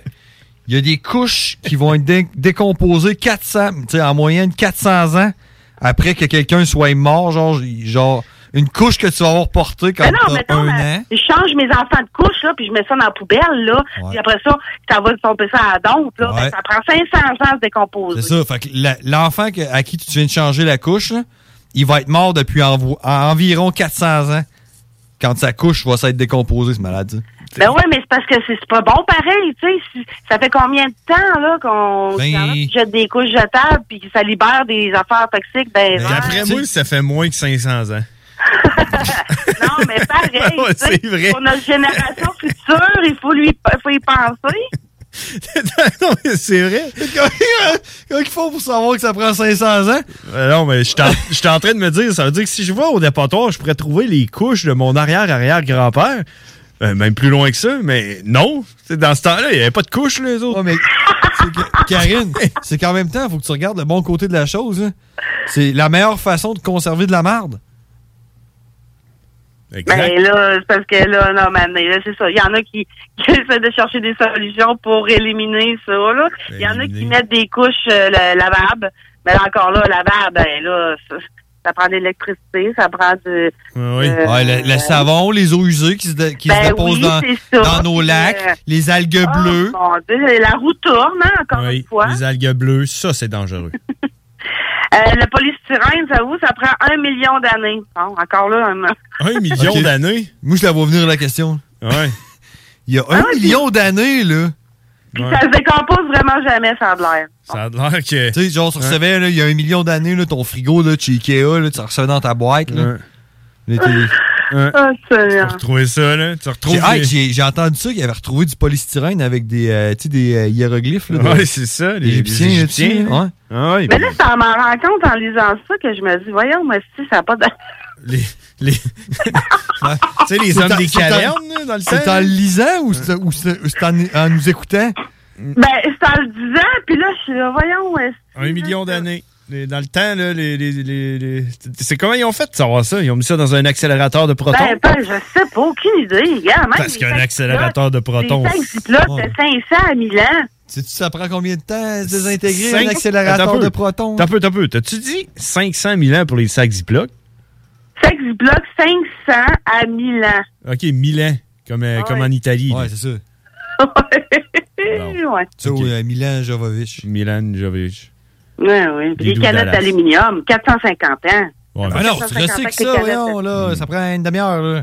[SPEAKER 8] il y a des couches qui vont être dé- décomposées 400, tu sais, en moyenne 400 ans après que quelqu'un soit mort, genre, genre une couche que tu vas avoir portée quand
[SPEAKER 27] Mais non,
[SPEAKER 8] t'as
[SPEAKER 27] mettons,
[SPEAKER 8] un
[SPEAKER 27] euh,
[SPEAKER 8] an.
[SPEAKER 27] je change mes enfants de couche, là, puis je mets ça dans la poubelle, là, puis après ça, ça va tomber ça à la dompe, là,
[SPEAKER 8] Ouais.
[SPEAKER 27] Ben, ça prend 500 ans à se décomposer.
[SPEAKER 8] C'est ça. Fait que la- l'enfant que- à qui tu viens de changer la couche, là, il va être mort depuis envo- en- environ 400 ans. Quand sa couche va s'être décomposée, ce malade. ça.
[SPEAKER 27] Ben ouais, mais c'est parce que c'est c'est pas bon pareil, tu sais. si- Ça fait combien de temps, là, qu'on
[SPEAKER 7] Ben-
[SPEAKER 27] qu'il y en a qui jettent des couches jetables, puis que ça libère des affaires toxiques Ben, dans les
[SPEAKER 7] Mais
[SPEAKER 27] airs?
[SPEAKER 7] D'après moi, ça fait moins que 500 ans.
[SPEAKER 27] Non, mais pareil,
[SPEAKER 7] Ouais,
[SPEAKER 27] tu sais,
[SPEAKER 7] c'est vrai.
[SPEAKER 27] pour notre génération future, il faut lui, faut y penser.
[SPEAKER 7] non, mais c'est vrai.
[SPEAKER 8] hein? Comment ils font pour savoir que ça prend 500 ans?
[SPEAKER 7] Euh, non, mais je t'en- je suis en train de me dire, ça veut dire que si je vais au dépotoir, je pourrais trouver les couches de mon arrière-arrière-grand-père. Euh, même plus loin que ça, mais non. C'est Dans ce temps-là, il n'y avait pas de couches, les autres.
[SPEAKER 8] Karine, c'est qu'en même temps, il faut que tu regardes le bon côté de la chose. là. C'est la meilleure façon de conserver de la marde.
[SPEAKER 27] Ben là, c'est parce que là, non, mais là, c'est ça. Il y en a qui, qui essaient de chercher des solutions pour éliminer ça, là. Il y en a qui mettent des couches euh, la- lavables. Mais là, encore là, lavable, ben là, ça, ça prend de l'électricité, ça prend du... euh,
[SPEAKER 8] Ouais, le, le savon, les eaux usées qui se, dé- qui se
[SPEAKER 27] Ben
[SPEAKER 8] déposent
[SPEAKER 27] oui,
[SPEAKER 8] dans,
[SPEAKER 27] c'est ça.
[SPEAKER 8] dans nos lacs,
[SPEAKER 27] Euh,
[SPEAKER 8] les algues
[SPEAKER 27] oh,
[SPEAKER 8] bleues.
[SPEAKER 27] mon Dieu, la roue tourne, hein, encore une fois.
[SPEAKER 7] Les algues bleues, ça, c'est dangereux.
[SPEAKER 27] Euh, le polystyrène, ça vous, ça prend un million d'années. Bon, encore là, un...
[SPEAKER 7] Un million
[SPEAKER 8] Ok.
[SPEAKER 7] d'années?
[SPEAKER 8] Moi, je la vois venir la question.
[SPEAKER 7] Ouais.
[SPEAKER 8] Il y a un
[SPEAKER 27] ouais,
[SPEAKER 8] million d'années, là.
[SPEAKER 27] Ah, Puis ça se décompose vraiment jamais, ça a de l'air.
[SPEAKER 7] Ça a l'air que.
[SPEAKER 8] Tu sais, genre, tu recevais, là, il y a un million d'années, là, ton frigo, là, chez Ikea, là, tu le recevais dans ta boîte, là. Là, t'es-
[SPEAKER 27] Oh, Seigneur.
[SPEAKER 7] Retrouver ça, là. Tu retrouves.
[SPEAKER 8] J'ai, hey,
[SPEAKER 7] les-
[SPEAKER 8] j'ai- j'ai entendu ça, qu'il avait retrouvé du polystyrène avec des, euh, tu sais, des euh, hiéroglyphes. Là, de-
[SPEAKER 7] Ouais, c'est ça, les-
[SPEAKER 8] des Égyptiens.
[SPEAKER 7] les
[SPEAKER 8] là,
[SPEAKER 7] Égyptiens, hein. Ah
[SPEAKER 8] tu sais,
[SPEAKER 7] là.
[SPEAKER 8] ouais.
[SPEAKER 27] Mais là, ça m'en rend compte en lisant ça que je me dis, voyons, moi, si, ça n'a pas de.
[SPEAKER 7] Tu sais, les
[SPEAKER 8] C'est
[SPEAKER 7] hommes
[SPEAKER 8] en-
[SPEAKER 7] des
[SPEAKER 8] c'est en-
[SPEAKER 7] cavernes, là, dans le
[SPEAKER 8] C'est
[SPEAKER 7] temps.
[SPEAKER 8] en le lisant ou c'est, ou c'est- ou c'est en, en nous écoutant?
[SPEAKER 7] Mm.
[SPEAKER 27] Ben, c'est en le disant, puis là, je suis là, voyons, ouais.
[SPEAKER 7] Un million d'années. Les- Dans le temps, là, les, les, les- les- c'est comment ils ont fait de savoir ça? Ils ont mis ça dans un accélérateur de protons.
[SPEAKER 27] Ben, ben, je sais pas, aucune idée. Regarde, même
[SPEAKER 7] Parce
[SPEAKER 27] les
[SPEAKER 7] qu'un
[SPEAKER 27] cinq
[SPEAKER 7] accélérateur de
[SPEAKER 27] pilotes-
[SPEAKER 7] protons.
[SPEAKER 27] Les 5 pilotes
[SPEAKER 7] Ouais.
[SPEAKER 27] de 500 à 1000 ans.
[SPEAKER 8] Sais-tu, ça prend combien de temps à se désintégrer
[SPEAKER 7] Cinq-
[SPEAKER 8] un accélérateur
[SPEAKER 7] Attends
[SPEAKER 8] de
[SPEAKER 7] peu.
[SPEAKER 8] protons?
[SPEAKER 7] T'as peu, t'as peu. T'as-tu dit 500 000 ans pour les sacs Ziploc?
[SPEAKER 27] 5 blocs 500 à 1000 ans.
[SPEAKER 7] OK, 1000 ans, comme,
[SPEAKER 27] Ah
[SPEAKER 7] euh, comme en Italie. Ouais, c'est
[SPEAKER 8] ça.
[SPEAKER 27] ouais.
[SPEAKER 8] Tu sais, euh, Milan Jovovich.
[SPEAKER 7] Milan Jovovich.
[SPEAKER 27] Ouais, oui.
[SPEAKER 7] Des
[SPEAKER 27] Puis les
[SPEAKER 7] loups
[SPEAKER 27] canettes
[SPEAKER 7] Dallas.
[SPEAKER 27] d'aluminium, 450 ans.
[SPEAKER 7] Ouais,
[SPEAKER 8] Ah non, tu
[SPEAKER 27] 450
[SPEAKER 8] recycles ça,
[SPEAKER 27] canettes.
[SPEAKER 8] voyons, là. Ça prend une demi-heure, là.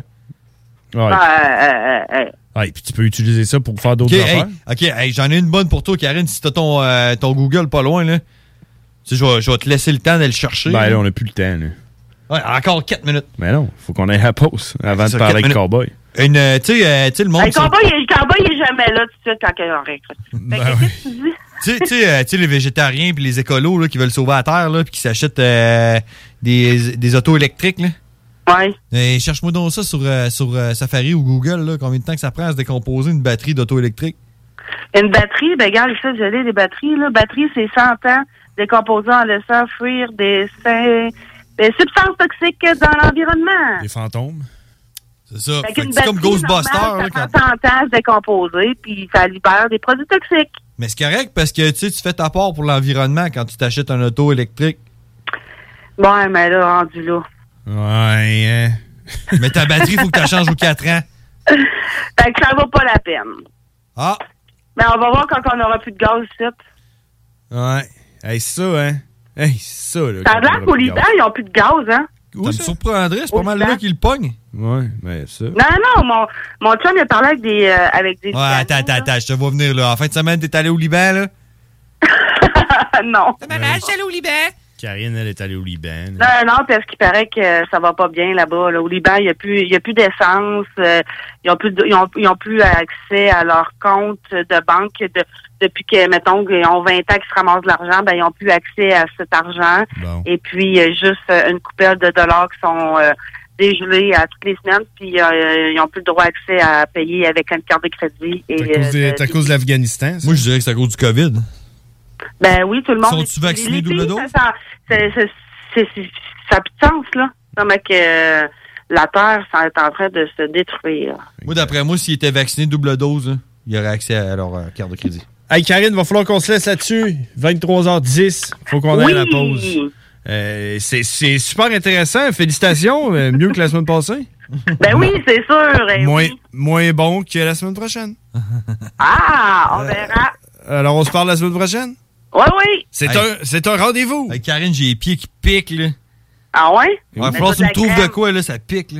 [SPEAKER 7] Ouais.
[SPEAKER 27] Ah, euh, euh, euh,
[SPEAKER 7] Ouais, puis tu peux utiliser ça pour faire
[SPEAKER 8] OK,
[SPEAKER 7] d'autres
[SPEAKER 8] hey,
[SPEAKER 7] affaires.
[SPEAKER 8] ok, hey, j'en ai une bonne pour toi, Karine, si t'as ton, euh, ton Google pas loin, là. Tu sais, je vais- je vais te laisser le temps d'aller le chercher.
[SPEAKER 7] Ben
[SPEAKER 8] là.
[SPEAKER 7] là, on n'a plus le temps. Là.
[SPEAKER 8] Ouais, encore 4 minutes.
[SPEAKER 7] Mais non, faut qu'on aille à la pause avant
[SPEAKER 8] C'est
[SPEAKER 7] de
[SPEAKER 8] ça,
[SPEAKER 7] parler
[SPEAKER 8] quatre
[SPEAKER 7] avec Cowboy.
[SPEAKER 8] Une, euh, tu sais, euh, tu sais, le monde...
[SPEAKER 27] Le
[SPEAKER 8] c'est-
[SPEAKER 27] combat, il- le combat, il est jamais là tout de suite quand il y a un récrut.
[SPEAKER 8] Tu sais- tu sais, euh, tu sais, les végétariens puis les écolos là, qui veulent sauver la terre là, puis qui s'achètent euh, des, des autos électriques. Là. Eh,
[SPEAKER 27] Ouais.
[SPEAKER 8] Cherche-moi donc ça sur, euh, sur euh, Safari ou Google, là, combien de temps que ça prend à se décomposer une batterie d'auto électrique.
[SPEAKER 27] Une batterie, ben regarde, ici, vous avez des batteries. Là. Batterie, c'est 100 ans décomposant en laissant fuir des, sains- des substances toxiques dans l'environnement.
[SPEAKER 7] Les fantômes.
[SPEAKER 8] C'est ça.
[SPEAKER 27] Fait
[SPEAKER 8] Fait
[SPEAKER 27] qu'une
[SPEAKER 8] que C'est comme
[SPEAKER 27] batterie
[SPEAKER 8] Ghostbusters. là,
[SPEAKER 27] normale,
[SPEAKER 8] quand-
[SPEAKER 27] Ça prend 100 ans à se décomposer, puis ça libère des produits toxiques.
[SPEAKER 8] Mais c'est correct parce que tu sais, tu fais ta part pour l'environnement quand tu t'achètes un auto électrique.
[SPEAKER 27] Ouais, mais là, rendu là.
[SPEAKER 7] Ouais.
[SPEAKER 8] Mais ta batterie, il faut que tu la changes aux 4 ans.
[SPEAKER 27] Fait que ça vaut pas la peine.
[SPEAKER 8] Ah!
[SPEAKER 27] Mais on va voir quand on aura plus de gaz ici.
[SPEAKER 7] Ouais. Hey, ça, hein? Hey, ça, là.
[SPEAKER 27] Ça a l'air qu'au Liban, ils ont plus de gaz, hein?
[SPEAKER 8] Ça me surprendrait, c'est
[SPEAKER 27] Au
[SPEAKER 8] pas mal
[SPEAKER 27] Liban.
[SPEAKER 8] là qu'il le pogne.
[SPEAKER 7] Ouais, mais ça.
[SPEAKER 27] Non, non, mon, mon chum, il a parlé avec des... euh, avec des
[SPEAKER 8] Ouais, attends, attends, attends, je te vois venir là. En fin de semaine, t'es allé au Liban là?
[SPEAKER 27] non.
[SPEAKER 8] allée au Liban.
[SPEAKER 7] Karine, elle est allée au Liban.
[SPEAKER 27] Non, non, parce qu'il paraît que euh, ça va pas bien là-bas. là. Au Liban, il n'y a plus, il y a plus d'essence. euh, ils ont plus, de- ils ont, ils ont plus accès à leur compte de banque de- depuis que, mettons, qu'ils ont 20 ans qu'ils se ramassent de l'argent, ben ils ont plus accès à cet argent. Et puis euh, juste euh, une coupelle de dollars qui sont euh, dégelés à toutes les semaines, puis euh, ils ont plus le droit accès à payer avec une carte de crédit. Et,
[SPEAKER 7] C'est à cause,
[SPEAKER 27] euh,
[SPEAKER 7] des- c'est à cause de l'Afghanistan,
[SPEAKER 8] Moi, je dirais que c'est à cause du COVID.
[SPEAKER 27] ben oui, tout le monde.
[SPEAKER 8] Sont-tu vaccinés
[SPEAKER 27] les
[SPEAKER 8] double
[SPEAKER 27] pays,
[SPEAKER 8] dose?
[SPEAKER 27] Ça, ça, c'est- c'est- c'est- c'est- ça a plus de sens, là. Comment que euh, la Terre ça est en train de se détruire.
[SPEAKER 8] Moi, d'après moi, s'il était vacciné double dose, hein, il aurait accès à leur euh, carte de crédit.
[SPEAKER 7] Hey, Karine, va falloir qu'on se laisse là-dessus. 23h10, faut qu'on aille à la
[SPEAKER 8] Oui.
[SPEAKER 7] pause. Euh, c'est- c'est super intéressant. Félicitations. euh, mieux que la semaine passée.
[SPEAKER 27] Ben oui, c'est sûr. eh
[SPEAKER 7] Moins,
[SPEAKER 27] oui.
[SPEAKER 7] moins bon que la semaine prochaine.
[SPEAKER 27] Ah, on verra.
[SPEAKER 7] Alors, on se parle la semaine prochaine?
[SPEAKER 27] Oui, oui.
[SPEAKER 7] C'est
[SPEAKER 8] Hey.
[SPEAKER 7] un, c'est un rendez-vous.
[SPEAKER 8] Hey, Karine, j'ai les pieds qui piquent, là.
[SPEAKER 27] Ah ouais?
[SPEAKER 8] Il va
[SPEAKER 7] Mets
[SPEAKER 8] falloir que
[SPEAKER 7] ça
[SPEAKER 8] tu
[SPEAKER 7] de
[SPEAKER 8] me
[SPEAKER 7] la
[SPEAKER 8] trouves de
[SPEAKER 7] crème.
[SPEAKER 8] quoi, là, ça pique, là.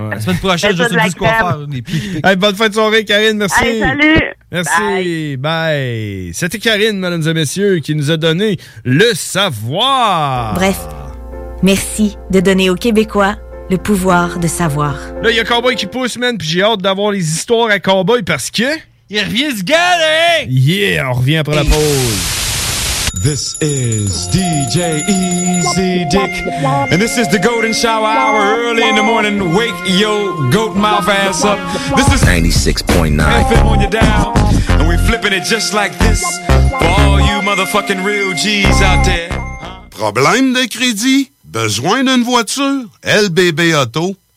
[SPEAKER 8] La semaine prochaine,
[SPEAKER 7] Mets
[SPEAKER 8] je
[SPEAKER 27] Ben,
[SPEAKER 7] ça
[SPEAKER 8] sais
[SPEAKER 7] de la
[SPEAKER 8] plus quoi
[SPEAKER 7] crème.
[SPEAKER 8] faire, là, les pieds qui piquent.
[SPEAKER 7] Hey, bonne fin de soirée, Karine. Merci.
[SPEAKER 8] Hey, salut.
[SPEAKER 7] Merci. Bye. C'était Karine, mesdames et messieurs, qui nous a donné le savoir.
[SPEAKER 1] Bref, merci de donner aux Québécois le pouvoir de savoir.
[SPEAKER 7] Là, il y a Cowboy qui pousse, man, puis j'ai hâte d'avoir les histoires à Cowboy parce que...
[SPEAKER 8] Il revient du gars, là,
[SPEAKER 7] Yeah, on revient après la pause.
[SPEAKER 28] This is DJ Easy Dick, and this is the golden shower hour early in the morning. Wake your goat mouth ass up. This is
[SPEAKER 17] 96.9.
[SPEAKER 28] FM on your dial, and we're flipping it just like this for all you motherfucking real G's out there.
[SPEAKER 11] Problème de crédit? Besoin d'une voiture? LBBauto.com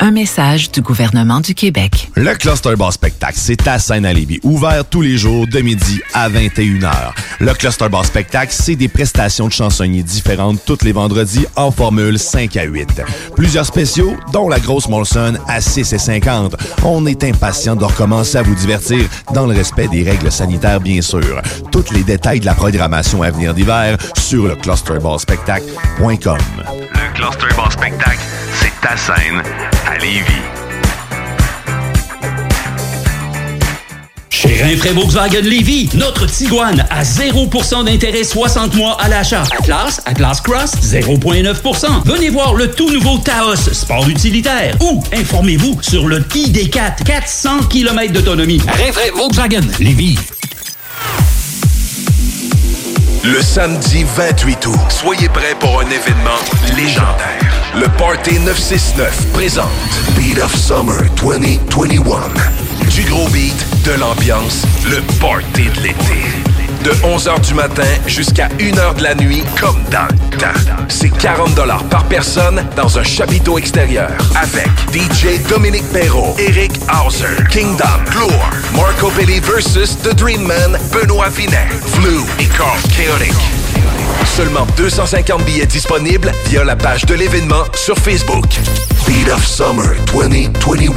[SPEAKER 17] Un message du gouvernement du Québec.
[SPEAKER 10] Le Cluster Bar Spectacle, c'est à scène à Lévis, ouvert tous les jours de midi à 21h. Le Cluster Bar Spectacle, c'est des prestations de chansonniers différentes tous les vendredis en formule 5 à 8. Plusieurs spéciaux, dont la grosse Molson à 6 et 50. On est impatient de recommencer à vous divertir dans le respect des règles sanitaires, bien sûr. Tous les détails de la programmation à venir d'hiver sur le clusterbarspectacle.com.
[SPEAKER 16] Le Cluster Bar Spectacle, c'est ta scène à Lévis.
[SPEAKER 21] Chez Rinfraie Volkswagen Lévy, notre Tiguan à 0% d'intérêt 60 mois à l'achat. Atlas, Atlas Cross, 0,9%. Venez voir le tout nouveau Taos, sport utilitaire. Ou informez-vous sur le ID4, 400 km d'autonomie. Rinfraie Volkswagen Lévy.
[SPEAKER 3] Le samedi 28 août, soyez prêts pour un événement légendaire. Le Party 969 présente Beat of Summer 2021. Du gros beat, de l'ambiance, le party de l'été. De 11h du matin jusqu'à 1h de la nuit, comme dans le temps. C'est 40 par personne dans un chapiteau extérieur. Avec DJ Dominique Perrault, Eric Hauser, Kingdom, Gloire, Marco Belli versus The Dream Man, Benoît Vinet, Flu et Carl Chaotic. Seulement 250 billets disponibles via la page de l'événement sur Facebook. Beat of Summer 2021.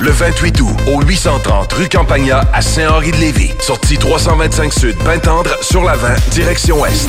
[SPEAKER 16] Le 28 août, au 830 rue Campagna à Saint-Henri-de-Lévis. Sortie 325 Sud, Pintendre, sur la 20, direction Ouest.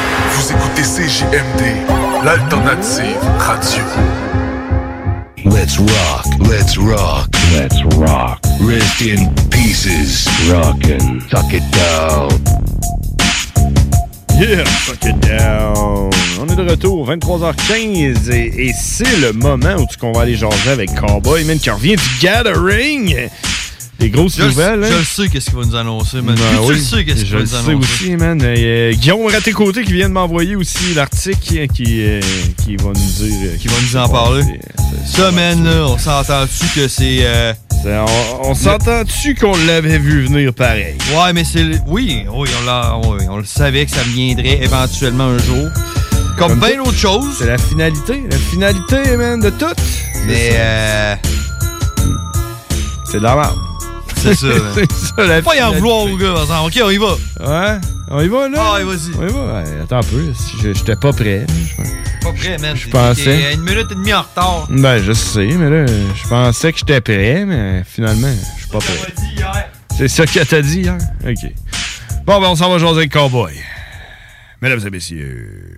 [SPEAKER 3] Vous écoutez CJMD, l'alternative radio.
[SPEAKER 29] Let's rock, let's rock, let's rock. Rest in pieces. Rockin'. Tuck it down.
[SPEAKER 7] Yeah, fuck it down. On est de retour, 23h15, et, et c'est le moment où tu qu'on va aller jaser avec Cowboy, man, qui revient du Gathering. Des grosses
[SPEAKER 8] Je le-
[SPEAKER 7] nouvelles, hein?
[SPEAKER 8] Je le sais qu'est-ce qu'il va nous annoncer, man.
[SPEAKER 7] Ben
[SPEAKER 8] Puis tu
[SPEAKER 7] oui,
[SPEAKER 8] le sais qu'est-ce qu'il
[SPEAKER 7] je
[SPEAKER 8] va
[SPEAKER 7] le
[SPEAKER 8] nous
[SPEAKER 7] sais
[SPEAKER 8] annoncer.
[SPEAKER 7] aussi, man. Et, euh, Guillaume Raté-Côté qui vient de m'envoyer aussi l'article qui, qui, euh, qui va nous dire... euh,
[SPEAKER 8] Qui va nous en parler. Semaine, là, on s'entend-tu que c'est. euh,
[SPEAKER 7] On, on s'entend-tu qu'on l'avait vu venir pareil?
[SPEAKER 8] Ouais, mais c'est. le- Oui, oui, on, l'a- oui, on le savait que ça viendrait éventuellement un jour. Comme, bien d'autres choses.
[SPEAKER 7] C'est la finalité, la finalité, man, de tout.
[SPEAKER 8] Mais. euh,
[SPEAKER 7] C'est de la merde.
[SPEAKER 8] euh, C'est ça, man.
[SPEAKER 7] c'est ça, la
[SPEAKER 8] Faut pas y en
[SPEAKER 7] finalité.
[SPEAKER 8] vouloir au gars, par exemple. Ok, on y va. Ah,
[SPEAKER 7] Ouais, on y va, là?
[SPEAKER 8] Ouais, vas-y.
[SPEAKER 7] On y va? Ouais, attends un peu, si je- j'étais pas prêt. je-
[SPEAKER 8] Pas prêt, man.
[SPEAKER 7] Je pensais.
[SPEAKER 8] T'es à une minute et demie en retard.
[SPEAKER 7] Ben, je sais, mais là, je pensais que j'étais prêt, mais finalement, je suis pas prêt. C'est ça que t'as dit hier? OK. Bon, ben, on s'en va jaser avec Cowboy. Mesdames et messieurs.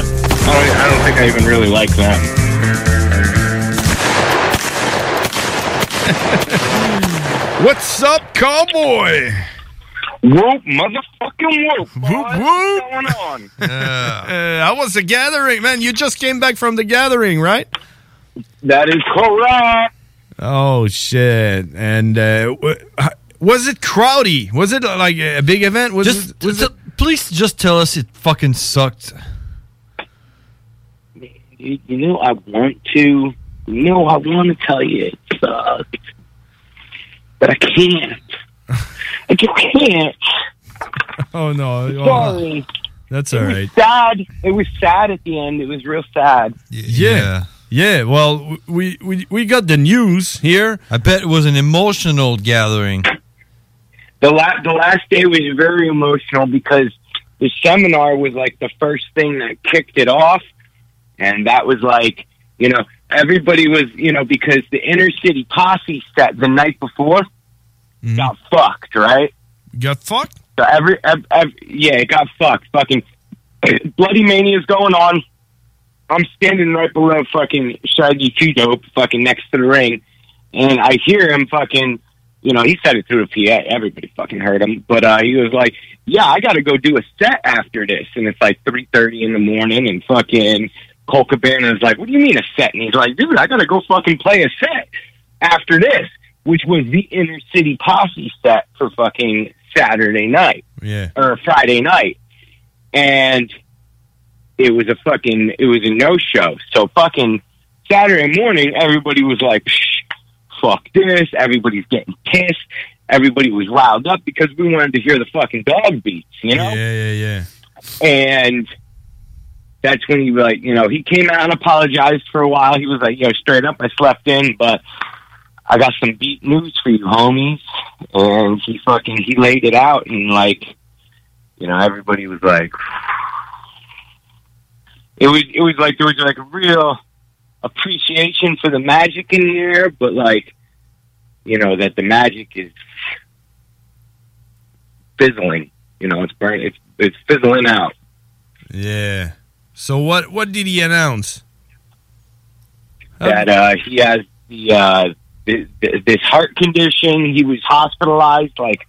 [SPEAKER 30] don't, I don't think I even really like them.
[SPEAKER 7] What's up, Cowboy?
[SPEAKER 30] Whoop, motherfucking whoop.
[SPEAKER 7] Whoop, whoop. What's
[SPEAKER 30] going on?
[SPEAKER 7] uh, how was the gathering? Man, you just came back from the gathering, right?
[SPEAKER 30] That is correct.
[SPEAKER 7] Oh, shit. And uh, w- h- was it crowdy? Was it uh, like a big event? Was
[SPEAKER 8] Just-
[SPEAKER 7] it, was it
[SPEAKER 8] Please just tell us it fucking sucked.
[SPEAKER 30] You, you know I want to. You know I want to tell you it sucked, but I can't. I just can't.
[SPEAKER 7] Oh no. Oh,
[SPEAKER 30] Sorry.
[SPEAKER 7] That's all right.
[SPEAKER 30] Sad. It was sad at the end. It was real sad.
[SPEAKER 7] Yeah. Yeah, well, w- we, we we got the news here.
[SPEAKER 8] I bet it was an emotional gathering.
[SPEAKER 30] The last the last day was very emotional because the seminar was like the first thing that kicked it off, and that was like you know everybody was you know because the inner city posse set the night before got fucked right.
[SPEAKER 7] Mm-hmm. Got fucked.
[SPEAKER 30] So every, ev ev yeah, it got fucked. Fucking bloody mania's going on. I'm standing right below fucking Shaggy Two Dope, fucking next to the ring, and I hear him fucking. You know, he said it through a PA. Everybody fucking heard him, but uh, he was like, "Yeah, I got to go do a set after this," and it's like three thirty in the morning, and fucking Cole Cabana's like, "What do you mean a set?" And he's like, "Dude, I got to go fucking play a set after this," which was the inner city posse set for fucking Saturday night
[SPEAKER 7] Yeah.
[SPEAKER 30] or Friday night, and it was a fucking it was a no show. So fucking Saturday morning, everybody was like, Psh, "Fuck this!" Everybody's getting pissed. Everybody was riled up because we wanted to hear the fucking dog beats, you know.
[SPEAKER 7] Yeah, yeah, yeah.
[SPEAKER 30] And that's when he like you know he came out and apologized for a while. He was like, "Yo, straight up, I slept in, but." I got some beat news for you, homies. And he fucking he laid it out and like you know, everybody was like it was it was like there was like a real appreciation for the magic in the air, but like you know, that the magic is fizzling. You know, it's burning it's it's fizzling out.
[SPEAKER 7] Yeah. So what what did he announce?
[SPEAKER 30] that uh, he has the uh, th- th- this heart condition. He was hospitalized like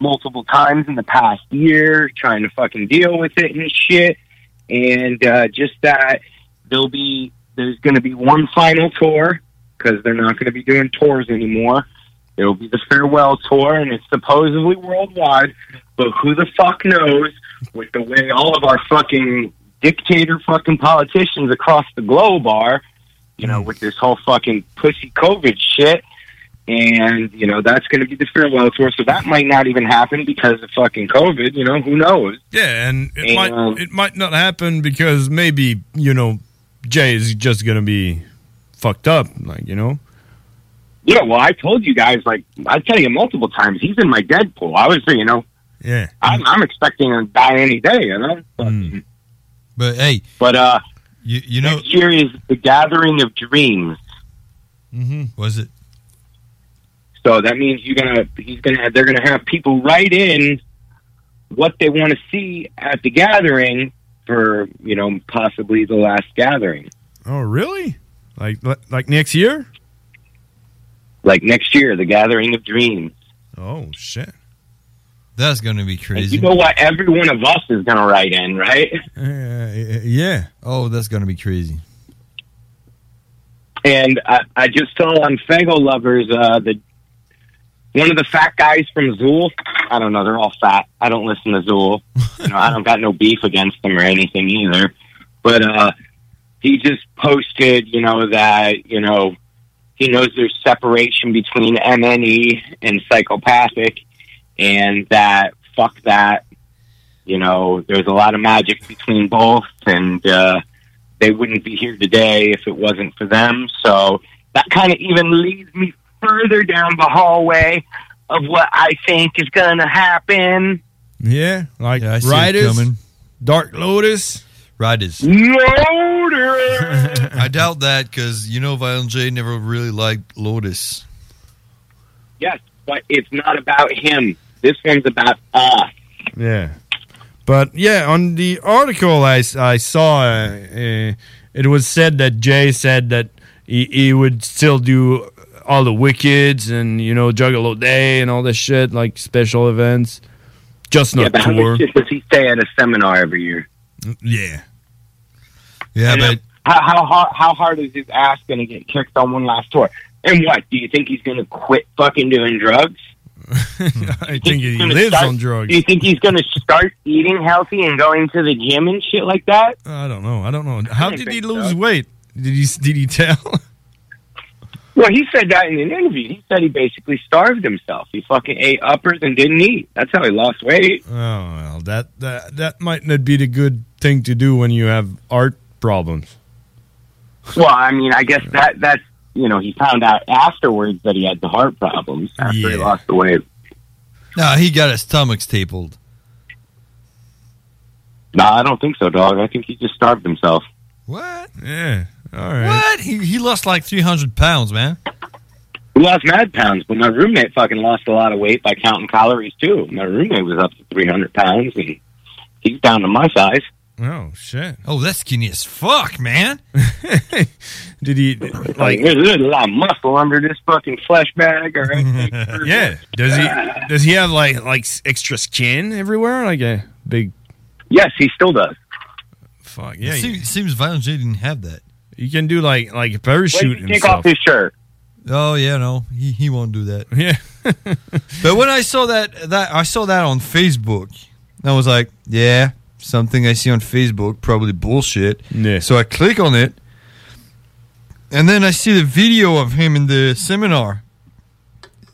[SPEAKER 30] multiple times in the past year, trying to fucking deal with it and shit. And uh, just that there'll be there's going to be one final tour because they're not going to be doing tours anymore. It will be the farewell tour, and it's supposedly worldwide. But who the fuck knows? With the way all of our fucking dictator fucking politicians across the globe are, you
[SPEAKER 7] Hmm.
[SPEAKER 30] know, with this whole fucking pussy COVID shit. And, you know, that's going to be the farewell tour. So that might not even happen because of fucking COVID. You know, who knows?
[SPEAKER 7] Yeah, and it
[SPEAKER 30] And,
[SPEAKER 7] might
[SPEAKER 30] um,
[SPEAKER 7] it might not happen because maybe you know Jay is just gonna be fucked up, like you know.
[SPEAKER 30] Yeah, well, I told you guys, like, I tell you multiple times, he's in my Deadpool. I was, you know,
[SPEAKER 7] Yeah.
[SPEAKER 30] I'm, I'm expecting him to die any day, you know?
[SPEAKER 8] Hmm.
[SPEAKER 30] hmm.
[SPEAKER 8] But hey,
[SPEAKER 30] But, uh,
[SPEAKER 8] you, you know,
[SPEAKER 30] next year is the Gathering of Dreams.
[SPEAKER 8] Mm-hmm. was it?
[SPEAKER 30] So that means you're gonna, he's gonna, they're gonna have people write in what they want to see at the gathering for, you know, possibly the last gathering.
[SPEAKER 7] Oh, really? Like like next year?
[SPEAKER 30] like next year, the Gathering of Dreams.
[SPEAKER 7] Oh shit,
[SPEAKER 8] that's gonna be
[SPEAKER 30] And
[SPEAKER 8] crazy.
[SPEAKER 30] you know what? Every one of us is going to write in, right?
[SPEAKER 7] Uh, yeah.
[SPEAKER 8] Oh, that's gonna be crazy.
[SPEAKER 30] And I, I just saw on Fago Lovers uh, the one of the fat guys from Zool. I don't know; they're all fat. I don't listen to Zool. You know, I don't got no beef against them or anything either. But uh, he just posted, you know, that you know he knows there's separation between MNE and psychopathic, and that fuck that. You know, there's a lot of magic between both, and uh, they wouldn't be here today if it wasn't for them. So that kind of even leads me further down the hallway of what I think is going to happen.
[SPEAKER 7] Yeah, like
[SPEAKER 8] I see it
[SPEAKER 7] Riders,
[SPEAKER 8] coming.
[SPEAKER 7] Dark Lotus,
[SPEAKER 8] Riders.
[SPEAKER 30] Lotus.
[SPEAKER 8] I doubt that because you know Violent J never really liked Lotus.
[SPEAKER 30] Yes, but it's not about him. This one's about us.
[SPEAKER 7] Yeah. But yeah, on the article I, s- I saw, uh, uh, it was said that Jay said that he, he would still do all the wickeds and, you know, Juggalo Day and all this shit, like special events. Just
[SPEAKER 30] yeah,
[SPEAKER 7] not
[SPEAKER 30] but how
[SPEAKER 7] tour.
[SPEAKER 30] much shit does he say at a seminar every year? uh,
[SPEAKER 7] Yeah. Yeah, but
[SPEAKER 30] How, how, hard, how hard is his ass going to get kicked on one last tour? And what? Do you think he's going to quit fucking doing drugs?
[SPEAKER 7] I think he
[SPEAKER 30] Gonna
[SPEAKER 7] lives
[SPEAKER 30] start-
[SPEAKER 7] on
[SPEAKER 30] Do
[SPEAKER 7] drugs.
[SPEAKER 30] you think he's going to start eating healthy and going to the gym and shit like that?
[SPEAKER 7] I don't know. I don't know. How did he lose weight? Did he, did he tell?
[SPEAKER 30] Well, he said that in an interview. He said he basically starved himself. He fucking ate uppers and didn't eat. That's how he lost weight.
[SPEAKER 7] Oh well, that that that might not be the good thing to do when you have art problems.
[SPEAKER 30] Well, I mean, I guess that that's you know he found out afterwards that he had the heart problems after he lost the weight.
[SPEAKER 8] No, he got his stomach stapled.
[SPEAKER 30] No, I don't think so, dog. I think he just starved himself.
[SPEAKER 8] What?
[SPEAKER 7] Yeah. All right.
[SPEAKER 8] What? He, he lost like 300 pounds, man.
[SPEAKER 30] He lost mad pounds, but my roommate fucking lost a lot of weight by counting calories too. My roommate was up to three hundred pounds, and he's down to my size.
[SPEAKER 7] Oh shit.
[SPEAKER 8] Oh, that's skinny as fuck, man.
[SPEAKER 7] Did he
[SPEAKER 30] Like, there's, there's a lot of muscle under this fucking flesh bag. All right.
[SPEAKER 7] yeah. Does he does he have like like s- extra skin everywhere? Like a big
[SPEAKER 30] Yes, he still does.
[SPEAKER 7] Fuck yeah. You,
[SPEAKER 8] It seems, seems Violent J didn't have that.
[SPEAKER 7] you can do like like a parachute
[SPEAKER 8] Wait,
[SPEAKER 7] and
[SPEAKER 8] take off his
[SPEAKER 30] shirt.
[SPEAKER 8] Oh yeah, no, he, he won't do that.
[SPEAKER 7] Yeah.
[SPEAKER 8] but when I saw that that I saw that on Facebook, and I was like, yeah, something I see on Facebook probably bullshit.
[SPEAKER 7] Yeah.
[SPEAKER 8] So I click on it, and then I see the video of him in the seminar.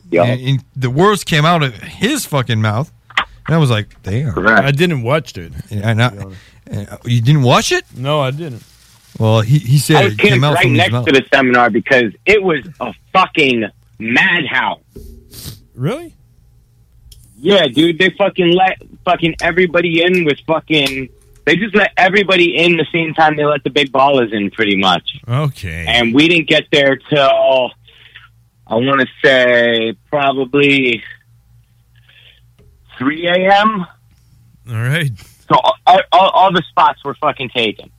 [SPEAKER 30] Yeah.
[SPEAKER 8] And, and the words came out of his fucking mouth, and I was like, damn.
[SPEAKER 30] Correct.
[SPEAKER 7] I didn't watch it.
[SPEAKER 8] And I, and I- you didn't watch it?
[SPEAKER 7] No, I didn't.
[SPEAKER 8] Well, he he said
[SPEAKER 30] I was
[SPEAKER 8] it came
[SPEAKER 30] camped
[SPEAKER 8] out
[SPEAKER 30] right
[SPEAKER 8] from his
[SPEAKER 30] next
[SPEAKER 8] mouth.
[SPEAKER 30] to the seminar because it was a fucking madhouse.
[SPEAKER 7] Really?
[SPEAKER 30] Yeah, dude, they fucking let fucking everybody in with fucking. They just let everybody in the same time they let the big ballers in, pretty much.
[SPEAKER 7] Okay.
[SPEAKER 30] And we didn't get there till I want to say probably three a.m.
[SPEAKER 7] All right.
[SPEAKER 30] So all, all, all the spots were fucking taken.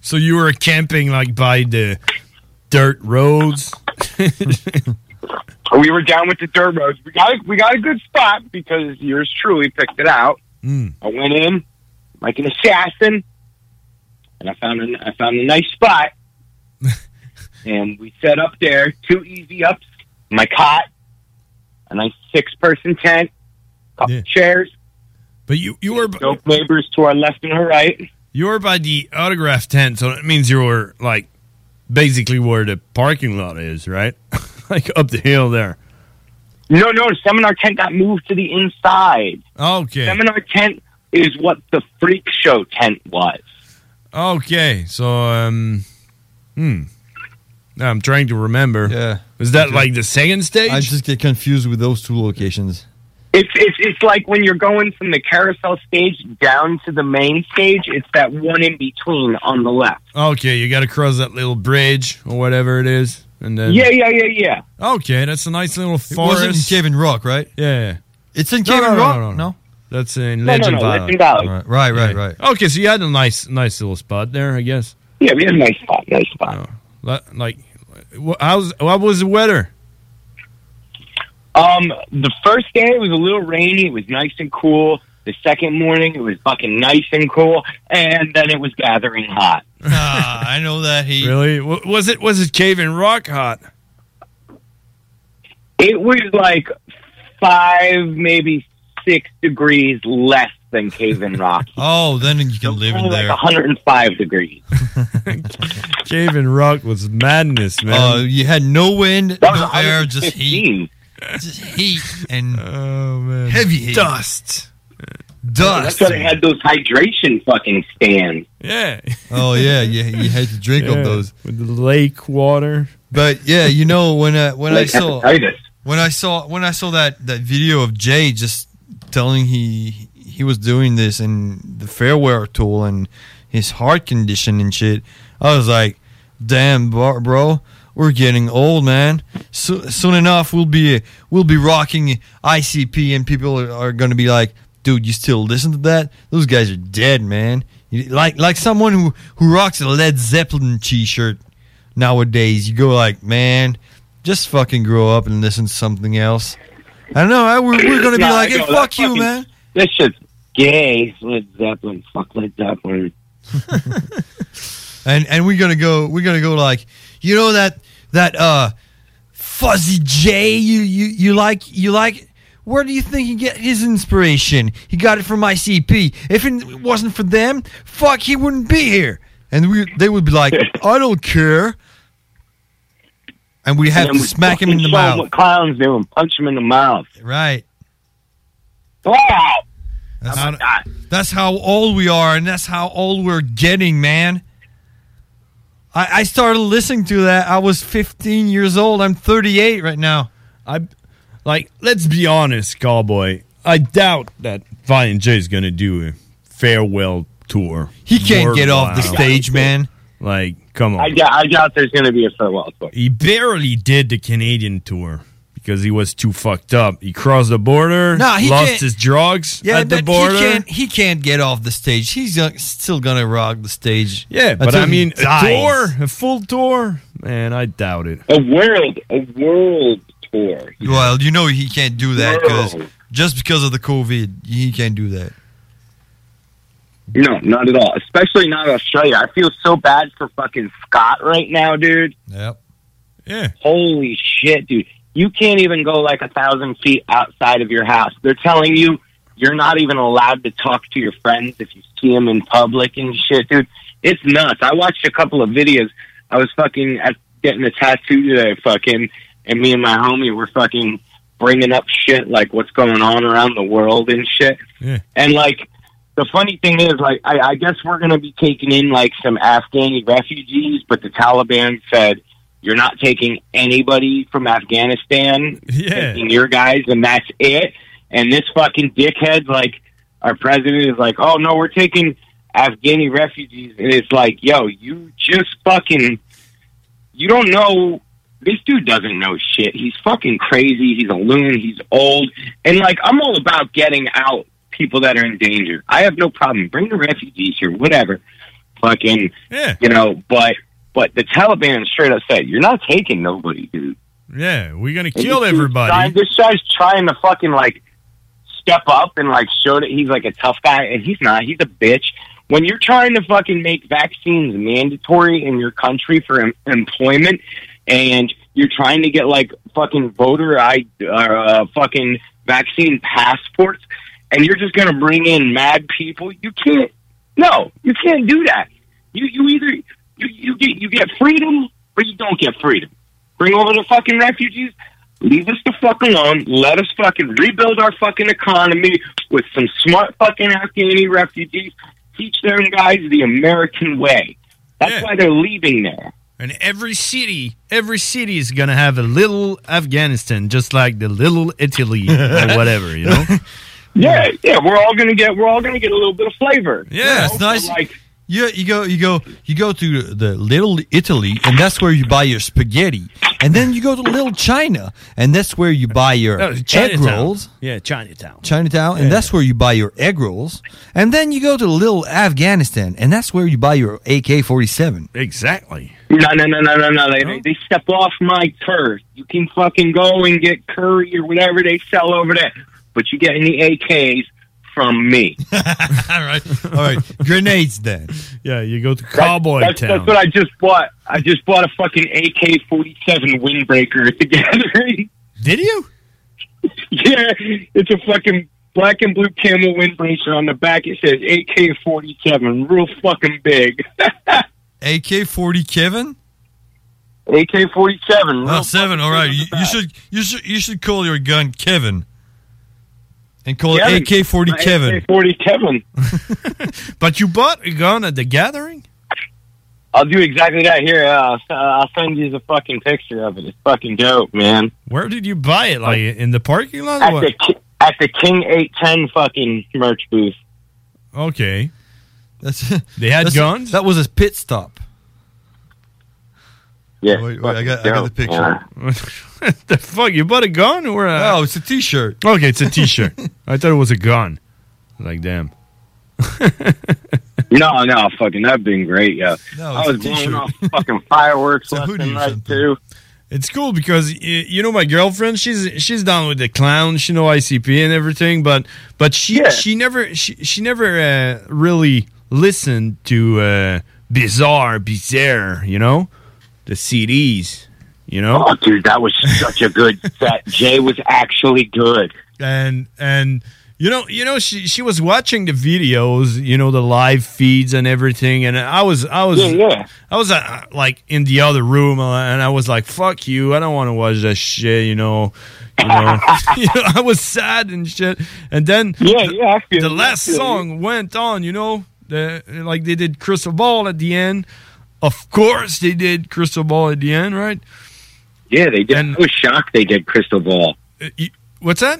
[SPEAKER 7] So you were camping like by the dirt roads.
[SPEAKER 30] We were down with the dirt roads. We got a, we got a good spot because yours truly picked it out.
[SPEAKER 7] Mm.
[SPEAKER 30] I went in like an assassin, and I found a, I found a nice spot, and we set up there. Two easy ups, my cot, a nice six person tent, couple chairs.
[SPEAKER 7] But you you were
[SPEAKER 30] dope neighbors to our left and our right.
[SPEAKER 7] You were by the autograph tent, so it means you were like basically where the parking lot is, right? like up the hill there.
[SPEAKER 30] No, no, seminar tent got moved to the inside.
[SPEAKER 7] Okay.
[SPEAKER 30] Seminar tent is what the freak show tent was.
[SPEAKER 7] Okay, so um, hmm. Now I'm trying to remember.
[SPEAKER 8] Yeah.
[SPEAKER 7] Is that like the second stage?
[SPEAKER 8] I just get confused with those two locations.
[SPEAKER 30] It's, it's it's like when you're going from the carousel stage down to the main stage. It's that one in between on the left.
[SPEAKER 7] Okay, you got to cross that little bridge or whatever it is, and then
[SPEAKER 30] Yeah, yeah, yeah, yeah.
[SPEAKER 7] Okay, that's a nice little
[SPEAKER 8] It wasn't in
[SPEAKER 7] forest.
[SPEAKER 8] Cave and Rock, right?
[SPEAKER 7] yeah, yeah.
[SPEAKER 8] It's in
[SPEAKER 7] No,
[SPEAKER 8] Cave
[SPEAKER 7] no,
[SPEAKER 8] and
[SPEAKER 7] no,
[SPEAKER 8] Rock.
[SPEAKER 7] no, no. That's
[SPEAKER 30] No,
[SPEAKER 7] in
[SPEAKER 30] no,
[SPEAKER 7] Legend
[SPEAKER 30] no,
[SPEAKER 7] Valley.
[SPEAKER 30] Legend Valley.
[SPEAKER 8] Right, right,
[SPEAKER 7] Yeah.
[SPEAKER 8] right.
[SPEAKER 7] Okay, so you had a nice, nice little spot there, I guess.
[SPEAKER 30] Yeah, we had a nice spot, nice spot.
[SPEAKER 7] Like, like wh- how's what was the weather?
[SPEAKER 30] Um, the first day it was a little rainy. It was nice and cool. The second morning it was fucking nice and cool, and then it was gathering hot.
[SPEAKER 8] ah, I know that he
[SPEAKER 7] really Wa- was it was it cave and rock hot?
[SPEAKER 30] It was like five, maybe six degrees less than Cave and Rock.
[SPEAKER 8] Oh, then you can live in
[SPEAKER 30] Only like
[SPEAKER 8] there.
[SPEAKER 30] 105 degrees.
[SPEAKER 7] Cave and Rock was madness, man.
[SPEAKER 8] Oh, you had no wind,
[SPEAKER 30] That was
[SPEAKER 8] no air, just
[SPEAKER 30] 115.
[SPEAKER 8] heat, just heat and
[SPEAKER 7] oh man,
[SPEAKER 8] heavy heat,
[SPEAKER 7] dust,
[SPEAKER 8] dust.
[SPEAKER 30] That's why they had those hydration fucking stands.
[SPEAKER 7] Yeah.
[SPEAKER 8] oh yeah, yeah. You had to drink
[SPEAKER 7] Yeah,
[SPEAKER 8] up those
[SPEAKER 7] with the lake water.
[SPEAKER 8] But yeah, you know when uh, when I
[SPEAKER 30] Like
[SPEAKER 8] saw
[SPEAKER 30] hepatitis.
[SPEAKER 8] when I saw when I saw that that video of Jay just telling he he was doing this and the farewell tool and his heart condition and shit, I was like, damn, bro, bro we're getting old, man. So, soon enough, we'll be we'll be rocking ICP and people are, are gonna be like, dude, you still listen to that? Those guys are dead, man. You- Like like someone who who rocks a Led Zeppelin t-shirt nowadays you go like man just fucking grow up and listen to something else i don't know I, we're, we're gonna be
[SPEAKER 30] Nah,
[SPEAKER 8] like
[SPEAKER 30] I
[SPEAKER 8] hey
[SPEAKER 30] know, that
[SPEAKER 8] fuck you
[SPEAKER 30] fucking-
[SPEAKER 8] man
[SPEAKER 30] That shit's gay. Led Zeppelin. Fuck Led Zeppelin.
[SPEAKER 8] and and we're gonna go we're gonna go like you know that that uh fuzzy j you you you like you like where do you think he get his inspiration he got it from icp if it wasn't for them fuck he wouldn't be here and we they would be like, I don't care. And we have
[SPEAKER 30] And
[SPEAKER 8] to
[SPEAKER 30] then we
[SPEAKER 8] smack him in the
[SPEAKER 30] fucking show 'em
[SPEAKER 8] mouth.
[SPEAKER 30] What clowns do and punch him in the mouth.
[SPEAKER 8] Right.
[SPEAKER 30] Wow.
[SPEAKER 8] That's, how, that's how old we are, and that's how old we're getting, man. I, I started listening to that. I was 15 years old. I'm 38 right now.
[SPEAKER 7] I like let's be honest, cowboy. I doubt that Violent J is gonna do a farewell tour.
[SPEAKER 8] He can't get off the
[SPEAKER 7] Worthwhile.
[SPEAKER 8] stage, man.
[SPEAKER 7] Like, come on.
[SPEAKER 30] I doubt, I doubt there's going to be a farewell tour.
[SPEAKER 7] He barely did the Canadian tour because he was too fucked up. He crossed the border,
[SPEAKER 8] No, he
[SPEAKER 7] lost
[SPEAKER 8] can't-
[SPEAKER 7] his drugs
[SPEAKER 8] Yeah,
[SPEAKER 7] at the
[SPEAKER 8] but
[SPEAKER 7] border.
[SPEAKER 8] He can't, he can't get off the stage. He's uh, still gonna rock the stage.
[SPEAKER 7] yeah, but
[SPEAKER 8] until
[SPEAKER 7] I
[SPEAKER 8] he
[SPEAKER 7] mean, a
[SPEAKER 8] dies.
[SPEAKER 7] tour, a full tour, man, I doubt it.
[SPEAKER 30] A world, a world tour.
[SPEAKER 8] Well, you know he can't do that because just because of the COVID, he can't do that.
[SPEAKER 30] No, not at all. Especially not Australia. I feel so bad for fucking Scott right now, dude.
[SPEAKER 8] Yep.
[SPEAKER 7] Yeah.
[SPEAKER 30] Holy shit, dude. You can't even go like a thousand feet outside of your house. They're telling you you're not even allowed to talk to your friends if you see them in public and shit, dude. It's nuts. I watched a couple of videos. I was fucking at getting a tattoo today, fucking, and me and my homie were fucking bringing up shit like what's going on around the world and shit.
[SPEAKER 7] Yeah.
[SPEAKER 30] And like the funny thing is, like I, I guess we're gonna be taking in like some Afghani refugees, but the Taliban said you're not taking anybody from Afghanistan,
[SPEAKER 7] Yeah.
[SPEAKER 30] taking your guys, and that's it. And this fucking dickhead, like our president, is like, oh no, we're taking Afghani refugees, and it's like, yo, you just fucking, you don't know. This dude doesn't know shit. He's fucking crazy. He's a loon. He's old. And like, I'm all about getting out people that are in danger. I have no problem. Bring the refugees here, whatever. Fucking, you know, but but the Taliban straight up said, you're not taking nobody, dude.
[SPEAKER 7] Yeah, we're gonna
[SPEAKER 30] And
[SPEAKER 7] kill
[SPEAKER 30] this dude's trying-
[SPEAKER 7] everybody.
[SPEAKER 30] this guy's trying to fucking like step up and like show that he's like a tough guy, and he's not. He's a bitch. When you're trying to fucking make vaccines mandatory in your country for em- employment, and you're trying to get like fucking voter I or uh, fucking vaccine passports, and you're just gonna bring in mad people, you can't. No, you can't do that. You you either you, you get you get freedom or you don't get freedom. Bring over the fucking refugees. Leave us the fuck alone. Let us fucking rebuild our fucking economy with some smart fucking Afghani refugees. Teach them guys the American way. That's why they're leaving there.
[SPEAKER 7] And every city, every city is gonna have a little Afghanistan, just like the little Italy or whatever, you know.
[SPEAKER 30] Yeah, yeah, we're all gonna get we're all gonna get a little bit of flavor.
[SPEAKER 8] Yeah, it's nice.
[SPEAKER 30] Like,
[SPEAKER 8] you, you go, you go, you go to the Little Italy, and that's where you buy your spaghetti. And then you go to Little China, and that's where you buy your
[SPEAKER 7] No,
[SPEAKER 8] egg
[SPEAKER 7] Chinatown.
[SPEAKER 8] rolls.
[SPEAKER 7] Yeah, Chinatown.
[SPEAKER 8] Chinatown, and that's where you buy your egg rolls. And then you go to Little Afghanistan, and that's where you buy your AK forty seven.
[SPEAKER 7] Exactly.
[SPEAKER 30] No, no, no, no, no, no. They, they, they step off my turf. You can fucking go and get curry or whatever they sell over there, but you get any AKs from me.
[SPEAKER 8] All right, all right, grenades then.
[SPEAKER 7] Yeah, you go to Cowboy
[SPEAKER 30] that's,
[SPEAKER 7] Town.
[SPEAKER 30] That's what I just bought. I just bought a fucking AK forty seven windbreaker at the gathering.
[SPEAKER 7] Did you?
[SPEAKER 30] yeah, it's a fucking black and blue camel windbreaker on the back. It says AK forty seven, real fucking big.
[SPEAKER 8] AK forty Kevin.
[SPEAKER 30] AK forty seven.
[SPEAKER 8] Oh, seven. All right, you, you should you should you should call your gun Kevin, and call it AK forty Kevin.
[SPEAKER 30] AK forty Kevin.
[SPEAKER 7] But you bought a gun at the gathering?
[SPEAKER 30] I'll do exactly that here. Uh, I'll- I'll send you the fucking picture of it. It's fucking dope, man.
[SPEAKER 7] Where did you buy it? Like in the parking lot?
[SPEAKER 30] At
[SPEAKER 7] or
[SPEAKER 30] the
[SPEAKER 7] what?
[SPEAKER 30] Ki- at the King eight ten fucking merch booth.
[SPEAKER 7] Okay.
[SPEAKER 8] That's
[SPEAKER 7] They had
[SPEAKER 8] that's-
[SPEAKER 7] guns?
[SPEAKER 8] That was a pit stop.
[SPEAKER 30] Yeah.
[SPEAKER 8] Wait, wait, I got I got the picture.
[SPEAKER 7] the fuck? You bought a gun or a?
[SPEAKER 8] Oh, it's a T-shirt.
[SPEAKER 7] Okay, it's a T-shirt. I thought it was a gun. Like damn.
[SPEAKER 30] No, no, fucking, that'd been great, yeah.
[SPEAKER 7] No,
[SPEAKER 30] I
[SPEAKER 7] it's a
[SPEAKER 30] was blowing
[SPEAKER 7] t-shirt.
[SPEAKER 30] off fucking fireworks
[SPEAKER 7] a
[SPEAKER 30] left
[SPEAKER 7] hoodie
[SPEAKER 30] and
[SPEAKER 7] or
[SPEAKER 30] right too.
[SPEAKER 7] It's cool because y- you know my girlfriend. She's she's down with the clown. She know ICP and everything, but but she she never she, she never uh, really listened to uh, bizarre bizarre. You know the CDs. You know.
[SPEAKER 30] Oh, dude, that was such a good set. Jay was actually good.
[SPEAKER 7] and and You know, you know, she she was watching the videos, you know, the live feeds and everything, and I was, I was, I was uh, like in the other room, uh, and I was like, "Fuck you! I don't want to watch that shit," you know. You know, You know, I was sad and shit, and then yeah, yeah, the last
[SPEAKER 24] feel you.
[SPEAKER 7] song went on, you know, the, like they did Crystal Ball at the end. Of course, they did Crystal Ball at the end, right?
[SPEAKER 30] Yeah, they did. I was shocked they did Crystal Ball.
[SPEAKER 7] What's that?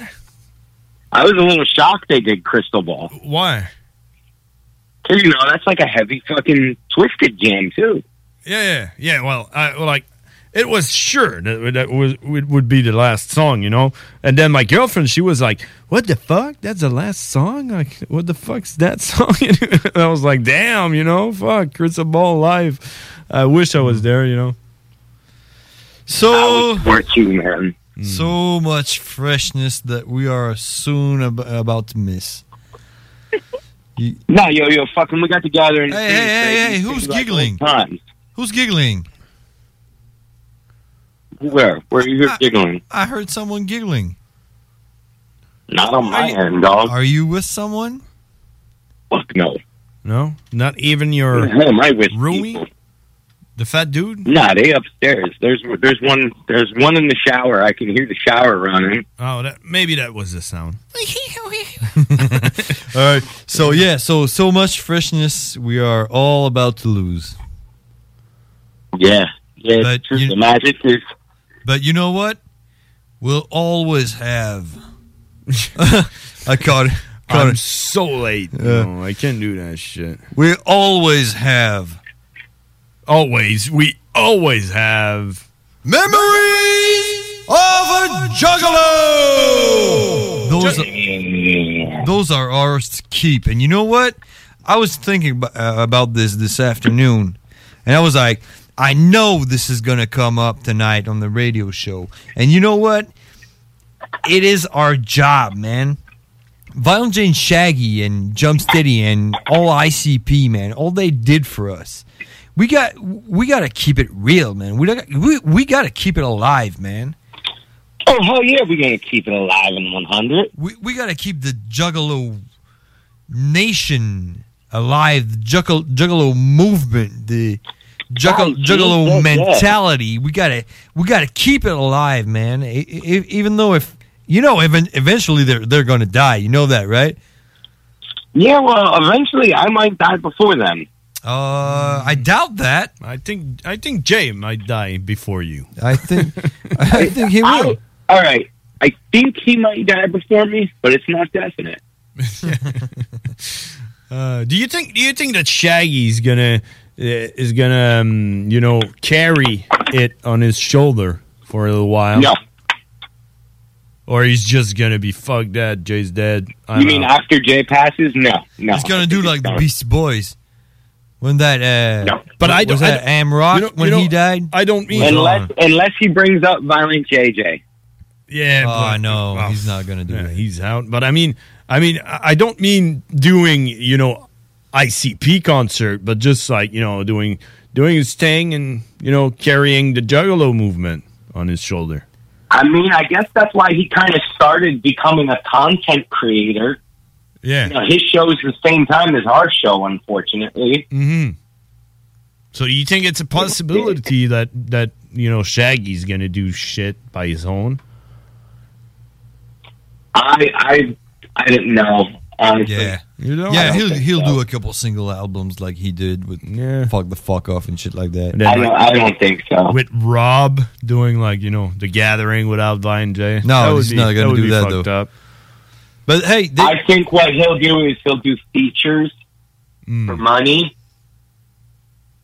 [SPEAKER 30] I was a little shocked they did Crystal Ball.
[SPEAKER 7] Oh. Why?
[SPEAKER 30] Because, you know, that's like a heavy fucking twisted jam, too.
[SPEAKER 7] Yeah, yeah, yeah. Well, I well, like it was sure that that was would, would be the last song, you know. And then my girlfriend, she was like, "What the fuck? That's the last song? Like, what the fuck's that song?" and I was like, "Damn, you know, fuck, Crystal Ball live. I wish I was there, you know." So
[SPEAKER 30] man.
[SPEAKER 7] Mm.
[SPEAKER 8] So much freshness that we are soon ab- about to miss.
[SPEAKER 30] No, yo, yo, fucking, we got together and.
[SPEAKER 8] Hey, hey, hey, hey, who's giggling? Who's giggling?
[SPEAKER 30] Where? Where are you
[SPEAKER 8] Uh,
[SPEAKER 30] giggling?
[SPEAKER 8] I heard someone giggling.
[SPEAKER 30] Not on my
[SPEAKER 8] Are you-
[SPEAKER 30] end, dog.
[SPEAKER 8] Are you with someone?
[SPEAKER 30] Fuck no.
[SPEAKER 7] No, not even your
[SPEAKER 30] Who am I with?
[SPEAKER 7] roomie, the fat dude.
[SPEAKER 30] Nah, they upstairs. There's there's one there's one in the shower. I can hear the shower running.
[SPEAKER 7] Oh, that, maybe that was the sound.
[SPEAKER 8] All right. So yeah, so so much freshness we are all about to lose.
[SPEAKER 30] Yeah. Yeah. it's just the magic is oh
[SPEAKER 8] But you know what? We'll always have. I caught it. Caught
[SPEAKER 7] I'm
[SPEAKER 8] it.
[SPEAKER 7] so late.
[SPEAKER 8] Yeah.
[SPEAKER 7] No, Oh, I can't do that shit.
[SPEAKER 8] We always have.
[SPEAKER 7] Always, we always have.
[SPEAKER 8] Memories of a Juggalo! Those
[SPEAKER 30] are,
[SPEAKER 8] those are ours to keep. And you know what? I was thinking ab- uh, about this this afternoon, and I was like, I know this is going to come up tonight on the radio show. And you know what? It is our job, man. Violent Jane Shaggy and Jump Steady and all ICP, man, all they did for us. We got we got to keep it real, man. We don't- we, we got to keep it alive, man.
[SPEAKER 30] Oh hell yeah, we're gonna keep it alive in one hundred.
[SPEAKER 8] We we got to keep the Juggalo nation alive, the Juggalo, Juggalo movement, the Juggalo,
[SPEAKER 24] Oh, geez,
[SPEAKER 8] Juggalo
[SPEAKER 24] that's it.
[SPEAKER 8] mentality. We gotta we gotta keep it alive, man. E- e- even though if you know, even eventually they're they're gonna die. You know that, right?
[SPEAKER 30] Yeah, well, eventually I might die before them.
[SPEAKER 8] Uh, I doubt that.
[SPEAKER 7] I think I think Jay might die before you.
[SPEAKER 8] I think I think he
[SPEAKER 30] will. all right. I think he might die before me, but it's not definite.
[SPEAKER 7] Uh, do you think? Do you think that Shaggy's gonna uh, is gonna um, you know carry it on his shoulder for a little while?
[SPEAKER 30] No.
[SPEAKER 7] Or he's just gonna be fuck that. Jay's dead. I'm
[SPEAKER 30] you mean
[SPEAKER 7] out.
[SPEAKER 30] after Jay passes? No, no.
[SPEAKER 8] He's gonna do like the Beastie Boys when that. Uh,
[SPEAKER 7] But I
[SPEAKER 8] was
[SPEAKER 7] don't- I
[SPEAKER 8] that
[SPEAKER 7] don't-
[SPEAKER 8] Amrock
[SPEAKER 7] you know-
[SPEAKER 8] when
[SPEAKER 7] you
[SPEAKER 8] he
[SPEAKER 7] know,
[SPEAKER 8] died.
[SPEAKER 7] I don't
[SPEAKER 30] unless unless he brings up violent JJ.
[SPEAKER 7] Yeah.
[SPEAKER 8] Oh no, he's not gonna do
[SPEAKER 7] Yeah,
[SPEAKER 8] it.
[SPEAKER 7] he's out. But I mean, I mean, I I don't mean doing you know ICP concert, but just like you know doing doing his thing and you know carrying the Juggalo movement on his shoulder.
[SPEAKER 30] I mean, I guess that's why he kind of started becoming a content creator.
[SPEAKER 7] Yeah.
[SPEAKER 30] You know, his show's the same time as our show, unfortunately.
[SPEAKER 7] hmm So you think it's a possibility that that you know Shaggy's gonna do shit by his own?
[SPEAKER 30] I I I didn't know. Honestly.
[SPEAKER 8] Yeah.
[SPEAKER 7] You know,
[SPEAKER 8] yeah,
[SPEAKER 30] I don't
[SPEAKER 8] he'll
[SPEAKER 30] think
[SPEAKER 8] he'll
[SPEAKER 30] so.
[SPEAKER 8] do a couple single albums like he did with "Fuck the Fuck Off" and shit like that.
[SPEAKER 7] And then, I don't- like, I don't
[SPEAKER 30] think
[SPEAKER 8] Oh.
[SPEAKER 30] so.
[SPEAKER 7] With Rob doing like you know the Gathering without Vine Jay. That
[SPEAKER 8] No,
[SPEAKER 7] would
[SPEAKER 8] he's
[SPEAKER 7] be-
[SPEAKER 8] not
[SPEAKER 7] that
[SPEAKER 8] gonna
[SPEAKER 7] would
[SPEAKER 8] do
[SPEAKER 7] be
[SPEAKER 8] that
[SPEAKER 7] fucked
[SPEAKER 8] though.
[SPEAKER 7] up.
[SPEAKER 8] But hey,
[SPEAKER 30] I think what he'll do is he'll do features
[SPEAKER 8] Mm.
[SPEAKER 30] for money,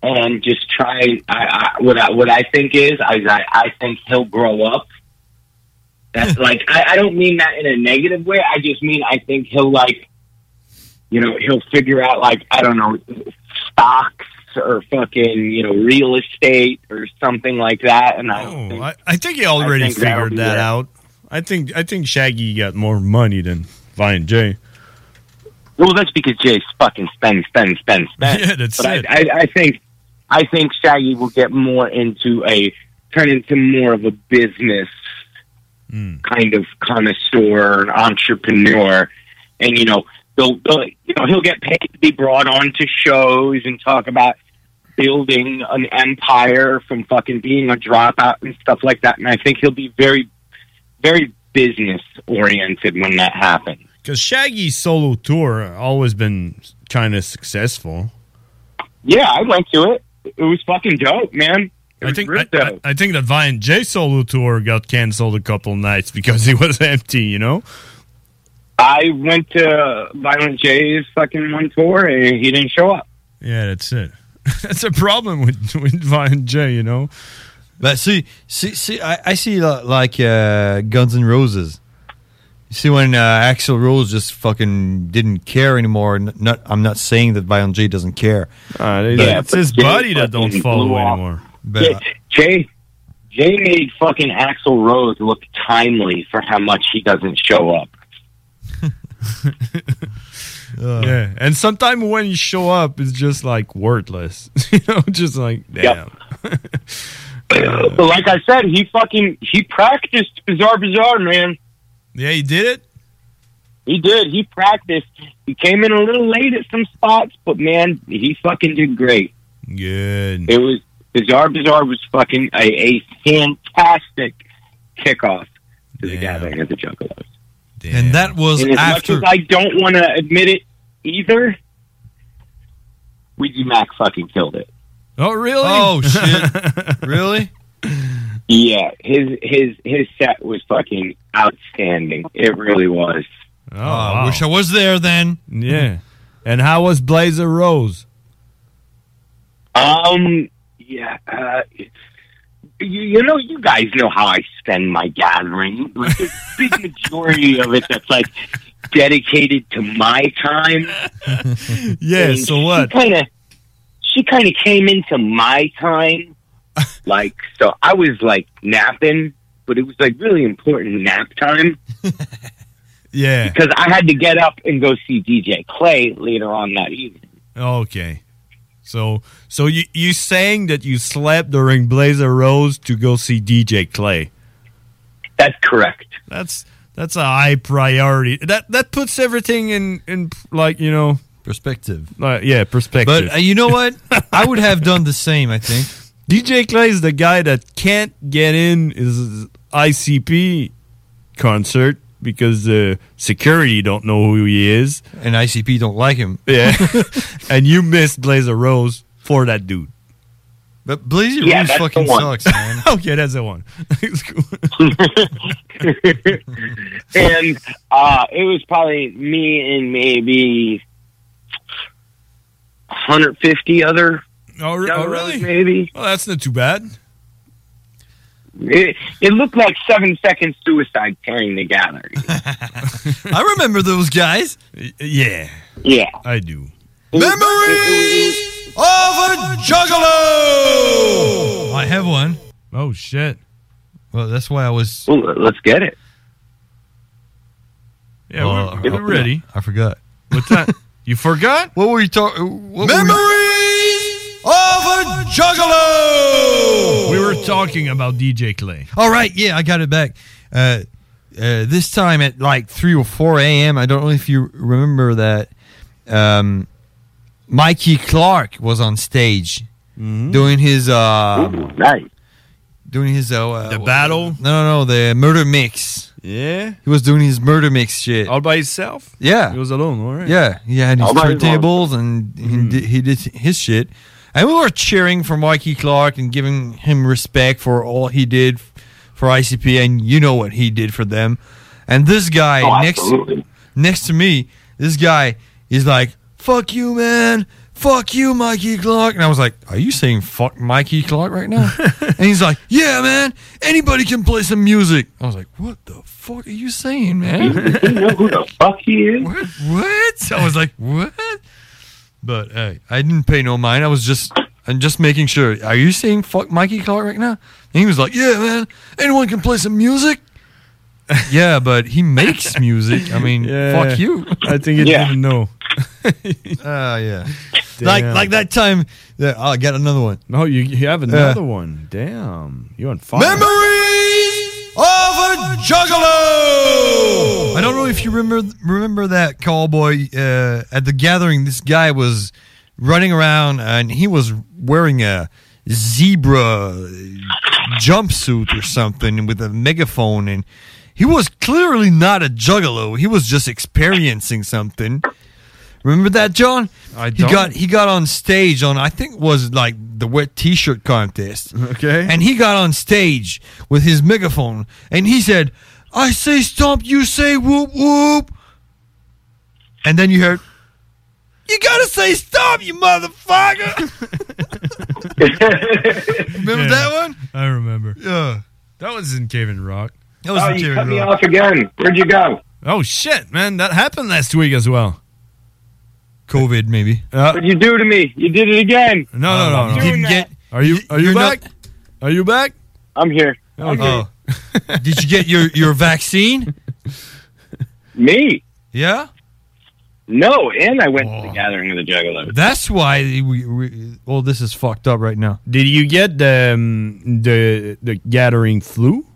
[SPEAKER 30] and just try. I, I what I what I think is I I, I think he'll grow up. That's like I, I don't mean that in a negative way. I just mean I think he'll like, you know, he'll figure out like I don't know stocks or fucking you know real estate or something like that. And I don't think,
[SPEAKER 7] I, I think he already
[SPEAKER 30] think that'll
[SPEAKER 7] figured
[SPEAKER 30] be
[SPEAKER 7] that
[SPEAKER 30] it.
[SPEAKER 7] out. I think I think Shaggy got more money than Vine Jay.
[SPEAKER 30] Well, that's because Jay's fucking spend, spend, spend, spend.
[SPEAKER 7] Yeah, that's
[SPEAKER 30] but
[SPEAKER 7] it.
[SPEAKER 30] I, I, I think, I think Shaggy will get more into a turn into more of a
[SPEAKER 7] Hmm.
[SPEAKER 30] business kind of connoisseur, entrepreneur, and you know they'll, they'll you know he'll get paid to be brought on to shows and talk about building an empire from fucking being a dropout and stuff like that. And I think he'll be very, very business oriented when that happens.
[SPEAKER 7] Because Shaggy's solo tour always been kind of successful.
[SPEAKER 30] Yeah, I went to it. It was fucking dope, man. It
[SPEAKER 7] I
[SPEAKER 30] was
[SPEAKER 7] think
[SPEAKER 30] real
[SPEAKER 7] I,
[SPEAKER 30] dope.
[SPEAKER 7] I- I think the Vine J solo tour got canceled a couple nights because it was empty. You know,
[SPEAKER 30] I went to Violent J's fucking one tour and he didn't show up.
[SPEAKER 7] yeah, that's it. that's a problem with with Vine J. You know,
[SPEAKER 8] But see, see, see I, I see li- like uh, Guns N' Roses. You see when uh, Axel Rose just fucking didn't care anymore. N- Not, I'm not saying that Violent J doesn't care.
[SPEAKER 7] Ah, they- Yeah, it's but his Jay body that don't fucking follow blew off. anymore.
[SPEAKER 8] But,
[SPEAKER 30] Yeah, Jay Jay made fucking Axl Rose look timely for how much he doesn't show up.
[SPEAKER 7] yeah. And sometimes when you show up, it's just like wordless. you know, just like damn.
[SPEAKER 30] but like I said, he fucking he practiced bizarre bizarre man.
[SPEAKER 7] Yeah, he did it.
[SPEAKER 30] He did. He practiced. He came in a little late at some spots, but man, he fucking did great.
[SPEAKER 7] Good.
[SPEAKER 30] It was bizarre. Bizarre was fucking a, a fantastic kickoff to the gathering of the Juggalos.
[SPEAKER 8] and that was
[SPEAKER 30] And as
[SPEAKER 8] after.
[SPEAKER 30] much as I don't want to admit it either, Weezy Mac fucking killed it.
[SPEAKER 7] Oh really?
[SPEAKER 8] Oh shit! really?
[SPEAKER 30] Yeah, his his his set was fucking outstanding. It really was.
[SPEAKER 7] Oh, I
[SPEAKER 8] wish I was there then.
[SPEAKER 7] Yeah. And how was Blazer Rose?
[SPEAKER 30] Um, yeah. Uh, you, you know, you guys know how I spend my gathering. Like, the big majority of it that's like dedicated to my time.
[SPEAKER 7] Yeah.
[SPEAKER 30] And
[SPEAKER 7] So what?
[SPEAKER 30] She kind of she kind of came into my time, like so. I was like napping, but it was like really important nap time
[SPEAKER 7] Yeah.
[SPEAKER 30] because I had to get up and go see DJ Clay later on that evening.
[SPEAKER 7] Okay. So so you you saying that you slept during Blazer Rose to go see DJ Clay?
[SPEAKER 30] That's correct.
[SPEAKER 7] That's that's a high priority. That that puts everything in in like you know
[SPEAKER 8] perspective.
[SPEAKER 7] Uh, yeah, perspective.
[SPEAKER 8] But uh, you know what? I would have done the same. I think.
[SPEAKER 7] DJ Clay is the guy that can't get in his ICP concert because the security don't know who he is,
[SPEAKER 8] and ICP don't like him.
[SPEAKER 7] Yeah, and you missed Blazer Rose for that dude.
[SPEAKER 8] But Blazer
[SPEAKER 30] Yeah, Rose that's the fucking one. sucks,
[SPEAKER 8] man.
[SPEAKER 7] okay, that's the one.
[SPEAKER 30] and uh, it was probably me and maybe 150 other.
[SPEAKER 7] Oh, re- oh, really?
[SPEAKER 30] Maybe.
[SPEAKER 7] Well, that's not too bad.
[SPEAKER 30] It, it looked like seven second suicide tearing the gathering.
[SPEAKER 8] I remember those guys.
[SPEAKER 7] Yeah.
[SPEAKER 30] Yeah.
[SPEAKER 7] I do.
[SPEAKER 8] Memories of a Juggalo! I have one.
[SPEAKER 7] Oh, shit.
[SPEAKER 8] Well, that's why I was.
[SPEAKER 30] let's get it.
[SPEAKER 7] Yeah, we're- we're ready.
[SPEAKER 8] Uh, I forgot.
[SPEAKER 7] What's that? you forgot?
[SPEAKER 8] What were you talking?
[SPEAKER 7] Memories
[SPEAKER 8] of a Juggalo!
[SPEAKER 7] We were talking about DJ Clay.
[SPEAKER 8] All right, yeah, I got it back. Uh, uh, this time at like 3 or 4 a.m., I don't know if you remember that, um, Mikey Clark was on stage doing his. Uh, Doing his. Uh, uh,
[SPEAKER 7] The battle?
[SPEAKER 8] No, no, no, the murder mix.
[SPEAKER 7] Yeah.
[SPEAKER 8] He was doing his murder mix shit.
[SPEAKER 7] All by himself?
[SPEAKER 8] Yeah.
[SPEAKER 7] He was alone, all right.
[SPEAKER 8] Yeah, he had
[SPEAKER 31] Oh,
[SPEAKER 8] his
[SPEAKER 7] All by his
[SPEAKER 8] turntables and he, did, he did his shit. And we were cheering for Mikey Clark and giving him respect for all he did f- for ICP and you know what he did for them. And this guy
[SPEAKER 31] Oh,
[SPEAKER 8] next
[SPEAKER 31] absolutely.
[SPEAKER 8] next to me, this guy is like, "Fuck you, man. Fuck you, Mikey Clark." And I was like, "Are you saying fuck Mikey Clark right now?" and he's like, "Yeah, man. Anybody can play some music." I was like, "What the fuck are you saying, man?"
[SPEAKER 30] know who the fuck he is?
[SPEAKER 8] What? what? I was like, what? But uh, I didn't pay no mind. I was just, I'm just making sure. Are you saying fuck Mikey Clark right now? And he was like, yeah, man. Anyone can play some music. yeah, but he makes music. I mean,
[SPEAKER 7] Yeah.
[SPEAKER 8] fuck you.
[SPEAKER 7] I think he didn't know.
[SPEAKER 8] Ah, yeah. Like,
[SPEAKER 7] Damn.
[SPEAKER 8] like that time. Yeah, oh, I got another one.
[SPEAKER 7] No, you, you have Another one. Damn. You're on fire.
[SPEAKER 8] Memories of a Juggalo! I don't know if you remember remember that cowboy uh, at the gathering. This guy was running around and he was wearing a zebra jumpsuit or something with a megaphone, and he was clearly not a juggalo. He was just experiencing something. Remember that, John? I
[SPEAKER 32] don't.
[SPEAKER 8] He got he got on stage on I think it was like the wet T-shirt contest.
[SPEAKER 32] Okay.
[SPEAKER 8] And he got on stage with his megaphone and he said, "I say stomp, you say whoop whoop," and then you heard, "You gotta say stop, you motherfucker." Remember that one?
[SPEAKER 7] I remember.
[SPEAKER 8] Yeah.
[SPEAKER 7] That was in Cave and Rock.
[SPEAKER 8] That was
[SPEAKER 7] in
[SPEAKER 8] Oh, you
[SPEAKER 7] Cave
[SPEAKER 8] cut
[SPEAKER 7] and
[SPEAKER 8] me
[SPEAKER 7] Rock.
[SPEAKER 8] off again.
[SPEAKER 30] Where'd you go?
[SPEAKER 7] Oh, shit, man. That happened last week as well. Uh,
[SPEAKER 8] COVID, maybe.
[SPEAKER 30] What'd you do to me? You did it again.
[SPEAKER 7] No, no, no. no.
[SPEAKER 30] Didn't get-
[SPEAKER 7] are you are you
[SPEAKER 30] you're
[SPEAKER 7] back? Are you back?
[SPEAKER 30] I'm here.
[SPEAKER 8] Oh. Did you get your your vaccine?
[SPEAKER 30] Me?
[SPEAKER 8] Yeah.
[SPEAKER 30] No, and I went
[SPEAKER 7] Oh.
[SPEAKER 30] to the gathering of the Juggalos.
[SPEAKER 8] That's why we, we well this is fucked up right now.
[SPEAKER 7] Did you get the um, the the gathering flu?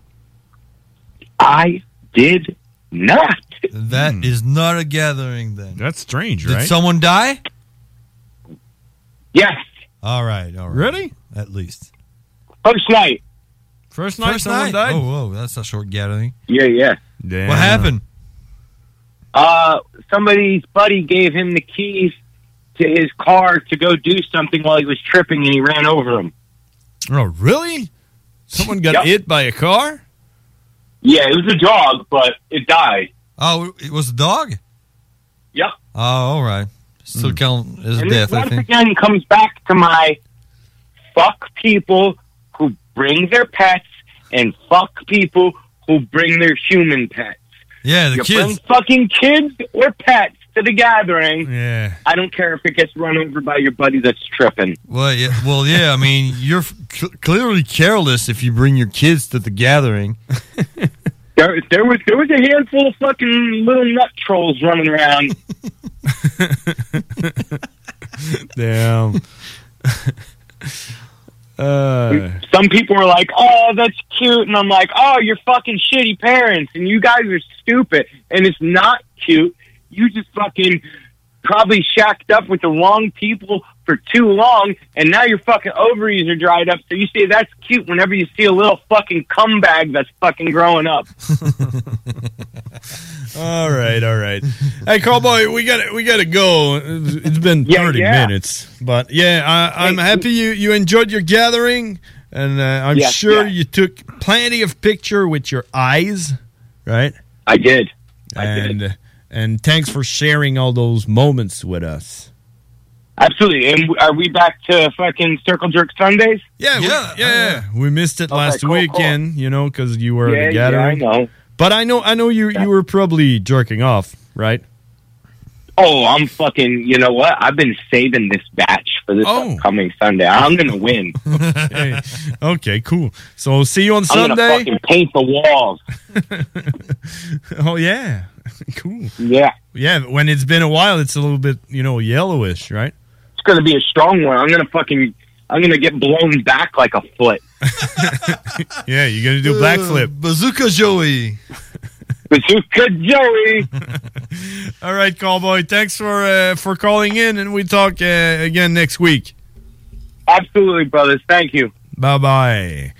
[SPEAKER 30] I did not.
[SPEAKER 8] That is not a gathering then.
[SPEAKER 7] Hmm. That's strange,
[SPEAKER 8] Did
[SPEAKER 7] right?
[SPEAKER 8] someone die?
[SPEAKER 30] Yes.
[SPEAKER 8] All right, all right.
[SPEAKER 7] Really?
[SPEAKER 8] At least.
[SPEAKER 30] First night.
[SPEAKER 7] First
[SPEAKER 30] night someone died?
[SPEAKER 8] Oh, whoa, that's a short gathering.
[SPEAKER 30] Yeah, yeah.
[SPEAKER 8] What happened?
[SPEAKER 30] Uh, somebody's buddy gave him the keys to his car to go do something while he was tripping, and he ran over him.
[SPEAKER 7] Oh, really? Someone got
[SPEAKER 30] Yep.
[SPEAKER 7] hit by a car?
[SPEAKER 30] Yeah, it was a dog, but it died.
[SPEAKER 8] Oh, it was a dog?
[SPEAKER 30] Yep.
[SPEAKER 8] Oh, all right.
[SPEAKER 7] Hmm.
[SPEAKER 8] Still count as
[SPEAKER 30] and
[SPEAKER 8] death,
[SPEAKER 30] this
[SPEAKER 8] I
[SPEAKER 30] once
[SPEAKER 8] think.
[SPEAKER 30] again comes back to my fuck people who bring their pets and fuck people who bring their human pets.
[SPEAKER 8] Yeah, the
[SPEAKER 30] you bring
[SPEAKER 8] kids.
[SPEAKER 30] fucking kids or pets to the gathering.
[SPEAKER 7] Yeah.
[SPEAKER 30] I don't care if it gets run over by your buddy that's tripping.
[SPEAKER 8] Well, yeah, well, yeah. I mean, you're f- cl- clearly careless if you bring your kids to the gathering.
[SPEAKER 30] There, there was there was a handful of fucking little nut trolls running around.
[SPEAKER 7] Damn. uh,
[SPEAKER 30] Some people were like, "Oh, that's cute," and I'm like, "Oh, you're fucking shitty parents, and you guys are stupid, and it's not cute. You just fucking probably shacked up with the wrong people for too long, and now your fucking ovaries are dried up. So you say that's cute whenever you see a little fucking cum bag that's fucking growing up.
[SPEAKER 7] all right, all right. hey, cowboy, we got to we got to go. It's it's been thirty
[SPEAKER 32] yeah.
[SPEAKER 7] minutes, but yeah, I, I'm happy you you enjoyed your gathering, and uh, I'm
[SPEAKER 30] Yes,
[SPEAKER 7] sure
[SPEAKER 30] yeah.
[SPEAKER 7] you took plenty of picture with your eyes, right?
[SPEAKER 30] I did.
[SPEAKER 7] and uh, and thanks for sharing all those moments with us.
[SPEAKER 30] Absolutely. And are we back to fucking circle jerk Sundays?
[SPEAKER 7] Yeah, yeah, yeah. We missed it last weekend, you know, because you were
[SPEAKER 30] Yeah,
[SPEAKER 7] at the
[SPEAKER 30] yeah,
[SPEAKER 7] gathering.
[SPEAKER 30] I know.
[SPEAKER 7] But I know, I know you you were probably jerking off, right?
[SPEAKER 30] Oh, I'm fucking. You know what? I've been saving this batch for this
[SPEAKER 7] Oh.
[SPEAKER 30] upcoming Sunday. I'm gonna win.
[SPEAKER 7] okay. okay, cool. So see you on
[SPEAKER 30] I'm gonna
[SPEAKER 7] Sunday.
[SPEAKER 30] fucking paint the walls.
[SPEAKER 7] Oh yeah, cool.
[SPEAKER 30] Yeah,
[SPEAKER 7] yeah. but When it's been a while, it's a little bit you know yellowish, right?
[SPEAKER 30] It's gonna be a strong one. I'm gonna fucking. I'm gonna get blown back like a foot.
[SPEAKER 7] Yeah, you're gonna do
[SPEAKER 8] Uh,
[SPEAKER 7] backflip.
[SPEAKER 8] Bazooka Joey.
[SPEAKER 30] Bazooka Joey.
[SPEAKER 7] All right, cowboy. Thanks for uh, for calling in, and we talk uh, again next week.
[SPEAKER 30] Absolutely, brothers. Thank you.
[SPEAKER 7] Bye bye.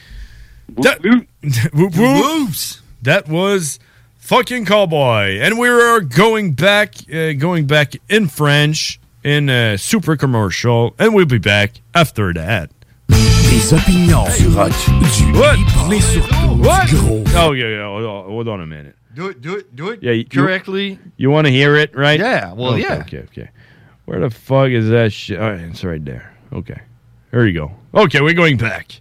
[SPEAKER 7] That, whoop, whoops. That was fucking cowboy, and we are going back, uh, going back in French in a super commercial, and we'll be back after that.
[SPEAKER 33] Des opinions, du rock, du hip-hop, mais surtout du gros.
[SPEAKER 7] Oh yeah, yeah. Hold on, hold on a minute.
[SPEAKER 8] Do it, do it, do it.
[SPEAKER 7] Yeah, you-
[SPEAKER 8] correctly.
[SPEAKER 7] You want to hear it, right?
[SPEAKER 8] Yeah, well,
[SPEAKER 7] Okay,
[SPEAKER 8] yeah.
[SPEAKER 7] Okay, okay. Where the fuck is that shit? All right, it's right there. Okay. Here you go. Okay, we're going back.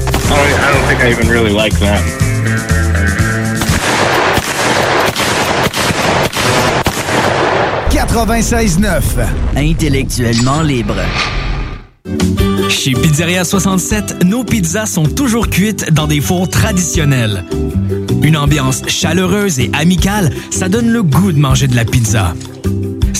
[SPEAKER 30] I don't, I don't think I even really like them.
[SPEAKER 14] Intellectuellement libre. Chez Pizzeria 67, nos pizzas sont toujours cuites dans des fours traditionnels. Une ambiance chaleureuse et amicale, ça donne le goût de manger de la pizza.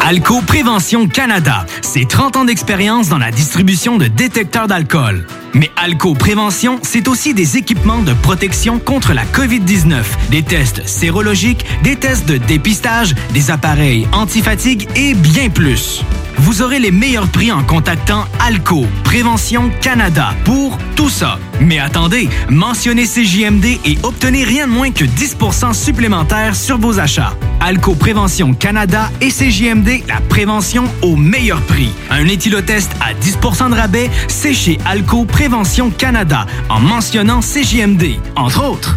[SPEAKER 14] Alco Prévention Canada, c'est 30 ans d'expérience dans la distribution de détecteurs d'alcool. Mais Alco Prévention, c'est aussi des équipements de protection contre la COVID-19, des tests sérologiques, des tests de dépistage, des appareils antifatigue et bien plus. Vous aurez les meilleurs prix en contactant Alco Prévention Canada pour tout ça. Mais attendez, mentionnez CJMD et obtenez rien de moins que 10 supplémentaires sur vos achats. Alco Prévention Canada et CJMD, la prévention au meilleur prix. Un éthylotest à 10 de rabais, c'est chez Alco Prévention Canada en mentionnant CJMD, entre autres.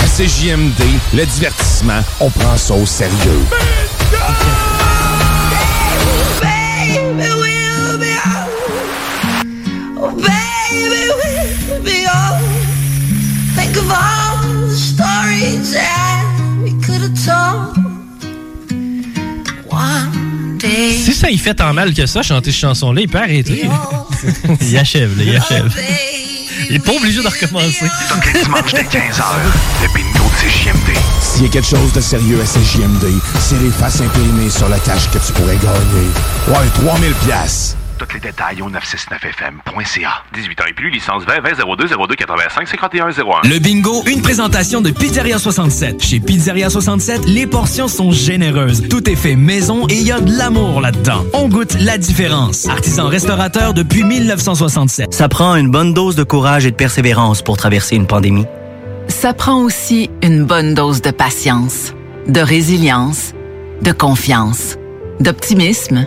[SPEAKER 34] À CJMD, le divertissement, on prend ça au sérieux.
[SPEAKER 9] Oh, baby, we'll be old. Think of all the stories that we could have told. One day.
[SPEAKER 11] Si ça y fait tant mal que ça, chanter cette chanson-là, il peut arrêter. il achève, là, il achève. Il est pas obligé de recommencer.
[SPEAKER 35] Tous les dimanches dès 15h, le bingo de CJMD.
[SPEAKER 3] S'il y a quelque chose de sérieux à CJMD, c'est les faces imprimées sur la cash que tu pourrais gagner. Ouais, 3000 pièces.
[SPEAKER 35] Tous les détails au 969fm.ca.
[SPEAKER 10] 18 ans et plus, licence 20 20 02 02 85 51 01.
[SPEAKER 14] Le bingo, une présentation de Pizzeria 67. Chez Pizzeria 67, les portions sont généreuses. Tout est fait maison et il y a de l'amour là-dedans. On goûte la différence. Artisan restaurateur depuis 1967.
[SPEAKER 36] Ça prend une bonne dose de courage et de persévérance pour traverser une pandémie.
[SPEAKER 17] Ça prend aussi une bonne dose de patience, de résilience, de confiance, d'optimisme,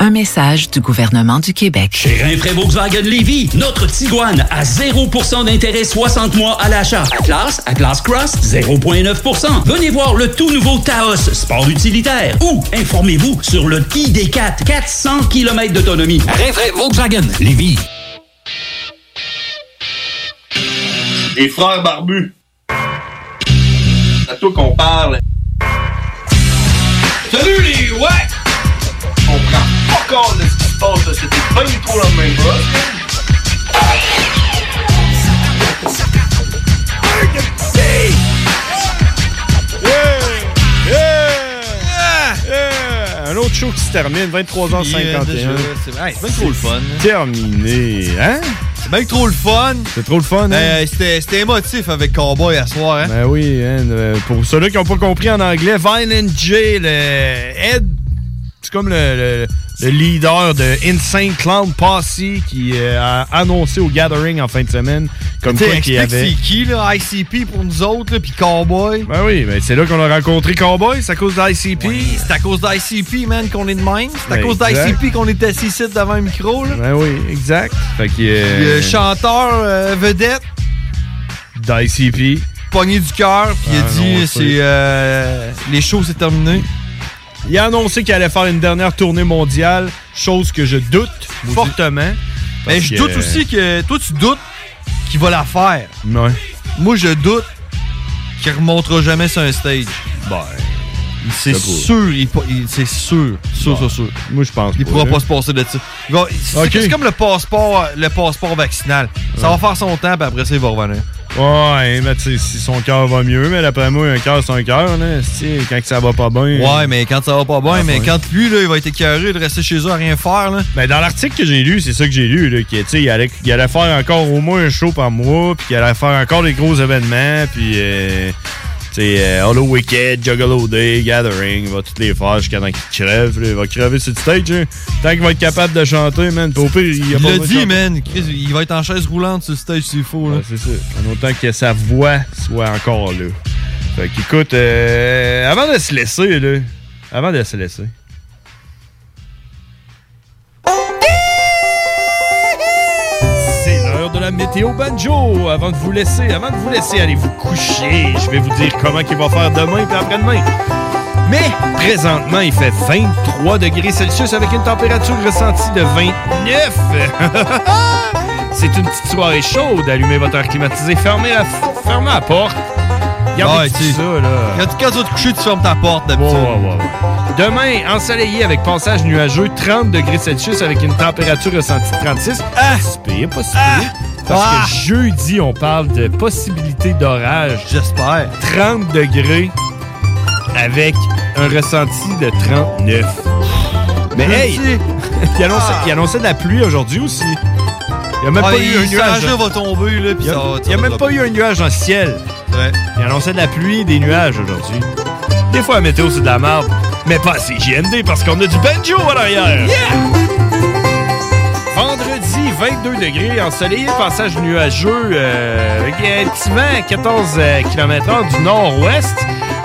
[SPEAKER 17] Un message du gouvernement du Québec.
[SPEAKER 21] Chez Rainfray Volkswagen Lévy, notre Tiguan à 0% d'intérêt 60 mois à l'achat. Atlas, Atlas Cross, 0,9%. Venez voir le tout nouveau Taos, sport utilitaire. Ou informez-vous sur le ID4, 400 km d'autonomie. Rainfray Volkswagen Lévy.
[SPEAKER 30] Les frères barbus. C'est à toi qu'on parle. Salut les ouais! On prend pas compte de ce qui se passe, là. C'était pas du tout la même chose.
[SPEAKER 7] Un autre show qui se termine,
[SPEAKER 30] euh,
[SPEAKER 7] 23h51.
[SPEAKER 37] Yeah, déjà, c'est- hey, c'est bien trop le fun, hein.
[SPEAKER 7] Terminé, hein?
[SPEAKER 8] C'est bien que trop le fun.
[SPEAKER 7] C'est trop le fun, hein?
[SPEAKER 8] Euh, c'était c'était émotif avec Cowboy à soir, hein?
[SPEAKER 7] Ben oui, hein, euh, pour ceux-là qui n'ont pas compris en anglais, Violent J, le Ed, c'est comme le, le- le leader de Insane Clown Posse qui euh, a annoncé au Gathering en fin de semaine comme
[SPEAKER 8] T'sais,
[SPEAKER 7] quoi qu'il y
[SPEAKER 8] explique
[SPEAKER 7] avait...
[SPEAKER 8] c'est qui, là? ICP pour nous autres, là, puis Cowboy.
[SPEAKER 7] Ben oui, ben c'est là qu'on a rencontré Cowboy, c'est à cause d'ICP.
[SPEAKER 8] C'est à cause d'ICP, man, qu'on est de même. C'est à
[SPEAKER 7] Ben,
[SPEAKER 8] cause
[SPEAKER 7] exact.
[SPEAKER 8] d'ICP qu'on est assis ici devant un micro, là.
[SPEAKER 7] Ben oui, exact. Fait que...
[SPEAKER 8] Le
[SPEAKER 7] euh,
[SPEAKER 8] chanteur euh, vedette,
[SPEAKER 7] D'ICP.
[SPEAKER 8] pogné du cœur, puis il
[SPEAKER 7] Ah,
[SPEAKER 8] a
[SPEAKER 7] non,
[SPEAKER 8] dit,
[SPEAKER 7] c'est-
[SPEAKER 8] c'est... euh, les shows, c'est terminé.
[SPEAKER 7] Il a annoncé qu'il allait faire une dernière tournée mondiale, chose que je doute fortement. Parce
[SPEAKER 8] Mais je
[SPEAKER 7] que-
[SPEAKER 8] doute aussi que... Toi, tu doutes qu'il va la faire.
[SPEAKER 7] Ouais.
[SPEAKER 8] Moi, je doute qu'il remontera jamais sur un stage.
[SPEAKER 7] Ben...
[SPEAKER 8] C'est
[SPEAKER 21] Je sais pas.
[SPEAKER 8] sûr, il pa- il- c'est sûr, sûr, sûr,
[SPEAKER 7] Ah,
[SPEAKER 8] sûr.
[SPEAKER 21] Moi, je pense
[SPEAKER 8] Il
[SPEAKER 21] pas,
[SPEAKER 8] pourra
[SPEAKER 21] là.
[SPEAKER 8] pas se passer de ça. Il va- C'est
[SPEAKER 21] Ok.
[SPEAKER 8] c'est comme le passeport, euh, le passeport vaccinal. Ça va faire son temps, puis après ça, il va revenir.
[SPEAKER 7] Ouais, mais tu sais, si son cœur va mieux, mais d'après moi, un cœur, c'est un cœur, là. Si, quand que ça va pas bien. Ah,
[SPEAKER 8] Ouais, mais quand ça va pas bien, mais quand lui, là, il va être écœuré de rester chez eux à rien faire, là.
[SPEAKER 7] Ben, dans l'article que j'ai lu, c'est ça que j'ai lu, là, que, tu sais, il allait, il allait faire encore au moins un show par mois, puis il allait faire encore des gros événements, puis, euh, tu sais, euh, Hollow Wicked, Juggalo Day, Gathering, il va tous les faire jusqu'à temps qu'il crève, là. il va crever sur le stage, hein. tant qu'il va être capable de chanter, man, puis au pire, il a
[SPEAKER 8] Il
[SPEAKER 7] pas
[SPEAKER 8] l'a
[SPEAKER 7] besoin de
[SPEAKER 8] dit,
[SPEAKER 7] chanter.
[SPEAKER 8] man. Chris, il va être en chaise roulante sur le stage s'il faut, là.
[SPEAKER 7] c'est ça. En autant que sa voix soit encore là. Fait qu'écoute, euh, avant de se laisser, là, avant de se laisser, C'est l'heure de la météo banjo. Avant de vous laisser, avant de vous laisser aller vous coucher, je vais vous dire comment il va faire demain puis après-demain. Mais présentement, il fait 23 degrés Celsius avec une température ressentie de 29. C'est une petite soirée chaude. Allumez votre air climatisé, fermez la, fermez la porte. Gardez
[SPEAKER 8] Ouais,
[SPEAKER 7] tout
[SPEAKER 8] tu sais,
[SPEAKER 7] ça, là.
[SPEAKER 8] Quand, quand tu vas te coucher, tu fermes ta porte d'habitude.
[SPEAKER 7] Demain, ensoleillé avec passage nuageux, 30 degrés Celsius avec une température ressentie de 36. Ah! C'est pire, pas si pire. Parce
[SPEAKER 21] Ah!
[SPEAKER 7] que jeudi, on parle de possibilité d'orage.
[SPEAKER 8] J'espère.
[SPEAKER 7] 30 degrés avec un ressenti de 39. Mais hey! Il annonçait, il annonçait de la pluie aujourd'hui aussi. Il n'y a même
[SPEAKER 8] Ah,
[SPEAKER 7] pas eu
[SPEAKER 8] il-
[SPEAKER 7] un
[SPEAKER 8] ce
[SPEAKER 7] nuage.
[SPEAKER 8] nuage-là va tomber, là, puis
[SPEAKER 7] Il y a-
[SPEAKER 8] ça va- ça
[SPEAKER 7] il y a
[SPEAKER 8] va
[SPEAKER 7] même pas
[SPEAKER 8] dropper.
[SPEAKER 7] eu un nuage dans le ciel. Il annonçait de la pluie et des nuages aujourd'hui. Des fois, la météo, c'est de la merde. Mais pas assez JMD parce qu'on a du banjo à l'arrière. Vendredi, 22 degrés, ensoleillé, passage nuageux, euh, avec un petit vent à 14 km du nord-ouest.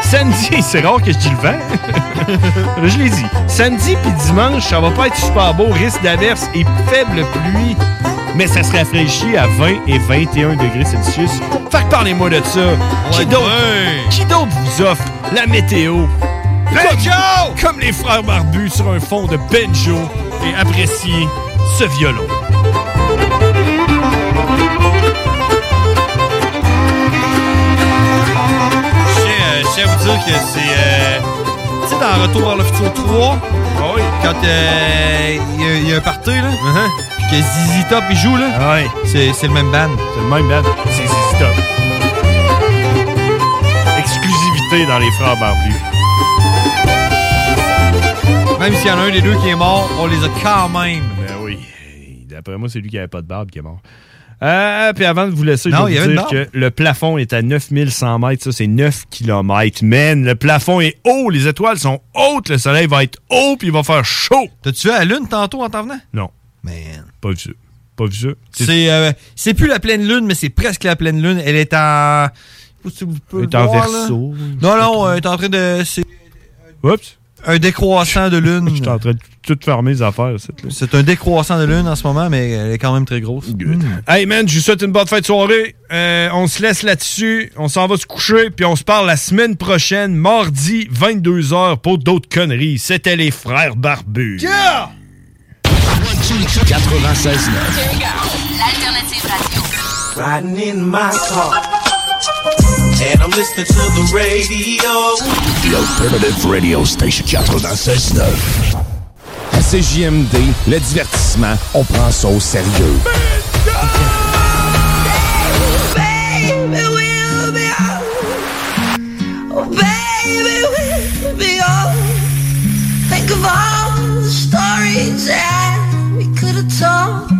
[SPEAKER 7] Samedi, c'est rare que je dis le vent. je l'ai dit. Samedi puis dimanche, ça va pas être super beau, risque d'averse et faible pluie. Mais ça se rafraîchit à 20 et 21 degrés Celsius. Fait que parlez-moi de ça. qui d'autre qui d'autre vous offre la météo Benjo! Comme, les frères barbus sur un fond de Benjo et appréciez ce violon.
[SPEAKER 8] Je tiens, euh, je tiens à vous dire que c'est. euh, tu sais, dans Retour vers le futur 3,
[SPEAKER 7] Ah
[SPEAKER 8] quand euh, il y a- il y, a un party, là,
[SPEAKER 7] Uh-huh.
[SPEAKER 8] puis que Zizi Top il joue, là, c'est c'est le même band.
[SPEAKER 7] Ah C'est le même band. C'est Zizi Top. Exclusivité dans les frères barbus.
[SPEAKER 8] Même s'il y en a un des deux qui est mort, on les a quand même.
[SPEAKER 7] Ben oui. D'après moi, c'est lui qui avait pas de barbe qui est mort. Euh, puis avant de vous laisser,
[SPEAKER 8] Non, il y
[SPEAKER 7] je
[SPEAKER 8] avait
[SPEAKER 7] vais
[SPEAKER 8] une
[SPEAKER 7] vous dire
[SPEAKER 8] barbe.
[SPEAKER 7] que le plafond est à 9100 mètres. Ça, c'est 9 km. Man, le plafond est haut. Les étoiles sont hautes. Le soleil va être haut puis il va faire chaud.
[SPEAKER 8] T'as-tu vu la lune tantôt en t'en venant?
[SPEAKER 7] Non.
[SPEAKER 8] Man.
[SPEAKER 7] Pas vu ça. Pas vu ça.
[SPEAKER 8] C'est euh, c'est plus la pleine lune, mais c'est presque la pleine lune. Elle est en. Je sais pas si vous pouvez
[SPEAKER 7] Elle est en
[SPEAKER 8] le voir, là.
[SPEAKER 7] verso,
[SPEAKER 8] Non, non, elle est en train de. c'est-
[SPEAKER 7] Oups.
[SPEAKER 8] Un décroissant de lune. Je suis en
[SPEAKER 7] train de tout fermer les affaires.
[SPEAKER 8] C'est un décroissant de lune en ce moment, mais elle est quand même très grosse. Mm.
[SPEAKER 7] Hey man, je vous souhaite une bonne fin de soirée. Euh, on se laisse là-dessus. On s'en va se coucher. Puis on se parle la semaine prochaine, mardi, 22h, pour d'autres conneries. C'était les frères barbus.
[SPEAKER 3] 96
[SPEAKER 9] L'alternative radio.
[SPEAKER 20] Riding in my car. And I'm listening to the radio.
[SPEAKER 3] The Alternative Radio Station 96.9.
[SPEAKER 38] À CJMD, le divertissement, on prend ça au sérieux.
[SPEAKER 9] Baby, we'll be on. Oh, baby, we'll be on. Think of all the stories that we could have told.